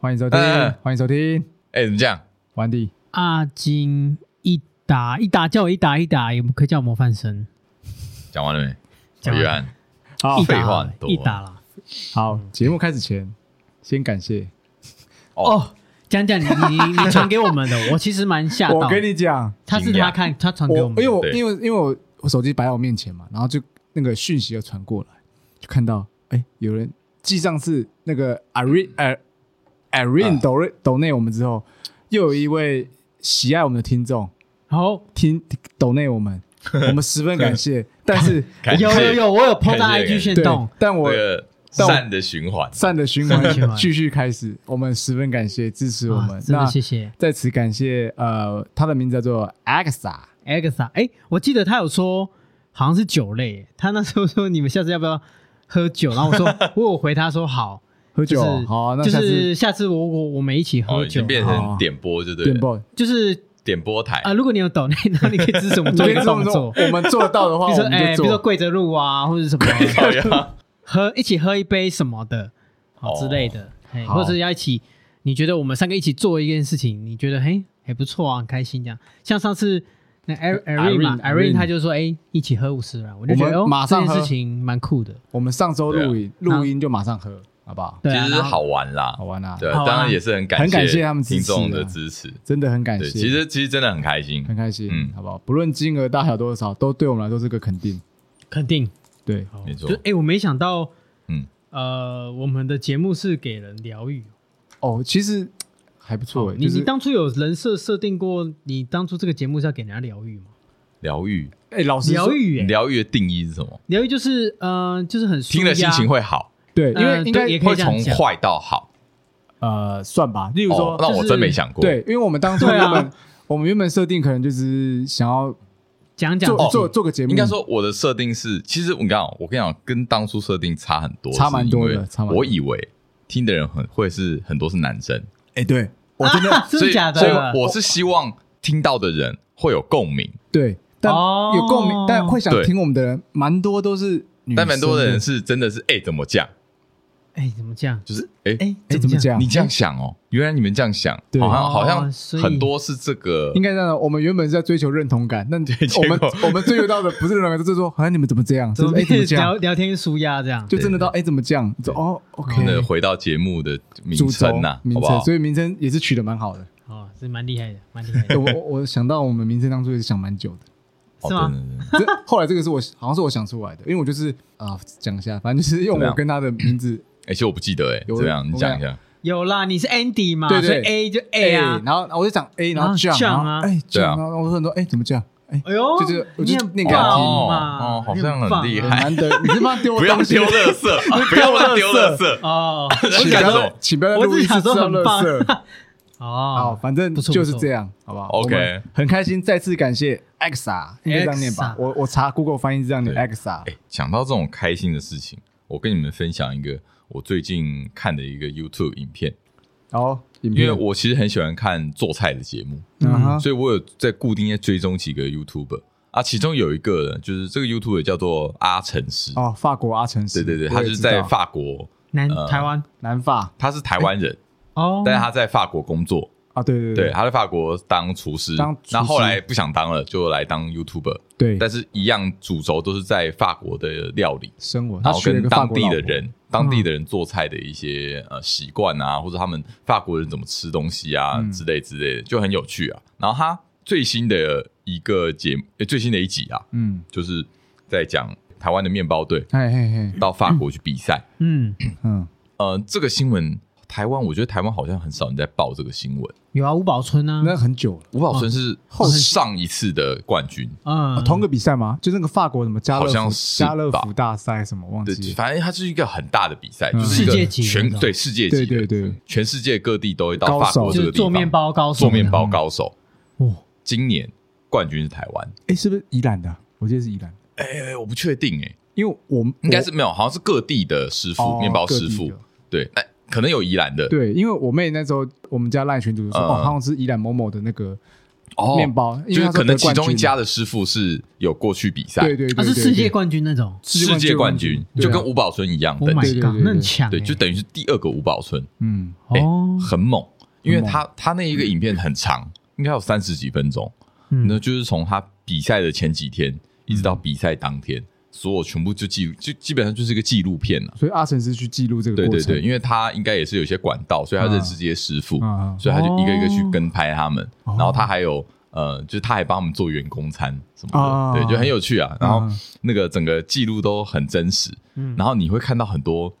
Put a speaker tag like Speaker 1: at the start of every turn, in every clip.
Speaker 1: 欢迎收听，
Speaker 2: 嗯
Speaker 1: 欢迎收听，
Speaker 2: 啊哎、怎么这样？
Speaker 1: 完地
Speaker 3: 阿金一打一打叫我一打一打，也可以叫我模范生。
Speaker 2: 讲完了没？
Speaker 3: 讲
Speaker 2: 我
Speaker 3: 完
Speaker 2: 约翰，
Speaker 1: 好
Speaker 3: 一
Speaker 2: 啊废话
Speaker 3: 打
Speaker 2: 很多
Speaker 3: 一打啦。
Speaker 1: 好，节目开始前，先感谢
Speaker 2: 哦
Speaker 3: 哦，讲讲你你你你传给我 们的，我其实蛮吓到。
Speaker 1: 我跟你讲，
Speaker 3: 他是
Speaker 2: 惊讶
Speaker 3: 他看他传
Speaker 1: 我哎
Speaker 3: 给我们
Speaker 1: 因为
Speaker 2: 对
Speaker 3: 的，
Speaker 1: 我因为因为我我手机摆在我面前嘛，然后就那个讯息就传过来，就看到哎、有人继上次那个 Irene 呃 Irene 抖内抖内我们之后，又有一位喜爱我们的听众
Speaker 3: 然后
Speaker 1: 听抖内我们，我们十分感谢，但是
Speaker 2: 感谢
Speaker 3: 有有有，我有 PO 到
Speaker 2: 感谢
Speaker 3: IG
Speaker 1: 对
Speaker 3: 线动，，
Speaker 1: 但我
Speaker 2: 这个善的循环，
Speaker 1: 善的循
Speaker 3: 善的循
Speaker 1: 环
Speaker 3: 环
Speaker 1: 继续开始，我们十分感谢支持我
Speaker 3: 啊
Speaker 1: 们，
Speaker 3: 真
Speaker 1: 那
Speaker 3: 的谢谢
Speaker 1: 在此感谢呃，他的名字叫做 Axa。
Speaker 3: Alexa。哎，我记得他有说好像是酒类，他那时候说你们下次要不要喝酒？然后 我说我有回他说好，
Speaker 1: 喝酒
Speaker 3: 就是
Speaker 1: 好啊，那
Speaker 3: 就
Speaker 1: 下次
Speaker 3: 是下次我我我们一起喝
Speaker 2: 哦，已
Speaker 3: 酒
Speaker 2: 经，变成点播就对了，
Speaker 1: 电报
Speaker 3: 就是
Speaker 2: 点播台
Speaker 3: 啊，如果你有抖内，然后你可以支持我们做一个动作，
Speaker 1: 我们做得到的话，
Speaker 3: 比如
Speaker 1: 我
Speaker 3: 说
Speaker 1: 们
Speaker 3: 哎，比
Speaker 1: 就
Speaker 3: 如说
Speaker 1: 做。
Speaker 3: 跪着录啊，或者 什么
Speaker 2: 靠腰
Speaker 3: 喝一起喝一杯什么的，好
Speaker 2: 哦
Speaker 3: 之类的，嘿
Speaker 1: 好
Speaker 3: 或者是要一起，你觉得我们三个一起做一件事情，你觉得嘿还不错啊，很开心这样。像上次那 Erin Erin 嘛
Speaker 1: Irene，Irene
Speaker 3: Erin 他就说哎一起喝五十啦，我就
Speaker 1: 我
Speaker 3: 觉
Speaker 1: 们
Speaker 3: 得哦
Speaker 1: 马上
Speaker 3: 这件
Speaker 1: 喝
Speaker 3: 事情蛮酷的，
Speaker 1: 我们上周录
Speaker 2: 对
Speaker 1: 影录音就马上喝，好不好？
Speaker 3: 啊对
Speaker 2: 其
Speaker 3: 啊，
Speaker 2: 实是
Speaker 3: 然后
Speaker 2: 好玩啦
Speaker 1: 好，玩啊，
Speaker 2: 对，
Speaker 3: 好玩啊
Speaker 2: 当然也是很感
Speaker 1: 很感谢他们支持
Speaker 2: 听
Speaker 1: 啊
Speaker 2: 众的支持，
Speaker 1: 真的很感
Speaker 2: 对，
Speaker 1: 谢。
Speaker 2: 其实其实真的很开心
Speaker 1: 很，开心，
Speaker 2: 嗯
Speaker 1: 好不好？不论金额大小多少，都对我们来说是个肯定。
Speaker 3: 肯定
Speaker 1: 对，
Speaker 2: 没错
Speaker 3: 就哎我没想到，
Speaker 2: 嗯，
Speaker 3: 呃，我们的节目是给人疗愈。
Speaker 1: 哦，其实还不错诶，
Speaker 3: 哦你
Speaker 1: 就是
Speaker 3: 你当初有人设设定过，你当初这个节目是要给人家疗愈吗？
Speaker 2: 疗愈，
Speaker 1: 哎，老师
Speaker 3: 疗愈耶，
Speaker 2: 疗愈的定义是什么？
Speaker 3: 疗愈就是呃，就是很舒
Speaker 2: 听了心
Speaker 3: 压
Speaker 2: 情会好，
Speaker 1: 对，因为
Speaker 3: 呃
Speaker 1: 应该
Speaker 3: 对也可以
Speaker 2: 会
Speaker 3: 这样
Speaker 2: 从
Speaker 3: 讲
Speaker 2: 坏到好。
Speaker 1: 呃算吧，例如
Speaker 2: 哦
Speaker 1: 说，
Speaker 2: 那我
Speaker 3: 就是
Speaker 2: 真没想过。
Speaker 1: 对，，因为我们当初
Speaker 3: 对啊
Speaker 1: 原本我们原本设定可能就是想要
Speaker 3: 讲讲
Speaker 1: 做
Speaker 3: 自己
Speaker 1: 做做个节目，
Speaker 2: 应该说我的设定是，其实我跟你讲，我跟你讲，跟当初设定差很多，
Speaker 1: 差蛮多的
Speaker 2: 是因为
Speaker 1: 差蛮多
Speaker 2: 我以为听的人很会是很多是男生，
Speaker 1: 哎，对我真的
Speaker 3: 啊 真的假的？
Speaker 2: 所以所以我是希望听到的人会有共鸣，
Speaker 1: 对，但
Speaker 3: 哦
Speaker 1: 有共鸣，但会想
Speaker 2: 对
Speaker 1: 听我们的人蛮多都是女生，
Speaker 2: 但蛮多的人是真的是哎、怎么讲？
Speaker 3: 哎，怎么讲？
Speaker 2: 就是哎、
Speaker 3: 哎
Speaker 1: 哎怎么？讲
Speaker 2: 你？这样想哦，原来你们这样想，
Speaker 1: 对
Speaker 2: 好像
Speaker 3: 哦
Speaker 2: 好像
Speaker 3: 所以
Speaker 2: 很多是这个
Speaker 1: 应该这样的，我们原本是在追求认同感， 那我们
Speaker 2: 结果
Speaker 1: 我们追求到的不是认同感，就是说，哎，你们怎么 这样？
Speaker 3: 怎
Speaker 1: 就是
Speaker 3: 么
Speaker 1: 哎，怎么这
Speaker 3: 聊
Speaker 1: 样？
Speaker 3: 聊天舒压这样？
Speaker 1: 就真的到哎，怎么这样？就哦
Speaker 2: 真的
Speaker 1: ，OK，
Speaker 2: 回到节目的名
Speaker 1: 主轴
Speaker 2: 称呐、好
Speaker 1: 名
Speaker 2: 不好
Speaker 1: 称，？所以名称也是取得蛮 好的。
Speaker 3: 哦，是蛮厉害的，蛮厉害的
Speaker 1: 对，我我我想到我们名称当初也是想蛮久的。
Speaker 2: 哦
Speaker 3: 是吗
Speaker 2: 真的真的
Speaker 1: 这后来这个是我好像是我想出来的，因为我就是啊讲一下，反正就是用
Speaker 2: 怎么
Speaker 1: 我
Speaker 2: 样
Speaker 1: 跟他的名字
Speaker 2: 哎，其实我不记得哎、
Speaker 1: 有
Speaker 2: 怎样？你
Speaker 1: 我
Speaker 2: 讲
Speaker 1: 跟
Speaker 2: 一
Speaker 1: 你
Speaker 2: 下。
Speaker 3: 有啦，你是 Andy 嘛，
Speaker 1: 对哎对
Speaker 3: 所以 A 就 A 啊
Speaker 1: A，。然后我就讲 A，然后
Speaker 3: 啊
Speaker 1: 这样，
Speaker 3: 这样
Speaker 1: 然
Speaker 3: 啊
Speaker 1: 后哎这样，
Speaker 2: 对
Speaker 1: 然后我说很多哎怎么这样？哎
Speaker 3: 哎呦，
Speaker 1: 就是我就
Speaker 3: 你很
Speaker 1: 念给他
Speaker 3: 棒
Speaker 1: 听
Speaker 3: 嘛，
Speaker 2: 哦哦好像很
Speaker 3: 啊
Speaker 2: 厉害
Speaker 1: 很难得，你他妈丢我
Speaker 2: 不要
Speaker 1: 东西
Speaker 2: 丢 垃圾，不要乱丢垃圾。
Speaker 3: 哦
Speaker 1: 请
Speaker 2: 我
Speaker 1: 不
Speaker 2: 感
Speaker 1: 要
Speaker 2: 受
Speaker 1: 请不要再
Speaker 3: 我
Speaker 1: 录
Speaker 3: 只
Speaker 1: 一
Speaker 3: 是
Speaker 1: 次
Speaker 3: 想
Speaker 1: 知
Speaker 3: 说
Speaker 1: 道垃
Speaker 3: 很 棒
Speaker 1: 圾。好，
Speaker 3: 哦，
Speaker 1: 反正
Speaker 3: 不错
Speaker 1: 就是
Speaker 3: 不错
Speaker 1: 这样，好不好
Speaker 2: OK
Speaker 1: 我们很开心，再次感谢 EXA，应该这样念吧
Speaker 3: EXA？
Speaker 1: 我我查 Google 翻译是这样念啊
Speaker 2: 对
Speaker 1: EXA
Speaker 2: 哎。，讲到这种开心的事情，我跟你们分享一个我最近看的一个 YouTube 影片，
Speaker 1: 然后影
Speaker 2: 因为
Speaker 1: 片，
Speaker 2: 我其实很喜欢看做菜的节目，
Speaker 1: 嗯哼
Speaker 2: 所以我有在固定在追踪几个 YouTuber 啊，其中有一个呢，就是这个 YouTuber 叫做阿成师，
Speaker 1: 哦，法国阿成
Speaker 2: 对
Speaker 1: 是，
Speaker 2: 对对，
Speaker 1: 我
Speaker 2: 他
Speaker 1: 也
Speaker 2: 是
Speaker 1: 知道
Speaker 2: 在法国，
Speaker 3: 南
Speaker 2: 呃啊
Speaker 3: 台湾
Speaker 1: 南法
Speaker 2: 他是台湾人，
Speaker 3: 哦，
Speaker 2: 但是他在法国工作，
Speaker 1: 啊，对哎对
Speaker 2: 对，他在法国当厨师
Speaker 1: 当厨师，
Speaker 2: 那后来不想当了，就来当 YouTuber，
Speaker 1: 对，
Speaker 2: 但是一样主轴都是在法国的料理。
Speaker 1: 生活，他
Speaker 2: 然后
Speaker 1: 娶了
Speaker 2: 跟
Speaker 1: 一个法
Speaker 2: 当
Speaker 1: 国
Speaker 2: 地
Speaker 1: 老
Speaker 2: 的
Speaker 1: 婆，嗯
Speaker 2: 人、当地的人做菜的一些呃习惯啊，或者他们法国人怎么吃东西啊、
Speaker 1: 嗯
Speaker 2: 之类之类的，就很有趣啊。然后他最新的一个节目，呃最新的一集啊，
Speaker 1: 嗯，
Speaker 2: 就是在讲台湾的面包队
Speaker 1: 嘿嘿嘿，
Speaker 2: 到法国去比赛。
Speaker 3: 嗯，
Speaker 1: 嗯，
Speaker 2: 呃，这个新闻，台湾我觉得台湾好像很少人在报这个新闻。
Speaker 3: 有啊，吴宝春啊，
Speaker 1: 那很久了，
Speaker 2: 吴宝春是
Speaker 1: 哦后
Speaker 2: 上一次的冠军，
Speaker 3: 嗯，
Speaker 1: 同个比赛吗？就那个法国什么家乐
Speaker 2: 好像
Speaker 1: 福
Speaker 2: 是
Speaker 1: 家乐
Speaker 2: 吧
Speaker 1: 福大赛什么忘
Speaker 2: 对
Speaker 1: 记，了，
Speaker 2: 反正它是一个很大的比赛，
Speaker 1: 嗯
Speaker 2: 就是一个
Speaker 3: 世界级的
Speaker 2: 全
Speaker 3: 那种
Speaker 2: 对世界级的，
Speaker 1: 对对对，
Speaker 2: 全世界各地都会到
Speaker 1: 高
Speaker 2: 法
Speaker 1: 手
Speaker 2: 国这
Speaker 3: 就是
Speaker 2: 个地
Speaker 3: 做
Speaker 2: 方
Speaker 3: 面包
Speaker 1: 哦
Speaker 3: 高手，
Speaker 2: 做面包，高手。
Speaker 3: 哦，
Speaker 2: 今年冠军是台湾，
Speaker 1: 哎，是不是宜兰的啊？我记得是宜兰，
Speaker 2: 哎、我不确定哎、
Speaker 1: 因为我
Speaker 2: 应该是没有，好像是各地的师
Speaker 1: 哦
Speaker 2: 傅，面、包
Speaker 1: 各
Speaker 2: 师
Speaker 1: 地
Speaker 2: 傅
Speaker 1: 的，
Speaker 2: 对，那可能有宜兰的，
Speaker 1: 对，因为我妹那时候我们家赖群主说，
Speaker 2: 嗯
Speaker 1: 哦，好像是宜兰某某的那个
Speaker 2: 哦
Speaker 1: 面包因
Speaker 2: 就
Speaker 1: 为他
Speaker 2: 是
Speaker 1: 是
Speaker 2: 可能
Speaker 1: 得
Speaker 2: 其
Speaker 1: 冠
Speaker 2: 中一
Speaker 1: 军
Speaker 2: 家的师傅是有过去比赛，
Speaker 1: 对对对
Speaker 3: 他
Speaker 1: 对，
Speaker 3: 啊是世界
Speaker 1: 对
Speaker 3: 冠军那种。
Speaker 2: 世界冠军，就
Speaker 1: 啊
Speaker 2: 跟吴宝春一样
Speaker 3: Oh
Speaker 2: 等
Speaker 3: my
Speaker 2: 级，
Speaker 1: 对对
Speaker 3: god，
Speaker 1: 对
Speaker 3: 那很强欸。
Speaker 2: 对，就等于是第二个吴宝春，
Speaker 1: 嗯，
Speaker 2: 哎
Speaker 3: 哦，
Speaker 2: 很猛，因为
Speaker 1: 很猛
Speaker 2: 他他那一个影片很长，应该有三十几分钟，那
Speaker 3: 嗯，
Speaker 2: 就是从他比赛的前几天一直到
Speaker 1: 嗯
Speaker 2: 比赛当天，所有全部就记，就基本上就是一个纪录片了。啊
Speaker 1: 所以阿成是去记录这个
Speaker 2: 对
Speaker 1: 过
Speaker 2: 对
Speaker 1: 程，嗯
Speaker 2: 对，因为他应该也是有一些管道，所以他认识这些师傅，
Speaker 1: 啊，
Speaker 2: 所以他就一个一个去跟拍他们，
Speaker 1: 哦
Speaker 2: 然后他还有呃，就是他还帮我们做员工餐什么
Speaker 1: 啊
Speaker 2: 的，对，就很有趣啊。然后
Speaker 1: 嗯
Speaker 2: 那个整个记录都很真实，
Speaker 3: 嗯
Speaker 2: 然后你会看到很多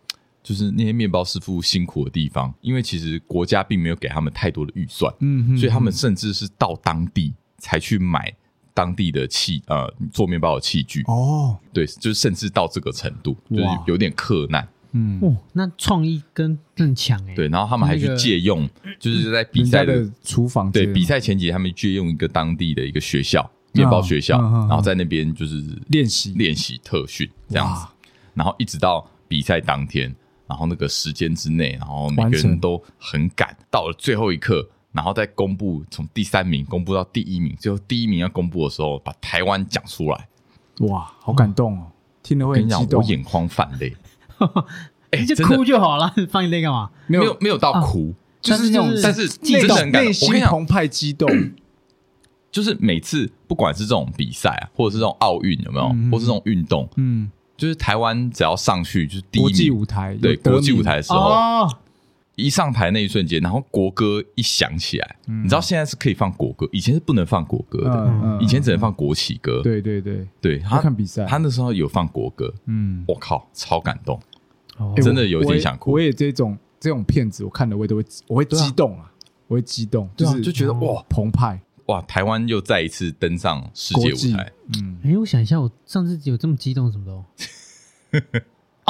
Speaker 2: 就是那些面包师傅辛苦的地方，因为其实国家并没有给他们太多的预算，
Speaker 1: 嗯嗯
Speaker 2: 所以他们甚至是到当地才去买当地的器呃做面包的器具，
Speaker 1: 哦，
Speaker 2: 对，就是甚至到这个程度，就
Speaker 1: 哇
Speaker 2: 是有点克难。
Speaker 1: 嗯，
Speaker 3: 哦，那创意跟更强哎。
Speaker 2: 对，然后他们还去
Speaker 3: 那个
Speaker 2: 借用，就是在比
Speaker 1: 嗯人
Speaker 2: 赛
Speaker 1: 家
Speaker 2: 的
Speaker 1: 的厨房之
Speaker 2: 对
Speaker 1: 类的
Speaker 2: 比赛前几，他们借用一个当地的一个学校面包学校，
Speaker 1: 嗯嗯嗯嗯
Speaker 2: 然后在那边就是
Speaker 1: 练习
Speaker 2: 练习特训这样子
Speaker 1: 哇，
Speaker 2: 然后一直到比赛当天，然后那个时间之内，然后每个
Speaker 1: 完成
Speaker 2: 人都很赶，到了最后一刻。然后再公布从第三名公布到第一名，最后第一名要公布的时候，把台湾讲出来。
Speaker 1: 哇，好感动哦，听
Speaker 2: 嗯
Speaker 1: 了
Speaker 2: 我
Speaker 1: 会
Speaker 2: 跟
Speaker 1: 很
Speaker 2: 你讲
Speaker 1: 激，
Speaker 2: 我
Speaker 1: 动，
Speaker 2: 眼眶泛泪。哎、
Speaker 3: 你就
Speaker 2: 真的
Speaker 3: 哭就好了， 放你泪干嘛？
Speaker 1: 没
Speaker 2: 没有
Speaker 1: 有，啊
Speaker 2: 没有到哭，
Speaker 1: 就是那种
Speaker 2: 但是
Speaker 1: 内
Speaker 2: 真的很感
Speaker 1: 内
Speaker 2: 动。我
Speaker 1: 心
Speaker 2: 跟你讲，
Speaker 1: 澎湃激动，
Speaker 2: 就是每次不管是这种比赛、啊，或者是这种奥运，有没有，
Speaker 1: 嗯
Speaker 2: 或是这种运动，
Speaker 1: 嗯，
Speaker 2: 就是台湾只要上去就是第一
Speaker 1: 国际
Speaker 2: 名，
Speaker 1: 舞台
Speaker 2: 对
Speaker 1: 有得
Speaker 2: 国际
Speaker 1: 名
Speaker 2: 舞台的时候，
Speaker 3: 哦，
Speaker 2: 一上台那一瞬间，然后国歌一响起来，
Speaker 1: 嗯
Speaker 2: 你知道现在是可以放国歌，以前是不能放国歌的，
Speaker 1: 嗯嗯
Speaker 2: 以前只能放国旗歌。
Speaker 1: 对对对，
Speaker 2: 对，
Speaker 1: 要
Speaker 2: 他
Speaker 1: 看比赛，
Speaker 2: 他那时候有放国歌，
Speaker 1: 嗯，
Speaker 2: 我靠，超感动，
Speaker 3: 哦
Speaker 1: 欸
Speaker 2: 真
Speaker 1: 我
Speaker 2: 的有
Speaker 1: 我
Speaker 2: 点
Speaker 1: 也
Speaker 2: 想哭
Speaker 1: 我也这种这种片子，我看了我也都会，我会
Speaker 2: 对啊
Speaker 1: 激动啊，我会激动，
Speaker 2: 对啊
Speaker 1: 是嗯
Speaker 2: 就觉得哇
Speaker 1: 澎湃，
Speaker 2: 哇！台湾又再一次登上世
Speaker 1: 国
Speaker 2: 界
Speaker 1: 际
Speaker 2: 舞台，，
Speaker 1: 嗯，
Speaker 3: 哎，我想一下，我上次有这么激动什么时候？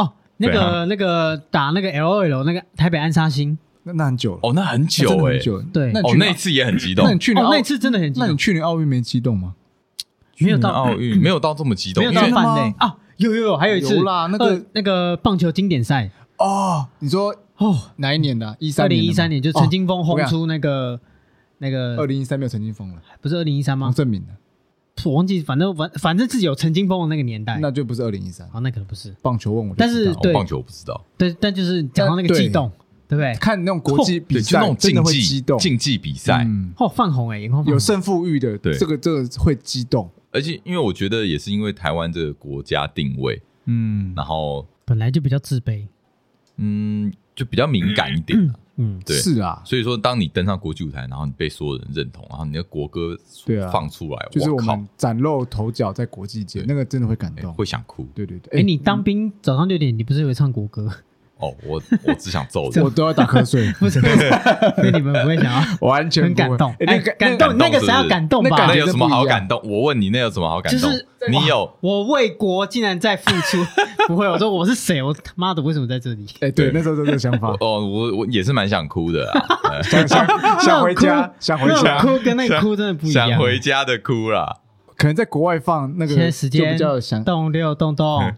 Speaker 3: 哦，那
Speaker 2: 对
Speaker 3: 个
Speaker 2: 啊
Speaker 3: 那个打那个 L O L 那个台北暗杀星，
Speaker 1: 那那很久了，
Speaker 2: 哦，那很
Speaker 1: 那真的
Speaker 2: 久哎
Speaker 1: 很，久了，
Speaker 3: 对
Speaker 1: 那你
Speaker 2: 哦，
Speaker 1: 去
Speaker 2: 那
Speaker 1: 年
Speaker 2: 一次也很激动
Speaker 1: 那你，去年
Speaker 3: 哦，
Speaker 1: 奥
Speaker 3: 那一次真的很激
Speaker 1: 那你
Speaker 3: 动，
Speaker 1: 去年奥运没激动吗？
Speaker 3: 没有
Speaker 2: 去年
Speaker 3: 到
Speaker 2: 奥运，没有到这么激动，
Speaker 3: 没有到
Speaker 2: 因为
Speaker 3: 泛
Speaker 1: 真
Speaker 3: 泪
Speaker 1: 的
Speaker 3: 啊，有有有，还有一次
Speaker 1: 有啦那个
Speaker 3: 呃那个棒球经典赛
Speaker 1: 哦，你说
Speaker 3: 哦，
Speaker 1: 哪一年的啊？一
Speaker 3: 二
Speaker 1: 三
Speaker 3: 零一三年就陈金峰
Speaker 1: 我
Speaker 3: 轰
Speaker 1: 跟你哦
Speaker 3: 出那个那个
Speaker 1: 二零一三没有陈金峰了，
Speaker 3: 不是二零一三
Speaker 1: 王
Speaker 3: 吗？
Speaker 1: 正明了，
Speaker 3: 我忘记，反正反反正是有陈金峰的那个年代，
Speaker 1: 那就不是二零一三。
Speaker 3: 哎好，那可能不是，
Speaker 1: 棒球问我就知道，
Speaker 3: 但是对
Speaker 2: 哦棒球我不知道，
Speaker 3: 对，但就是讲到那个
Speaker 1: 但
Speaker 3: 激动，对不对？
Speaker 1: 呃看那种国际比
Speaker 2: 哦对，就
Speaker 1: 赛，
Speaker 2: 那种
Speaker 1: 真的
Speaker 2: 竞
Speaker 1: 会
Speaker 2: 技
Speaker 1: 激动，
Speaker 2: 竞技比赛，嗯
Speaker 1: 嗯
Speaker 3: 哦，泛红哎，眼眶泛红
Speaker 1: 有胜负欲的，
Speaker 2: 对
Speaker 1: 这个这个会激动，
Speaker 2: 而且因为我觉得也是因为台湾这个国家定位，
Speaker 1: 嗯，
Speaker 2: 然后
Speaker 3: 本来就比较自卑，
Speaker 2: 嗯，就比较敏感一点啊、
Speaker 3: 嗯，
Speaker 2: 对
Speaker 1: 是啊，
Speaker 2: 所以说，当你登上国际舞台，然后你被所有人认同，然后你的国歌
Speaker 1: 对啊
Speaker 2: 放出来，
Speaker 1: 就是我
Speaker 2: 靠
Speaker 1: 们，展露头角在国际界，
Speaker 2: 对
Speaker 1: 那个真的会感
Speaker 2: 哎
Speaker 1: 动。
Speaker 2: 会想哭
Speaker 1: 对对对，
Speaker 3: 哎，你当兵早上六点，你不是有唱国 歌？
Speaker 2: 哦，我我只想揍
Speaker 1: 我
Speaker 2: 人，
Speaker 1: 都要打瞌睡，
Speaker 3: 不是，那你们不会想要
Speaker 1: 完全
Speaker 3: 很
Speaker 1: 不会
Speaker 3: 感动，
Speaker 1: 哎
Speaker 3: 哎，
Speaker 1: 那个
Speaker 3: 感
Speaker 1: 那
Speaker 3: 动
Speaker 1: 个
Speaker 3: 那个谁要感动
Speaker 1: 那
Speaker 3: 吧
Speaker 2: 那
Speaker 1: 感？觉
Speaker 2: 有
Speaker 1: 真
Speaker 2: 什么
Speaker 1: 不一
Speaker 2: 好
Speaker 1: 样
Speaker 2: 感动？我问你，那有什么好感
Speaker 3: 就
Speaker 2: 动
Speaker 3: 是？
Speaker 2: 你有
Speaker 3: 我为国竟然在付出， 不会，我说我是谁？我他妈的为什么在这里？
Speaker 1: 哎，对，
Speaker 2: 对
Speaker 1: 那时候都是这个想法
Speaker 2: 我，哦，我我也是蛮想哭的啊，哎
Speaker 1: 想想想回
Speaker 3: 那
Speaker 1: 家
Speaker 3: 种，哭
Speaker 1: 想回
Speaker 3: 那
Speaker 1: 家，
Speaker 3: 种哭跟那个哭真的不一样。
Speaker 2: 想回家的哭啦，
Speaker 1: 可能在国外放那
Speaker 3: 现在
Speaker 1: 个
Speaker 3: 时
Speaker 1: 就
Speaker 3: 间
Speaker 1: 比较想
Speaker 3: 动六动 动，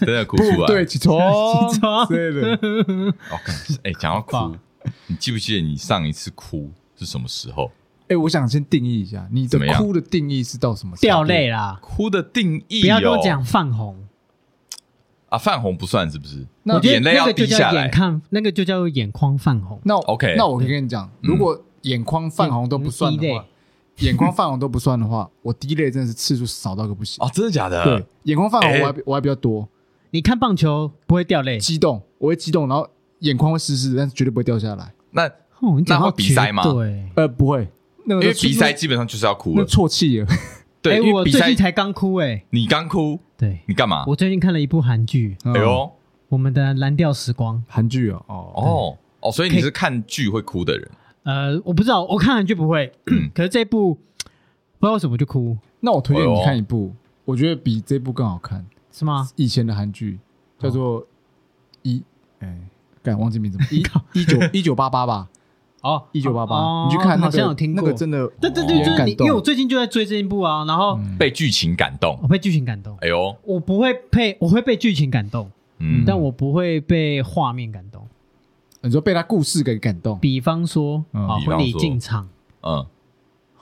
Speaker 2: 真的哭出
Speaker 1: 不
Speaker 2: 来。
Speaker 1: 对，起床
Speaker 3: 起床
Speaker 1: 之类 的，
Speaker 2: 哦，看哎，讲到哭，你记不记得你上一次哭是什么时候？
Speaker 1: 哎，我想先定义一下，你的
Speaker 2: 怎么样
Speaker 1: 哭的定义是到什么程度
Speaker 3: 掉泪啦！
Speaker 2: 哭的定义、哦，
Speaker 3: 不要跟我讲泛红，
Speaker 2: 啊，泛红不算是不是？
Speaker 1: 那
Speaker 3: 我觉得
Speaker 2: 眼泪
Speaker 3: 那
Speaker 2: 要
Speaker 3: 个就
Speaker 2: 滴
Speaker 3: 叫
Speaker 2: 下
Speaker 3: 眼
Speaker 2: 来。
Speaker 3: 看，那个就叫眼眶泛红。
Speaker 1: 那
Speaker 2: OK
Speaker 1: 那我可以跟你讲，如果眼眶泛红都不算的话
Speaker 3: 嗯，
Speaker 1: 眼眶泛红都不算的话，我滴泪真的是次数少到个不行。
Speaker 2: 哦，真的假的？
Speaker 1: 对，呃眼眶泛红
Speaker 2: 哎
Speaker 1: 我还比我还比较多，
Speaker 3: 你看棒球不会掉泪，
Speaker 1: 激动我会激动，然后眼眶会湿湿的，但是绝对不会掉下来。
Speaker 2: 那
Speaker 3: 哦，你讲到
Speaker 2: 那会比赛吗
Speaker 3: 对，
Speaker 1: 呃，不会，那个
Speaker 2: 因为
Speaker 1: 就
Speaker 2: 比赛基本上就是要哭
Speaker 1: 那
Speaker 2: 了，
Speaker 1: 啜泣了，
Speaker 2: 对，
Speaker 3: 哎
Speaker 2: 因
Speaker 3: 我
Speaker 2: 为比
Speaker 3: 最
Speaker 2: 赛
Speaker 3: 近才刚哭哎，
Speaker 2: 你刚哭，
Speaker 3: 对
Speaker 2: 你干嘛？
Speaker 3: 我最近看了一部韩剧，
Speaker 1: 哎
Speaker 2: 哎，呦，
Speaker 3: 我们的《蓝调时光》。
Speaker 1: 韩剧哦，哦，
Speaker 2: 哦哦，所以你是看剧会哭的人，
Speaker 3: 呃，我不知道，我看韩剧不会， 可是这一部不知道为什么就哭，
Speaker 1: 那我推荐
Speaker 2: 哎呦
Speaker 1: 你看一部，我觉得比这部更好看，
Speaker 3: 是吗？
Speaker 1: 以前的韩剧叫做
Speaker 2: 哦
Speaker 1: 一，哎，干忘记 名字，一一九一九八八吧，
Speaker 3: 哦，
Speaker 1: 一九八八，
Speaker 3: 哦
Speaker 1: 你去看那个，
Speaker 3: 好像有听过
Speaker 1: 那个真的，
Speaker 3: 对对
Speaker 2: 哦
Speaker 3: 对，就是你，
Speaker 1: 感
Speaker 3: 因
Speaker 1: 动
Speaker 3: 为我最近就在追这一部啊，然后
Speaker 1: 嗯
Speaker 2: 被剧情感动
Speaker 3: 我。被剧情感动，
Speaker 2: 哎呦，
Speaker 3: 我不会被，我会被剧情感动，
Speaker 2: 嗯，
Speaker 3: 但我不会被画面感动。
Speaker 1: 你说被他故事给感动，
Speaker 3: 比方说
Speaker 1: 嗯
Speaker 3: 啊，
Speaker 2: 比
Speaker 3: 婚
Speaker 2: 方
Speaker 3: 礼
Speaker 2: 说
Speaker 3: 进场，
Speaker 2: 嗯，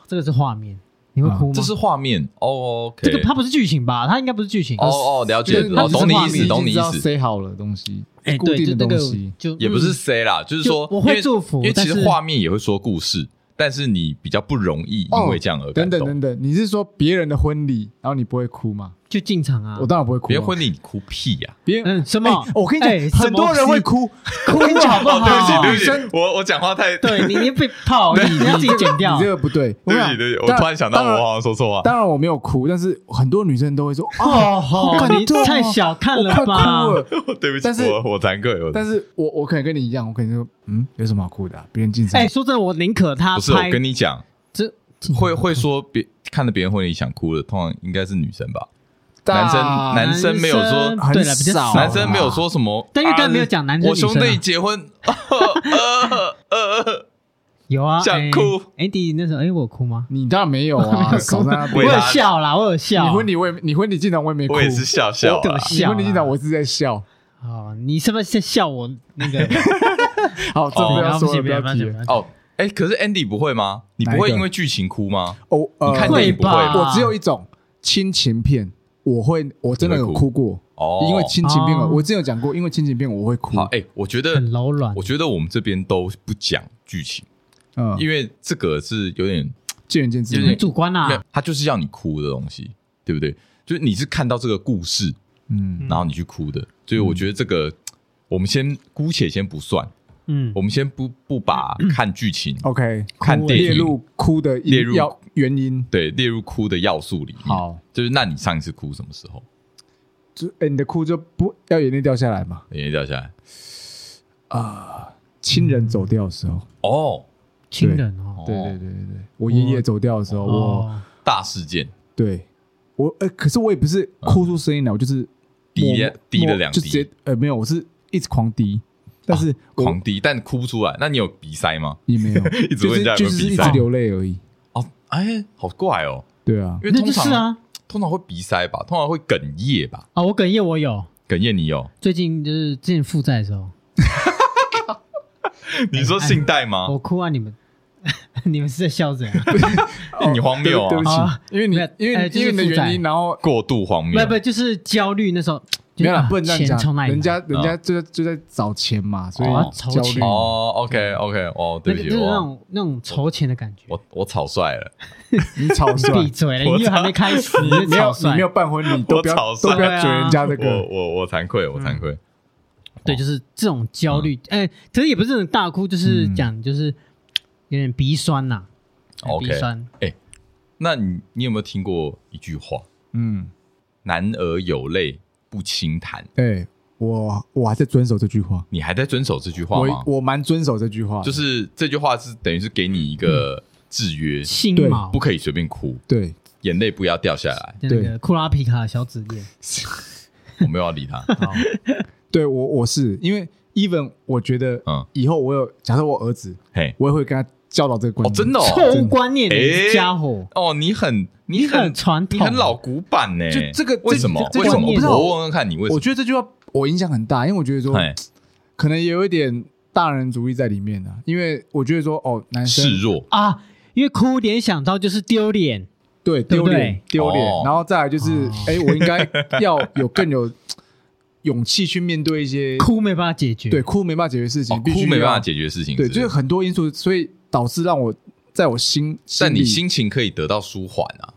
Speaker 3: 这个是画面，你
Speaker 1: 啊
Speaker 3: 会哭吗？
Speaker 2: 这是画面哦，OK，
Speaker 3: 这个它不是剧情吧？它应该不是剧情。
Speaker 2: 哦哦，了解，
Speaker 1: 就是它
Speaker 2: 哦，
Speaker 1: 只是
Speaker 2: 懂你
Speaker 1: 画
Speaker 2: 意
Speaker 1: 面
Speaker 2: 思，懂你意
Speaker 1: 已经知道
Speaker 2: 思，
Speaker 1: 塞好了东西，
Speaker 3: 哎，
Speaker 1: 固
Speaker 3: 对，就
Speaker 1: 定的
Speaker 3: 那个
Speaker 1: 东西。
Speaker 3: 就
Speaker 2: 也不是
Speaker 3: 嗯
Speaker 2: C 啦，就是
Speaker 3: 就
Speaker 2: 说，
Speaker 3: 我会
Speaker 2: 因为
Speaker 3: 祝福
Speaker 2: 因为其
Speaker 3: 但
Speaker 2: 实
Speaker 3: 是
Speaker 2: 画面也会说故事，但是你比较不容易因为这样而感
Speaker 1: 哦等等
Speaker 2: 动。
Speaker 1: 等等，你是说别人的婚礼，然后你不会哭吗？
Speaker 3: 就进场啊
Speaker 1: 我。当然不会哭啊。
Speaker 2: 别婚礼你哭屁啊呀！
Speaker 1: 别人
Speaker 3: 嗯，什么
Speaker 1: 哎？我跟
Speaker 3: 哎
Speaker 1: 你讲，很多人 会，哭，
Speaker 3: 什
Speaker 1: 哭
Speaker 3: 么东西跟你啊讲好不
Speaker 2: 哦，对不
Speaker 3: 好？
Speaker 2: 起，对不
Speaker 1: 女生
Speaker 2: 起，我我讲话太
Speaker 3: 对你你被 泡，你你要自己剪掉
Speaker 1: 你这。个不对。
Speaker 2: 对不
Speaker 1: 跟
Speaker 2: 起，
Speaker 1: 你
Speaker 2: 对
Speaker 1: 讲
Speaker 2: 不起，我
Speaker 1: 当然
Speaker 2: 突然想到，
Speaker 1: 当然
Speaker 2: 我好像说错话。
Speaker 1: 当然我没有哭，但是很多女生都会说啊，
Speaker 3: 哦吼
Speaker 1: 感
Speaker 3: 你
Speaker 1: 动哦
Speaker 3: 太小看
Speaker 1: 我快
Speaker 3: 了吧
Speaker 1: 哭？了。
Speaker 2: 对不
Speaker 1: 但
Speaker 2: 起，
Speaker 1: 是
Speaker 2: 我我惭愧，我
Speaker 1: 但是我我可能跟你一样，我可能说，嗯，有什么好哭的啊？别人进场
Speaker 3: 哎，，说真的，我宁可他
Speaker 2: 不是我
Speaker 3: 拍
Speaker 2: 跟你讲，
Speaker 3: 这
Speaker 2: 会会说别看着别人婚礼想哭的，通常应该是女生吧？男生
Speaker 1: 大
Speaker 2: 男生没有说
Speaker 3: 男生对了，比较
Speaker 1: 很少
Speaker 3: 少
Speaker 1: 啊
Speaker 3: 啊
Speaker 1: 啦
Speaker 2: 男生没有说什么，
Speaker 3: 哦但因为刚才没有讲男
Speaker 2: 啊
Speaker 3: 生
Speaker 2: 我
Speaker 3: 女生啊
Speaker 2: 兄弟结婚， 呃
Speaker 3: 有啊，
Speaker 2: 想
Speaker 3: 哎
Speaker 2: 哭。
Speaker 3: 哎，弟那时候哎，我有哭吗？
Speaker 1: 你当然没有 啊，少在那
Speaker 3: 我
Speaker 2: 喂。
Speaker 1: 边
Speaker 3: 有笑啦，我有笑。
Speaker 1: 你婚礼我也你婚礼进场我也没哭，
Speaker 2: 我也是笑笑
Speaker 3: 我
Speaker 2: 啊
Speaker 3: 等。下
Speaker 1: 你婚礼进场我是在笑。
Speaker 3: 哦，你是不是在笑我那个？
Speaker 1: 好，这
Speaker 2: 哦
Speaker 1: 不要
Speaker 3: 不
Speaker 1: 说
Speaker 3: 行，不
Speaker 1: 了，不
Speaker 3: 要
Speaker 1: 要
Speaker 3: 不
Speaker 1: 提
Speaker 3: 要
Speaker 1: 了。
Speaker 2: 哦，哎，可是 Andy 不会吗？你不
Speaker 1: 哪一
Speaker 2: 会
Speaker 1: 个
Speaker 2: 因为剧情哭吗？
Speaker 1: 哦，呃
Speaker 2: 你看
Speaker 3: 会
Speaker 2: 电影不会
Speaker 3: 吧
Speaker 2: 吗？
Speaker 1: 我只有一种亲情片，我会我真的有
Speaker 2: 你会
Speaker 1: 哭过，
Speaker 2: 哦，
Speaker 1: 因为亲情片，
Speaker 3: 哦
Speaker 1: 我之前有讲过，因为亲情片我会哭
Speaker 2: 好，。哎，我觉得
Speaker 3: 很柔软
Speaker 2: 我。觉得我们这边都不讲剧情，
Speaker 1: 嗯，
Speaker 2: 因为这个是有点，
Speaker 1: 见仁见智
Speaker 2: 有
Speaker 1: 嘛
Speaker 3: 很
Speaker 2: 点。
Speaker 3: 主观
Speaker 2: 因为
Speaker 3: 啊，
Speaker 2: 它就是要你哭的东西，对不对？就是你是看到这个故事，
Speaker 1: 嗯，
Speaker 2: 然后你去哭的，所以我觉得这个我们先姑且先不算，
Speaker 3: 嗯
Speaker 2: 我，们先不不把
Speaker 1: 嗯
Speaker 2: 看剧情、
Speaker 1: ，OK，
Speaker 2: 看电
Speaker 1: 列
Speaker 2: 影
Speaker 1: 入哭的因
Speaker 2: 列入
Speaker 1: 要原因。
Speaker 2: 对列入哭的要素里面。
Speaker 1: 好，
Speaker 2: 就是那你上一次哭什么时候？
Speaker 1: 就哎，你的哭就不要眼泪掉下来嘛，
Speaker 2: 眼泪哎掉下来
Speaker 1: 亲人走掉的时候，
Speaker 2: 哦，
Speaker 3: 亲人哦，
Speaker 2: 哦
Speaker 1: 对对对对对，我爷爷走掉的时候，我
Speaker 3: 哦
Speaker 2: 大事件
Speaker 1: 对我呃，可是我也不是哭出声音来，我就是
Speaker 2: 嗯滴
Speaker 1: 默
Speaker 2: 了
Speaker 1: 默
Speaker 2: 滴了两
Speaker 1: 就直接
Speaker 2: 滴啊
Speaker 1: 呃没有，我是一直狂滴，但是我
Speaker 2: 狂滴，但哭不出来。那你有鼻塞吗？
Speaker 1: 也没有，
Speaker 2: 一直
Speaker 1: 就
Speaker 2: 问人
Speaker 1: 是
Speaker 2: 家
Speaker 1: 就
Speaker 2: 有没有
Speaker 1: 是一
Speaker 2: 鼻
Speaker 1: 直
Speaker 2: 塞？
Speaker 1: 流泪而已。
Speaker 2: 哦，哎，好怪哦，
Speaker 1: 对 啊，
Speaker 2: 因为
Speaker 3: 那
Speaker 2: 通
Speaker 3: 就是
Speaker 2: 常
Speaker 3: 啊
Speaker 2: 通常会鼻塞吧，通常会哽咽吧，
Speaker 3: 啊，我哽咽我有，
Speaker 2: 哽咽你有？
Speaker 3: 最近就是之前负债的时候，哎
Speaker 2: 你说信贷吗？
Speaker 3: 我哭啊，你们 你们是在笑 怎样？
Speaker 2: 哎你荒谬
Speaker 1: 对不
Speaker 2: 啊，
Speaker 1: 起
Speaker 3: 啊，
Speaker 1: 因为你
Speaker 3: 没有
Speaker 1: 因为
Speaker 3: 哎
Speaker 1: 因为你的
Speaker 3: 就是负债
Speaker 1: 原因，然啊后
Speaker 2: 过度荒
Speaker 3: 不
Speaker 2: 谬
Speaker 3: 不，。就是焦虑那时候，就
Speaker 1: 没
Speaker 3: 是
Speaker 1: 有啦
Speaker 3: 啊，
Speaker 1: 不能这
Speaker 3: 钱
Speaker 1: 样
Speaker 3: 从
Speaker 1: 讲，
Speaker 3: 哪里来
Speaker 1: 人
Speaker 2: 嗯
Speaker 1: 家人家就在就在找钱嘛，所以
Speaker 2: 哦
Speaker 1: 焦
Speaker 3: 筹
Speaker 1: 虑
Speaker 3: 钱
Speaker 1: 嘛。
Speaker 2: 哦，OK OK，哦，
Speaker 3: 嗯
Speaker 2: 对
Speaker 3: 那
Speaker 2: 不
Speaker 3: 个就
Speaker 2: 起，
Speaker 3: 是那
Speaker 2: 我
Speaker 3: 种那种筹钱的感觉。
Speaker 2: 我我草率了。
Speaker 1: 你草 率，
Speaker 3: 闭嘴了，
Speaker 2: 我
Speaker 3: 音乐还没开始，你就
Speaker 1: 没有
Speaker 3: 草
Speaker 1: 你
Speaker 3: 率
Speaker 1: 没有 办婚礼，都不要
Speaker 2: 草率
Speaker 1: 都不要嘴人家这
Speaker 2: 我
Speaker 1: 个。
Speaker 2: 我我惭
Speaker 3: 嗯
Speaker 2: 愧，我惭愧。
Speaker 1: 哦
Speaker 3: 对，就是这种焦虑，
Speaker 1: 嗯
Speaker 3: 哎，可是也不是很大哭，就是讲就是有点鼻酸呐，
Speaker 2: OK
Speaker 3: 鼻酸，
Speaker 2: 那你你有没有听过一句话？
Speaker 1: 嗯，
Speaker 2: 男儿有泪不轻弹。
Speaker 1: 对哎我我还在遵守这句话，
Speaker 2: 你还在遵守这句话
Speaker 1: 我
Speaker 2: 吗？
Speaker 1: 我蛮遵守这句话的，
Speaker 2: 就是这句话是等于是给你一个制约，
Speaker 3: 心
Speaker 1: 对
Speaker 3: 毛
Speaker 2: 不，可以随便哭，
Speaker 1: 对
Speaker 2: 眼泪不要掉下来。
Speaker 3: 那个
Speaker 1: 对
Speaker 3: 库拉皮卡的小指链，
Speaker 2: 我没有要理他。
Speaker 1: 对，我我是因为 even 我觉得
Speaker 2: 嗯，
Speaker 1: 以后我有假设我儿子，
Speaker 2: 嘿，
Speaker 1: 我也会跟他教导这个观
Speaker 2: 哦，
Speaker 1: 念。
Speaker 2: 真的
Speaker 3: 错
Speaker 2: 哦，
Speaker 3: 误观念的
Speaker 2: 哎
Speaker 3: 家伙，
Speaker 2: 哦，你很你
Speaker 3: 你很传统
Speaker 2: 你很老古板呢。
Speaker 1: 就这个
Speaker 2: 为什么？
Speaker 1: 这
Speaker 3: 这
Speaker 2: 为什么？
Speaker 3: 这个
Speaker 2: 我问问看你为什
Speaker 1: 我
Speaker 2: 么？
Speaker 1: 觉得这句话我影响很大，因为我觉得说
Speaker 2: 嘿
Speaker 1: 可能也有一点大人主义在里面啊，因为我觉得说哦，男生
Speaker 2: 示弱，
Speaker 3: 啊，因为哭联想到就是丢脸，
Speaker 1: 对
Speaker 3: 对
Speaker 1: 丢
Speaker 3: 不对
Speaker 1: 脸丢脸
Speaker 2: 哦，
Speaker 1: 然后再来就是
Speaker 3: 哦
Speaker 1: 哎，我应该要有更有勇气去面对一些
Speaker 3: 哭没办法解决。
Speaker 1: 对，哭没办法解决事
Speaker 2: 哦
Speaker 1: 情，必须
Speaker 2: 哭没
Speaker 1: 要
Speaker 2: 办法解决事情。
Speaker 1: 对，
Speaker 2: 是不
Speaker 1: 就是是很多因素，所以导致让我在我心
Speaker 2: 但
Speaker 1: 里
Speaker 2: 你心情可以得到舒缓啊。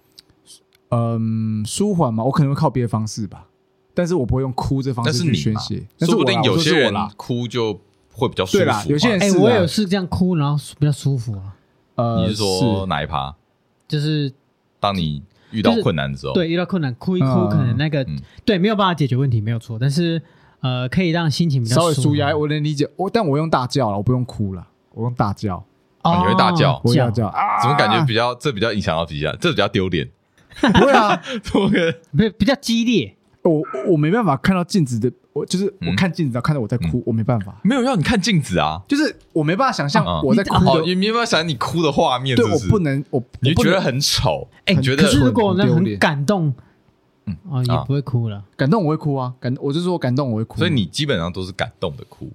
Speaker 1: 嗯舒缓嘛，我可能会靠别的方式吧，但是我不会用哭这方
Speaker 2: 那
Speaker 1: 式
Speaker 2: 是
Speaker 1: 去
Speaker 2: 你
Speaker 1: 宣
Speaker 2: 嘛
Speaker 1: 泄，但
Speaker 2: 说
Speaker 1: 是
Speaker 2: 不
Speaker 1: 我啦
Speaker 2: 定有
Speaker 1: 我说
Speaker 2: 些
Speaker 1: 是我
Speaker 2: 人
Speaker 1: 啦，
Speaker 2: 哭就会比较舒服
Speaker 1: 对
Speaker 2: 嘛。
Speaker 1: 啦，有些人
Speaker 3: 哎，
Speaker 1: 是
Speaker 3: 我
Speaker 1: 啊
Speaker 3: 有是这样哭，然后比较舒服啊，
Speaker 1: 呃，
Speaker 2: 你是说哪一趴？
Speaker 3: 就是
Speaker 2: 当你遇到困难的时候，
Speaker 3: 对遇到困难哭一哭，
Speaker 1: 哦嗯
Speaker 3: 可能那个
Speaker 2: 嗯
Speaker 3: 对没有办法解决问题没有错，但是呃可以让心情比
Speaker 1: 是
Speaker 3: 较
Speaker 1: 稍微舒压，
Speaker 3: 服
Speaker 1: 我能理解。我但我用大叫了，我不用哭了，我用大叫，
Speaker 3: 哦
Speaker 2: 你会大叫
Speaker 1: 我会大叫啊，
Speaker 2: 怎么感觉比较这比较影响到皮下，这比较丢脸。
Speaker 1: 不会啊？
Speaker 2: 我觉得
Speaker 3: 比比较激烈，
Speaker 1: 我我没办法看到镜子的，我就是
Speaker 2: 嗯
Speaker 1: 我看镜子，然后看到我在哭，我没办法，
Speaker 2: 没有让你看镜子啊。
Speaker 1: 就是我没办法想象
Speaker 2: 嗯嗯
Speaker 1: 我在哭
Speaker 2: 哦，
Speaker 1: 的，
Speaker 2: 你没有办法想你哭的画面，
Speaker 1: 对
Speaker 2: 是
Speaker 1: 我
Speaker 2: 是
Speaker 1: 不，能，我
Speaker 2: 你
Speaker 1: 我
Speaker 2: 就
Speaker 1: 不
Speaker 2: 觉得
Speaker 1: 能
Speaker 2: 很丑，
Speaker 3: 哎，
Speaker 2: 你觉
Speaker 3: 可
Speaker 2: 得
Speaker 3: 是如果我那
Speaker 1: 很丢
Speaker 3: 很
Speaker 1: 脸
Speaker 3: 感动
Speaker 2: 嗯，
Speaker 3: 哦也
Speaker 2: 啊
Speaker 3: 不会哭了，
Speaker 1: 感动，我会哭啊，感我就说我感动我会哭，
Speaker 2: 所以你啊基本上都是感动的哭，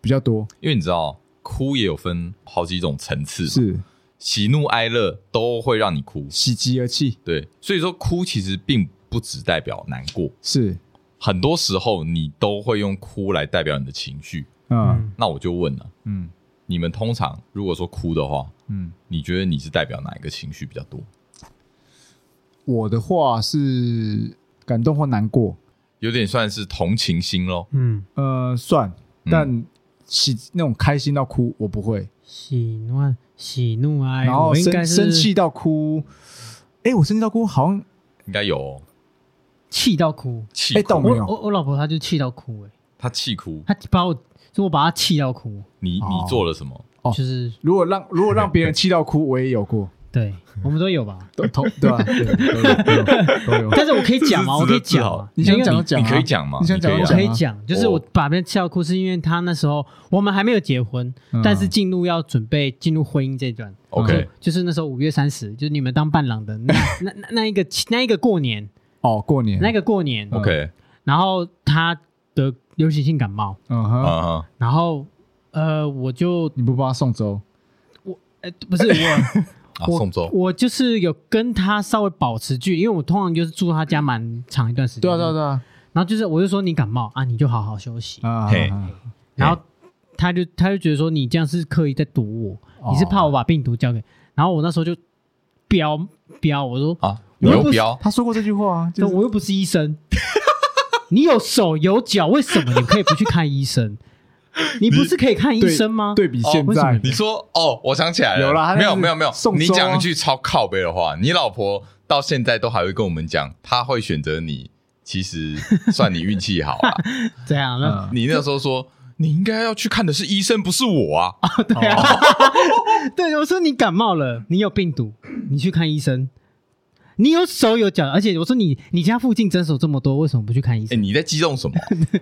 Speaker 1: 比较多
Speaker 2: 因为你知道哭也有分好几种层次嘛，
Speaker 1: 是
Speaker 2: 喜怒哀乐都会让你哭。
Speaker 1: 喜极而泣，
Speaker 2: 对，所以说哭其实并不只代表难过，
Speaker 1: 是，
Speaker 2: 很多时候你都会用哭来代表你的情绪。
Speaker 1: 嗯
Speaker 2: 那我就问了，
Speaker 1: 嗯
Speaker 2: 你们通常如果说哭的话，
Speaker 1: 嗯，
Speaker 2: 你觉得你是代表哪一个情绪比较多？
Speaker 1: 我的话是感动或难过，
Speaker 2: 有点算是同情心咯。
Speaker 3: 嗯，
Speaker 1: 呃，算，
Speaker 2: 嗯
Speaker 1: 但喜那种开心到哭我不会，
Speaker 3: 喜怒哀喜怒哀，
Speaker 1: 然后
Speaker 3: 哎我应该
Speaker 1: 生
Speaker 3: 是
Speaker 1: 生气到哭，哎，我生气到哭好像
Speaker 2: 应该有哦
Speaker 3: 气到哭。
Speaker 2: 气
Speaker 1: 哎
Speaker 2: 哭
Speaker 1: 懂，没
Speaker 3: 我
Speaker 1: 有
Speaker 3: 我我老婆她就气到哭、欸，
Speaker 2: 他气哭，
Speaker 3: 她把我，就我把她气到哭，
Speaker 2: 你
Speaker 1: 哦
Speaker 2: 你做了什么？
Speaker 1: 哦
Speaker 3: 就是
Speaker 1: 如果让如果让别人气到哭，我也有过，
Speaker 3: 对，
Speaker 1: 嗯
Speaker 3: 我们都有吧。
Speaker 1: 都同对吧？对都有都有都有，
Speaker 3: 但是我可以讲吗？
Speaker 2: 这
Speaker 3: 我
Speaker 2: 是值
Speaker 3: 可
Speaker 2: 得
Speaker 3: 以
Speaker 2: 自
Speaker 3: 讲
Speaker 2: 豪
Speaker 3: 吗，
Speaker 1: 你想
Speaker 3: 因为
Speaker 1: 讲就讲啊，
Speaker 2: 你可以讲吗
Speaker 1: 你想讲
Speaker 2: 你
Speaker 1: 就
Speaker 3: 我
Speaker 2: 啊
Speaker 3: 可以
Speaker 1: 啊，
Speaker 3: 讲，就是我把别人气到哭，是因为她那时候我们还没有结婚，
Speaker 1: 嗯
Speaker 3: 但是进入要准备进入婚姻这一段。
Speaker 2: OK
Speaker 3: 就就是那时候五月三十，就是你们当伴郎的那那那那一个那一个过年，
Speaker 1: 哦，过年
Speaker 3: 那，个过年，
Speaker 1: 嗯
Speaker 2: OK，
Speaker 3: 然后她得流行性感冒，
Speaker 1: 嗯哼，
Speaker 2: 啊哈，
Speaker 3: 然后呃，我就
Speaker 1: 你不帮他送粥，
Speaker 3: 呃不 是我
Speaker 2: 啊，
Speaker 3: 我
Speaker 2: 送走，
Speaker 3: 我就是有跟她稍微保持距离，因为我通常就是住她家蛮长一段时间，
Speaker 1: 对啊对啊，对啊
Speaker 3: 然后就是我就说你感冒啊，你就好好休息，
Speaker 1: 啊啊，
Speaker 2: 嘿
Speaker 1: 啊
Speaker 3: 然后他就他就觉得说你这样是刻意在堵我，
Speaker 1: 哦
Speaker 3: 你是怕我把病毒交给。然后我那时候就飙飙，我说
Speaker 2: 啊，
Speaker 3: 我又
Speaker 2: 刘
Speaker 3: 不
Speaker 2: 彪，
Speaker 1: 他说过这句话啊，哦就是
Speaker 3: 我又不是医生， 你有手有脚，为什么你可以不去看医生？你不是可以看医
Speaker 1: 对
Speaker 3: 生吗？
Speaker 1: 对比现
Speaker 3: 为什么
Speaker 1: 在
Speaker 2: 你说哦，我想起来了，
Speaker 1: 有啦他那
Speaker 2: 没有
Speaker 1: 是
Speaker 2: 没有没有
Speaker 1: 送，
Speaker 2: 你
Speaker 1: 粥啊
Speaker 2: 讲一句超靠背的话，你老婆到现在都还会跟我们讲，她会选择你，其实算你运气好啊。
Speaker 3: 这样那、
Speaker 1: 嗯
Speaker 2: 你那时候说你应该要去看的是医生，不是我啊，
Speaker 3: 对啊，对我说你感冒了，你有病毒，你去看医生。你有手有脚，而且我说你你家附近诊所这么多，为什么不去看医
Speaker 2: 哎，
Speaker 3: 生？
Speaker 2: 你在激动什么？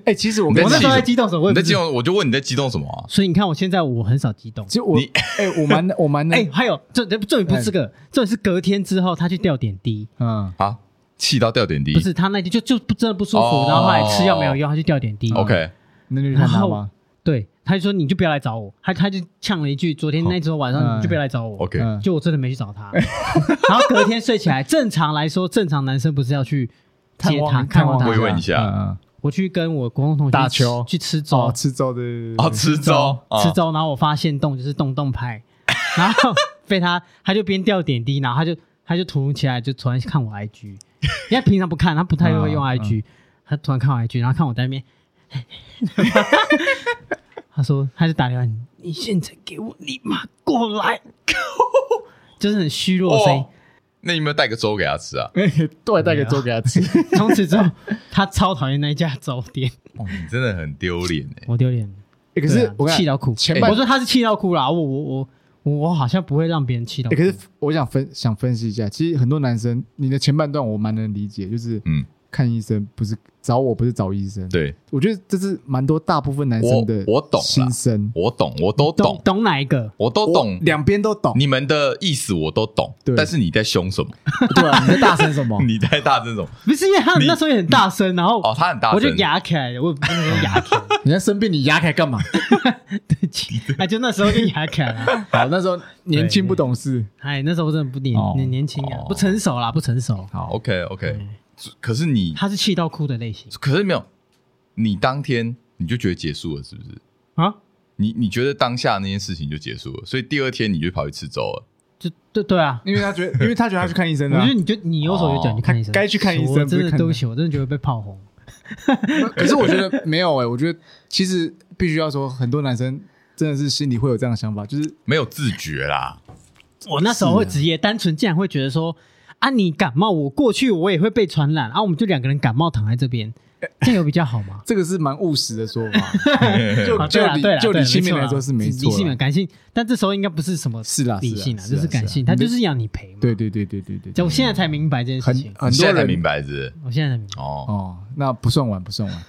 Speaker 1: 哎，其实我
Speaker 2: 你
Speaker 1: 跟
Speaker 2: 在
Speaker 3: 我那
Speaker 2: 气
Speaker 3: 时
Speaker 2: 什
Speaker 3: 候在
Speaker 2: 么
Speaker 3: 激动什么？我也
Speaker 2: 你
Speaker 3: 不
Speaker 2: 在
Speaker 3: 知
Speaker 2: 激动，我就问你在激动什么啊？
Speaker 3: 所以你看，我现在我很少激动。
Speaker 1: 其实我
Speaker 2: 你
Speaker 1: 哎、我蛮我蛮
Speaker 3: 哎、
Speaker 1: 哎、
Speaker 3: 还有重点重点不是这个，重点是隔天之后他去吊点滴，
Speaker 1: 嗯
Speaker 2: 啊，气到掉点滴
Speaker 3: 不是他那天就就不真的不舒服，
Speaker 2: 哦
Speaker 3: 然后后来吃药没有用，他去吊点滴。
Speaker 2: ，OK，
Speaker 1: 那就去看他吗？
Speaker 3: 对，他就说你就不要来找我，他他就呛了一句，昨天那时候晚上
Speaker 1: 嗯
Speaker 3: 你就不要来找我。
Speaker 2: OK
Speaker 1: 嗯
Speaker 3: 就我真的没去找 他，然后隔天睡起来，正常来说，正常男生不是要去接他看望
Speaker 2: 一
Speaker 3: 他
Speaker 2: 下慰
Speaker 3: 吗？
Speaker 2: 问一下
Speaker 1: 嗯
Speaker 3: 我去跟我国中同学
Speaker 1: 打
Speaker 3: 去吃
Speaker 1: 球
Speaker 3: 去吃
Speaker 1: 嗯，哦
Speaker 3: 粥，，
Speaker 1: 吃粥的对对对
Speaker 2: 哦，吃粥，啊
Speaker 3: 吃粥，然后我发现洞就是洞洞 派，然后被他他就边掉点滴，然后他就他就突如其来就突然看我 IG，因为他平常不看，他不太会用
Speaker 1: 嗯
Speaker 3: IG，、他突然看我 IG，然后看我在那边， 他说他就打电话，你现在给我立马过 来，就是很虚弱的声音
Speaker 2: 哦。那你有没有带个粥给他吃啊？
Speaker 1: 哎都还带个粥给他吃，
Speaker 3: 从此之后，他超讨厌那一家早点，
Speaker 2: 哦，你真的很丢脸哎。
Speaker 3: 我丢脸了。
Speaker 1: 哎
Speaker 3: 对
Speaker 1: 可是
Speaker 3: 啊
Speaker 1: 我跟你讲
Speaker 3: 气到哭，
Speaker 1: 前
Speaker 3: 欸
Speaker 1: 半
Speaker 3: 我说他是气到哭啦，我我我我我好像不会让别人气到
Speaker 1: 哎
Speaker 3: 哭。
Speaker 1: 可是我想分想分析一下，其实很多男生，你的前半段我蛮能理解，就是
Speaker 2: 嗯，
Speaker 1: 看医生不是找我，不是找医生。，
Speaker 2: 对
Speaker 1: 我觉得这是蛮多大部分男生的
Speaker 2: 我我懂了
Speaker 1: 心声，
Speaker 2: 我懂，我都
Speaker 3: 懂
Speaker 2: 懂，
Speaker 3: 懂哪一个？
Speaker 2: 我都懂
Speaker 1: 我，两边都懂。
Speaker 2: 你们的意思我都懂
Speaker 1: 哦对，
Speaker 2: 但是你在凶什么？？
Speaker 1: 对啊，你在大声什 么
Speaker 2: 你在大声什么？
Speaker 3: 不是因为他那时候也很大声，然后
Speaker 2: 哦，他很大声，
Speaker 3: 我就牙起来了，我那时候牙起来了，
Speaker 1: 你在生病，你压 开干嘛？
Speaker 3: 对不起，啊，就那时候就牙起来了。
Speaker 1: 好，那时候年轻不懂事。
Speaker 3: 哎，那时候我真的不年
Speaker 1: 哦
Speaker 3: 年年轻啊
Speaker 2: 哦，
Speaker 3: 不成熟啦，不成熟。
Speaker 1: 好，
Speaker 2: OK OK，可
Speaker 1: 嗯
Speaker 2: 是你，
Speaker 3: 他是气到哭的类型
Speaker 2: 可是没有，你当天你就觉得结束了，是不是？
Speaker 3: 啊，
Speaker 2: 你你觉得当下那件事情就结束了，所以第二天你就跑去吃粥了。
Speaker 3: 就对对啊。
Speaker 1: 因为他觉得，因为他觉得他去看医生啊
Speaker 3: 我
Speaker 1: 了
Speaker 3: 觉。得你就你有手有脚，
Speaker 2: 哦
Speaker 3: 你看医生，
Speaker 1: 他该去看医生
Speaker 3: 我
Speaker 1: 不是
Speaker 3: 真的
Speaker 1: 看
Speaker 3: 对不起，我真的觉得被炮轰。
Speaker 1: 可是我觉得没有哎、我觉得其实必须要说，很多男生真的是心里会有这样的想法，就是
Speaker 2: 没有自觉啦，
Speaker 3: 我那时候会直接单纯，竟然会觉得说啊，你感冒，我过去我也会被传染啊，我们就两个人感冒躺在这边，这样有比较好吗？
Speaker 1: 这个是蛮务实的说 法。就
Speaker 3: 啊，对
Speaker 1: 就
Speaker 3: 啦，对
Speaker 1: 理
Speaker 3: 啦，
Speaker 1: 就
Speaker 3: 对啦
Speaker 1: 理性面
Speaker 3: 错啦
Speaker 1: 来说是没错
Speaker 3: 理性
Speaker 1: 啦
Speaker 3: 面，感性，但这时候应该不是什么
Speaker 1: 是啦，
Speaker 3: 理性
Speaker 1: 啊，
Speaker 3: 就是感性，他就是要你赔嘛。
Speaker 1: 对，对对对对对，
Speaker 3: 就我现在才明白这件事
Speaker 1: 很
Speaker 3: 情，
Speaker 1: 很
Speaker 2: 你
Speaker 1: 多
Speaker 2: 现在才明
Speaker 1: 人
Speaker 2: 白是不是
Speaker 3: 我现在才明白。
Speaker 2: 哦
Speaker 1: 哦，那不算晚不算晚，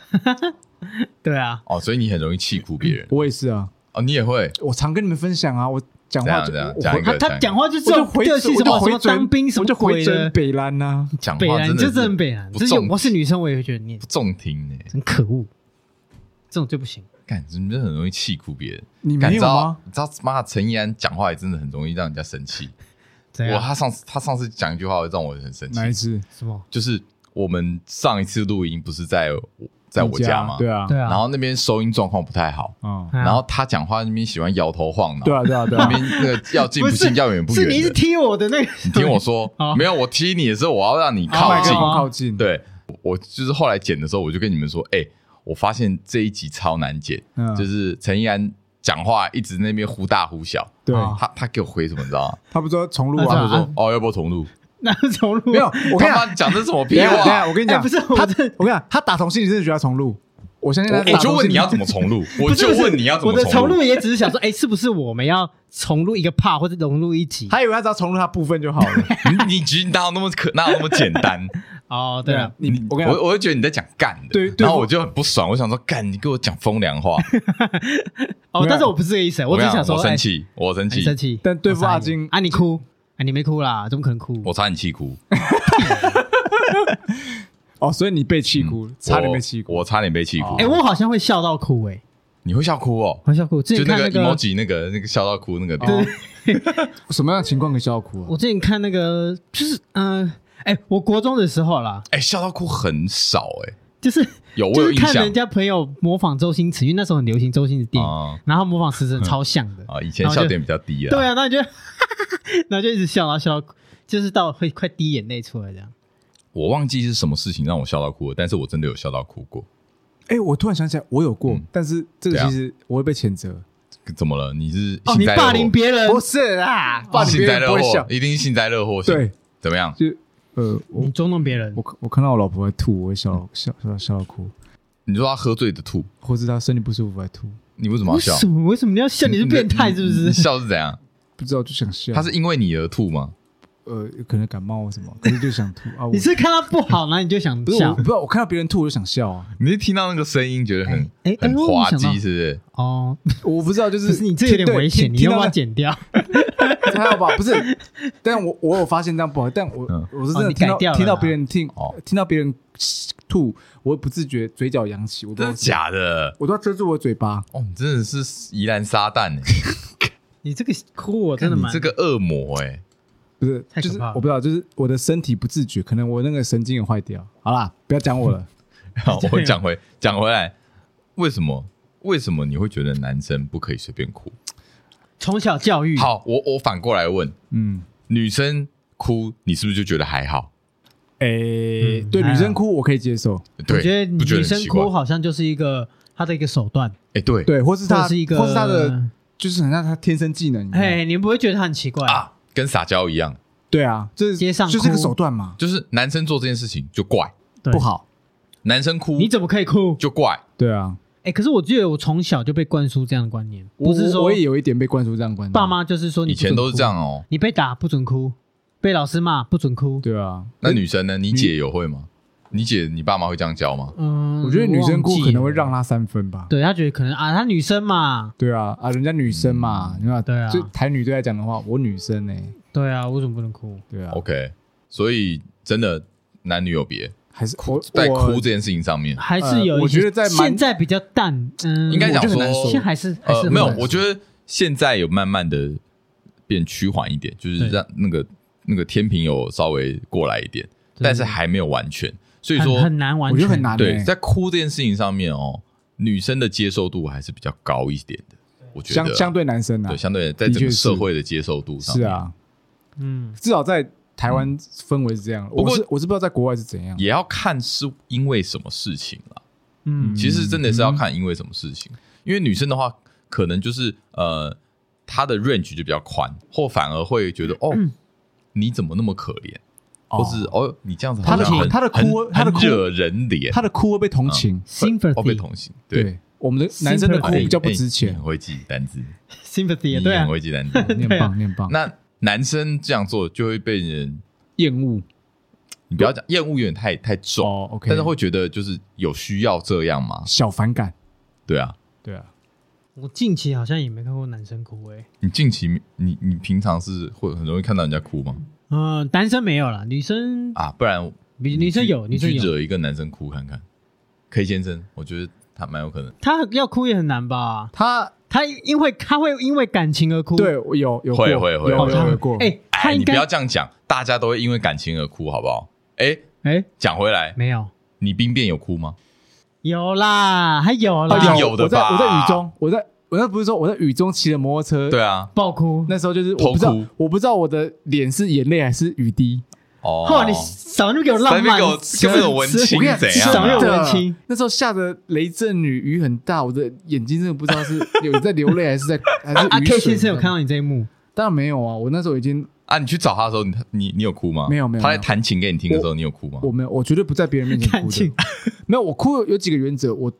Speaker 3: 对啊，
Speaker 2: 哦，所以你很容易气哭别人
Speaker 1: 我也是啊，
Speaker 2: 哦，你也会
Speaker 1: 我常跟你们分享啊，我讲话就
Speaker 2: 怎样
Speaker 1: 我
Speaker 2: 怎样
Speaker 1: 我
Speaker 2: 讲
Speaker 3: 他
Speaker 2: 一个
Speaker 3: 他讲话就
Speaker 1: 我
Speaker 3: 是
Speaker 1: 就
Speaker 3: 要
Speaker 1: 回
Speaker 3: 调戏
Speaker 1: 我
Speaker 3: 什
Speaker 1: 就
Speaker 3: 么什
Speaker 1: 回
Speaker 3: 么
Speaker 1: 嘴
Speaker 3: 当兵什
Speaker 1: 我
Speaker 3: 么
Speaker 1: 就回
Speaker 3: 鬼
Speaker 1: 真
Speaker 3: 的，
Speaker 1: 北兰啊 呐，
Speaker 2: 讲
Speaker 3: 北
Speaker 2: 话
Speaker 3: 南
Speaker 2: 真
Speaker 3: 你就
Speaker 2: 的
Speaker 3: 真的
Speaker 2: 是
Speaker 3: 很北南，
Speaker 2: 不
Speaker 3: 就是有
Speaker 2: 中
Speaker 3: 我是女生我也会觉得你
Speaker 2: 不中听呢。
Speaker 3: 很可恶，这种就不行。
Speaker 2: 干，你们真的很容易气哭别人。
Speaker 1: 你
Speaker 2: 干
Speaker 1: 没有
Speaker 2: 知道
Speaker 1: 吗？
Speaker 2: 你知道妈的陈意安讲话也真的很容易让人家生气。
Speaker 3: 怎
Speaker 2: 我
Speaker 3: 样？
Speaker 2: 他上次他上次讲一句话让我很生气
Speaker 1: 哪，一次？
Speaker 3: 什么？
Speaker 2: 就是我们上一次录音不是在我在我
Speaker 1: 你
Speaker 2: 家吗？
Speaker 1: 对啊，
Speaker 3: 对啊，
Speaker 2: 然后那边收音状况不太好，
Speaker 1: 嗯，
Speaker 3: 啊
Speaker 2: 然后他讲话那边喜欢摇头晃脑，
Speaker 1: 对啊，对啊，对
Speaker 2: 那
Speaker 1: 啊，
Speaker 2: 边那个要近不近，要远不
Speaker 3: 是你一
Speaker 2: 远
Speaker 3: 直
Speaker 2: 的。
Speaker 3: 踢我的那个，
Speaker 2: 你听我说
Speaker 3: 哦，
Speaker 2: 没有我踢你的时候，我要让你
Speaker 1: 麦
Speaker 2: 靠
Speaker 1: 克
Speaker 2: 近。
Speaker 1: 风靠近，，
Speaker 2: 对，我就是后来剪的时候，我就跟你们说，哎，我发现这一集超难剪，
Speaker 1: 嗯
Speaker 2: 就是陈意安讲话一直那边忽大忽小。
Speaker 1: 对
Speaker 3: 啊
Speaker 2: 他他给我回什么，你知道吗？
Speaker 1: 他不是说重录
Speaker 3: 那
Speaker 2: 他就
Speaker 1: 啊
Speaker 3: 这？
Speaker 2: 说，哦，要不要重录？
Speaker 3: 那重录
Speaker 1: 没有，我跟
Speaker 2: 他
Speaker 1: 你讲，
Speaker 2: 妈啊讲的是什么屁
Speaker 1: 等一下等一
Speaker 2: 话
Speaker 1: 下，？我跟你讲，
Speaker 3: 哎不是我
Speaker 1: 他，
Speaker 3: 这
Speaker 1: 我跟你讲，他打同性你真的觉得他重录，我相信他
Speaker 2: 我
Speaker 1: 打同
Speaker 2: 我
Speaker 1: 性。
Speaker 2: 就问你要怎么重录，我就问你要怎
Speaker 3: 我
Speaker 2: 么
Speaker 3: 的重
Speaker 2: 录
Speaker 3: 录。也只是想说，哎，是不是我们要重录一个 part 或者融入一集？
Speaker 1: 他以为他只要重录他部分就好了。
Speaker 2: 你你其实哪有那么可哪有那么简 单？
Speaker 3: 哦， 对了，
Speaker 1: 你我跟你讲，
Speaker 2: 我我就觉得你在讲干的，
Speaker 1: 对对
Speaker 2: 然后我就很不爽，我想说干，你给我讲风凉话，
Speaker 3: 哦，但是我不是这个意思，我
Speaker 2: 我
Speaker 3: 只
Speaker 2: 跟你
Speaker 3: 是
Speaker 2: 讲
Speaker 3: 想说，
Speaker 2: 我
Speaker 3: 哎
Speaker 2: 生，气，我生
Speaker 3: 你
Speaker 2: 气，
Speaker 3: 生气，
Speaker 1: 但对付
Speaker 3: 我傻眼
Speaker 1: 阿金
Speaker 3: 啊，你哭啊，你没哭啦，怎么可能哭？
Speaker 2: 我差点气哭，
Speaker 1: 哦，所以你被气哭，
Speaker 2: 嗯
Speaker 1: 差点被气哭。
Speaker 2: 我我差点被气哭
Speaker 1: 哦。
Speaker 3: 哎，我好像会笑到哭，哎，
Speaker 2: 你会笑哭哦？
Speaker 3: 会笑哭。之
Speaker 2: 就
Speaker 3: 前看
Speaker 2: 个
Speaker 3: 那个，
Speaker 2: emoji 那个那个笑到哭那个
Speaker 1: 哦
Speaker 2: 脸，
Speaker 1: 什么样的情况可以笑到哭啊？
Speaker 3: 我之前看那个，就是嗯，哎，我国中的时候啦，
Speaker 2: 哎，笑到哭很少哎，
Speaker 3: 就是
Speaker 2: 有我
Speaker 3: 就
Speaker 2: 有
Speaker 3: 是
Speaker 2: 印
Speaker 3: 看
Speaker 2: 象
Speaker 3: 人家朋友模仿周星驰，因为那时候很流行周星驰电影，
Speaker 2: 啊
Speaker 3: 然后模仿时辰超像的。
Speaker 2: 啊，以前
Speaker 3: 然后就
Speaker 2: 笑点比较低啊。
Speaker 3: 对啊，那你就， 然后就一直笑，然后啊笑到就是到会快滴眼泪出来这样。
Speaker 2: 我忘记是什么事情让我笑到哭了，但是我真的有笑到哭过。
Speaker 1: 哎，我突然想起来，我有过
Speaker 2: 嗯，
Speaker 1: 但是这个
Speaker 2: 怎样
Speaker 1: 其实我会被谴责。
Speaker 2: 怎么了？你是
Speaker 3: 哦，
Speaker 2: 幸
Speaker 3: 你
Speaker 2: 灾乐祸哦
Speaker 3: 霸凌别人
Speaker 1: 不，是啦，霸凌
Speaker 2: 幸
Speaker 1: 别
Speaker 2: 灾
Speaker 1: 人
Speaker 2: 乐
Speaker 1: 不会
Speaker 2: 祸
Speaker 1: 笑，，
Speaker 2: 一定是幸灾乐祸。
Speaker 1: 嗯对，
Speaker 2: 怎么样？
Speaker 1: 就呃，我
Speaker 3: 你捉弄别人
Speaker 1: 我，看我看到我老婆在吐，我会笑笑笑笑到哭，
Speaker 2: 你说他喝醉的吐，
Speaker 1: 或是她身体不舒服在吐，
Speaker 2: 你为什么要
Speaker 3: 为
Speaker 2: 笑？
Speaker 3: 什么？为什么你要笑？你是变态是
Speaker 2: 你
Speaker 3: 不
Speaker 2: 你
Speaker 3: 是？
Speaker 2: 笑是怎样？
Speaker 1: 不知道就想笑。
Speaker 2: 他是因为你而吐吗？
Speaker 1: 呃，可能感冒或什么，可是就想吐啊。我
Speaker 3: 你是看他不 好，然后你就想
Speaker 1: 不是我
Speaker 3: 笑
Speaker 1: 不？知道，我看到别人吐我就想笑啊。
Speaker 2: 你是听到那个声音觉得很
Speaker 3: 哎哎哎
Speaker 2: 很
Speaker 3: 我
Speaker 2: 滑
Speaker 3: 想到
Speaker 2: 稽，是不是？
Speaker 3: 哦，
Speaker 1: 我不知道，就
Speaker 3: 不
Speaker 1: 是
Speaker 3: 是你这有点
Speaker 1: 对
Speaker 3: 危
Speaker 1: 听
Speaker 3: 险，你
Speaker 1: 听
Speaker 3: 要
Speaker 1: 到
Speaker 3: 不要
Speaker 1: 那
Speaker 3: 剪掉？
Speaker 1: 还好吧，不是，但我我有发现这样不好，但我、
Speaker 2: 嗯
Speaker 1: 我是真
Speaker 3: 哦
Speaker 1: 的
Speaker 3: 你
Speaker 1: 听到、
Speaker 3: 改掉了啦
Speaker 1: 听到别人听、
Speaker 2: 哦
Speaker 1: 听到别人吐，我会不自觉嘴角扬起，我都
Speaker 2: 真的假的？
Speaker 1: 我都要遮住我嘴巴。
Speaker 2: 哦，你真的是宜兰撒旦哎！
Speaker 3: 你这个哭我真的
Speaker 2: 你
Speaker 3: 蛮
Speaker 2: 这个恶魔 哎！
Speaker 1: 不是，
Speaker 3: 太可
Speaker 1: 就是
Speaker 3: 怕了
Speaker 1: 我不知道，就是我的身体不自觉，可能我那个神经也坏掉。好啦，不要讲 我了，
Speaker 2: 好，我讲回讲回来，为什么为什么你会觉得男生不可以随便哭？
Speaker 3: 从小教育，
Speaker 2: 好，我我反过来问，
Speaker 1: 嗯，
Speaker 2: 女生哭你是不是就觉得还好？
Speaker 1: 诶、
Speaker 3: 嗯
Speaker 1: 对，
Speaker 3: 还好
Speaker 1: 女生哭我可以接受，
Speaker 2: 对，
Speaker 3: 我觉得
Speaker 2: 不觉得很
Speaker 3: 女生
Speaker 2: 奇怪
Speaker 3: 哭？好像就是一个他的一个手段，
Speaker 2: 哎，对
Speaker 1: 对，或是
Speaker 3: 或者
Speaker 1: 她
Speaker 3: 是一个，
Speaker 1: 或是她的，嗯就是很像她天生技能一样。
Speaker 3: 哎，你不会觉得他很奇怪？
Speaker 2: 啊，跟撒娇一样，
Speaker 1: 对啊，这是
Speaker 3: 街上哭
Speaker 1: 就是一个手段嘛，
Speaker 2: 就是男生做这件事情就怪，
Speaker 3: 对
Speaker 1: 不，好。
Speaker 2: 男生哭
Speaker 3: 你怎么可以哭？
Speaker 2: 就怪。
Speaker 1: 对啊，
Speaker 3: 哎、可是我记得我从小就被灌输这样的观念，
Speaker 1: 我
Speaker 3: 不是说
Speaker 1: 我也有一点被灌输这样的观念，
Speaker 3: 爸妈就是说你
Speaker 2: 以
Speaker 3: 不准
Speaker 2: 前都是
Speaker 3: 哭
Speaker 2: 这，样哦。
Speaker 3: 你被打不准哭，被老师骂不准哭。
Speaker 1: 对啊，
Speaker 2: 那女生呢？你姐有会吗？你姐、你爸妈会这样教吗？
Speaker 3: 嗯，
Speaker 1: 我觉得女生哭
Speaker 3: 忘记
Speaker 1: 可能会
Speaker 3: 了
Speaker 1: 让她三分吧。
Speaker 3: 对她觉得可能啊，她女生嘛，
Speaker 1: 对啊，啊，人家女生嘛，你看，
Speaker 3: 对啊
Speaker 1: 就台女队来讲的话，我女生呢、
Speaker 2: 哦
Speaker 3: 对啊，为什么不能哭？
Speaker 1: 对啊，
Speaker 2: OK，所以真的男女有别，
Speaker 1: 还是我
Speaker 2: 在
Speaker 1: 我
Speaker 2: 哭这件事情上面，
Speaker 3: 还是有一些、
Speaker 1: 呃我觉得在蛮
Speaker 3: 现在比较淡，嗯，
Speaker 2: 应该讲
Speaker 1: 我就很难
Speaker 2: 说
Speaker 1: 说
Speaker 3: 现在还是还
Speaker 2: 呃
Speaker 3: 是
Speaker 2: 没有，
Speaker 3: 很
Speaker 2: 我觉得现在有慢慢的变趋缓一点，就是
Speaker 3: 对
Speaker 2: 让那个那个天平有稍微过来一点，
Speaker 3: 对
Speaker 2: 但是还没有完全。所以
Speaker 3: 很
Speaker 2: 说，
Speaker 3: 很难完
Speaker 1: 我
Speaker 3: 全，
Speaker 1: 觉得很难、欸。
Speaker 2: 对，在哭这件事情上面哦，女生的接受度还是比较高一点的，我觉
Speaker 1: 相
Speaker 2: 得
Speaker 1: 相对男生啊
Speaker 2: 对，相对在
Speaker 1: 的
Speaker 2: 整
Speaker 1: 确
Speaker 2: 个
Speaker 1: 是
Speaker 2: 社会的接受度上
Speaker 1: 是
Speaker 2: 面，
Speaker 1: 啊，
Speaker 3: 嗯，
Speaker 1: 至少在台湾氛围是这样。
Speaker 2: 嗯不过
Speaker 1: 我是我是不知道在国外是怎样。
Speaker 2: 也要看是因为什么事情啦。
Speaker 3: 嗯
Speaker 2: 其实真的是要看因为什么事情，因为女生的话，可能就是呃，她的 range 就比较宽，或反而会觉得哦，你怎么那么可怜，
Speaker 1: 嗯哦
Speaker 2: 或是哦，你这样子
Speaker 1: 她
Speaker 2: 好
Speaker 1: 的
Speaker 2: 像很
Speaker 1: 她的哭
Speaker 2: 很
Speaker 1: 她的
Speaker 2: 很
Speaker 1: 哭
Speaker 2: 惹人怜，
Speaker 1: 他的哭会被同情，
Speaker 2: 哦被
Speaker 3: sympathy
Speaker 2: 同情，
Speaker 1: 对我们的男生的哭
Speaker 2: 哎
Speaker 1: 比较不
Speaker 2: 哎
Speaker 1: 值
Speaker 2: 你
Speaker 1: 钱
Speaker 2: 很。会记单字，
Speaker 3: sympathy
Speaker 2: 你
Speaker 3: 啊对啊
Speaker 2: 很，会记单字。
Speaker 1: 你很棒，你很棒。
Speaker 2: 哎那男生这样做就会被人，
Speaker 1: 厌恶
Speaker 2: 你不要讲厌恶有点太太重，
Speaker 1: 哦，OK，
Speaker 2: 但是会觉得就是有需要这样吗？
Speaker 1: 小反感。
Speaker 2: 对啊，
Speaker 1: 对啊，
Speaker 3: 我近期好像也没看过男生哭哎、
Speaker 2: 你近期你你平常是会很容易看到人家哭吗？
Speaker 3: 嗯、男生没有啦，女生
Speaker 2: 啊，不然
Speaker 3: 比女生有，
Speaker 2: 你
Speaker 3: 女生
Speaker 2: 去
Speaker 3: 有，
Speaker 2: 惹一个男生哭看看。K 先生，我觉得他蛮有可能。
Speaker 3: 他要哭也很难吧？
Speaker 1: 他
Speaker 3: 他因为他会因为感情而哭，
Speaker 1: 对我有有过
Speaker 2: 会会会
Speaker 1: 有
Speaker 2: 会
Speaker 1: 有
Speaker 2: 会
Speaker 1: 有过，
Speaker 3: 哎，他
Speaker 2: 哎，
Speaker 3: 应
Speaker 2: 你不
Speaker 3: 该
Speaker 2: 要这样讲，大家都会因为感情而哭，好不好？哎，
Speaker 3: 哎
Speaker 2: 讲回来，
Speaker 3: 没有
Speaker 2: 你兵变有哭吗？
Speaker 3: 有啦，还有
Speaker 1: 啊
Speaker 3: 啦，
Speaker 2: 一定
Speaker 1: 有
Speaker 2: 有的
Speaker 1: 我在
Speaker 2: 吧
Speaker 1: 我在雨中，我在我那不是说我在雨中骑着摩托车，
Speaker 2: 对啊，
Speaker 3: 爆哭。
Speaker 1: 那时候就是
Speaker 2: 偷
Speaker 1: 我不知道
Speaker 2: 哭
Speaker 1: 我不知道我的脸是眼泪还是雨滴，
Speaker 2: 哦，
Speaker 3: 哇，你少那么有浪
Speaker 2: 在那边
Speaker 3: 漫，
Speaker 2: 给我
Speaker 3: 是
Speaker 2: 给我那种文青
Speaker 1: 我跟你
Speaker 2: 怎
Speaker 1: 讲，
Speaker 2: 样
Speaker 3: 少
Speaker 1: 真
Speaker 3: 有
Speaker 2: 啊？
Speaker 1: 的
Speaker 3: 文青
Speaker 1: 那时候下着雷阵雨，雨很大，我的眼睛真的不知道是有在流泪还是在还是
Speaker 3: 啊啊
Speaker 1: 雨
Speaker 3: ！K
Speaker 1: 水。
Speaker 3: 先生有看到你这一幕，
Speaker 1: 当然没有啊，我那时候已经
Speaker 2: 啊，你去找他的时候，你你你有哭吗？
Speaker 1: 没有没有
Speaker 2: 他
Speaker 1: 没
Speaker 2: 在
Speaker 1: 有
Speaker 2: 弹琴给你听的时候，你有哭吗？
Speaker 1: 我没有，我绝对不在别人面前
Speaker 3: 感
Speaker 1: 哭
Speaker 3: 情
Speaker 1: 的。没有，我哭有几个原则，我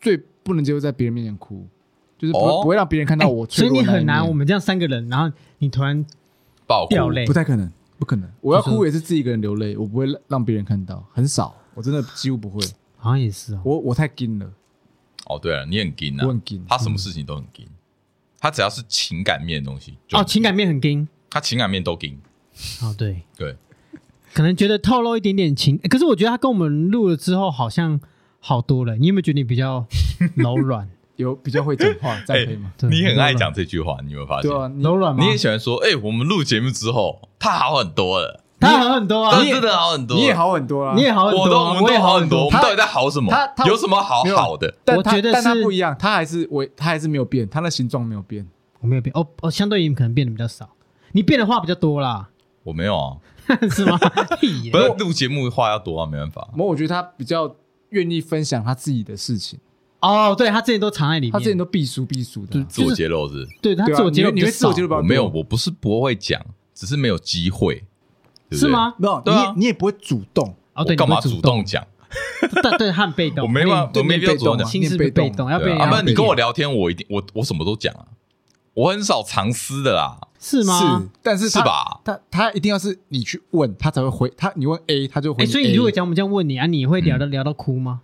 Speaker 1: 最不能接受在别人面前哭，就是不、
Speaker 2: 哦
Speaker 1: 不会让别人看到我
Speaker 3: 哎所
Speaker 1: 脆
Speaker 3: 以
Speaker 1: 弱
Speaker 3: 你
Speaker 1: 的那一面。
Speaker 3: 很难。我们这样三个人，然后你突然
Speaker 2: 爆哭
Speaker 3: 掉泪
Speaker 1: 不太可能，不可能。我要
Speaker 3: 就是
Speaker 1: 哭也是自己一个人流泪，我不会让别人看到，很少，我真的几乎不会。
Speaker 3: 好像也是哦。
Speaker 1: 我我太硬了，
Speaker 2: 哦，对了，你很硬啊
Speaker 1: 我，很硬。
Speaker 2: 他什么事情都很硬，他只要是情感面的东西，就
Speaker 3: 哦，情感面很硬。
Speaker 2: 他情感面都硬。
Speaker 3: 哦，对，
Speaker 2: 对，
Speaker 3: 可能觉得透露一点点情，欸可是我觉得他跟我们录了之后好像好多了。你有没有觉得你比较柔软？
Speaker 1: 有比较会讲话，这样可以吗？
Speaker 3: 对
Speaker 2: 哎你很爱
Speaker 3: 柔软
Speaker 2: 讲这句话，你有没有
Speaker 3: 哎
Speaker 2: 发现
Speaker 1: 对？啊，你
Speaker 3: 柔软吗？
Speaker 2: 你也喜欢说，哎，我们录节目之后，他好很多了，
Speaker 3: 他好很多啊，
Speaker 2: 他真的好很多，
Speaker 1: 你也，好很多啦，
Speaker 3: 你也好很
Speaker 2: 我
Speaker 3: 多
Speaker 2: 都
Speaker 3: 啊，
Speaker 2: 我们
Speaker 3: 也
Speaker 2: 都好
Speaker 3: 很
Speaker 2: 很多，我
Speaker 1: 他
Speaker 2: 们到底在好什么
Speaker 1: 他？他
Speaker 2: 有什么好
Speaker 1: 没有
Speaker 2: 好的？
Speaker 1: 但
Speaker 3: 我
Speaker 1: 他
Speaker 3: 觉得
Speaker 1: 但他
Speaker 3: 是
Speaker 1: 不一样，他还是我，他还是没有变，他的形状没有变。
Speaker 3: 我没有变，哦哦，相对于你可能变得比较少，你变的话比较多啦，
Speaker 2: 我没有啊，
Speaker 3: 是 吗？屁耶
Speaker 2: 不是录节目话要多啊，没办法。
Speaker 1: 我我觉得他比较愿意分享他自己的事情，
Speaker 3: 哦，对他之前都藏在里面，
Speaker 1: 他之前都避书避书的啊、
Speaker 2: 自我揭露是不是，
Speaker 3: 对他
Speaker 1: 对啊
Speaker 3: 自我揭露
Speaker 1: 你会你会
Speaker 3: 比较少
Speaker 1: 自我揭露吧
Speaker 2: 我没有，我不是不会讲，只是没有机会，对不对
Speaker 3: 是？吗？
Speaker 1: 没有，
Speaker 2: 对啊
Speaker 1: 你也你也不会主动，
Speaker 3: 哦，对，
Speaker 2: 我干
Speaker 3: 你
Speaker 2: 嘛
Speaker 3: 会
Speaker 2: 主
Speaker 3: 主
Speaker 2: 动？讲？
Speaker 3: 但对他很被动，
Speaker 2: 我没办法，
Speaker 1: 对
Speaker 2: 我没必要
Speaker 1: 你
Speaker 2: 主
Speaker 1: 被
Speaker 2: 动
Speaker 1: 动啊
Speaker 2: 讲。
Speaker 3: 心是
Speaker 1: 你也被动
Speaker 3: 被动，要
Speaker 2: 对
Speaker 3: 被
Speaker 2: 啊，
Speaker 3: 要
Speaker 2: 不然
Speaker 3: 被
Speaker 2: 你跟我聊天，我一定我我什么都讲啊，我很少藏私的啊啦，
Speaker 3: 是
Speaker 1: 是
Speaker 3: 吗？，
Speaker 1: 但是
Speaker 2: 是
Speaker 1: 他？
Speaker 2: 吧？
Speaker 1: 他他一定要是你去问他才会回他，你问 A 他就回
Speaker 3: 哎，
Speaker 1: 你 A、
Speaker 3: 所以你如果讲我们这样问你啊，你会聊到聊到哭吗？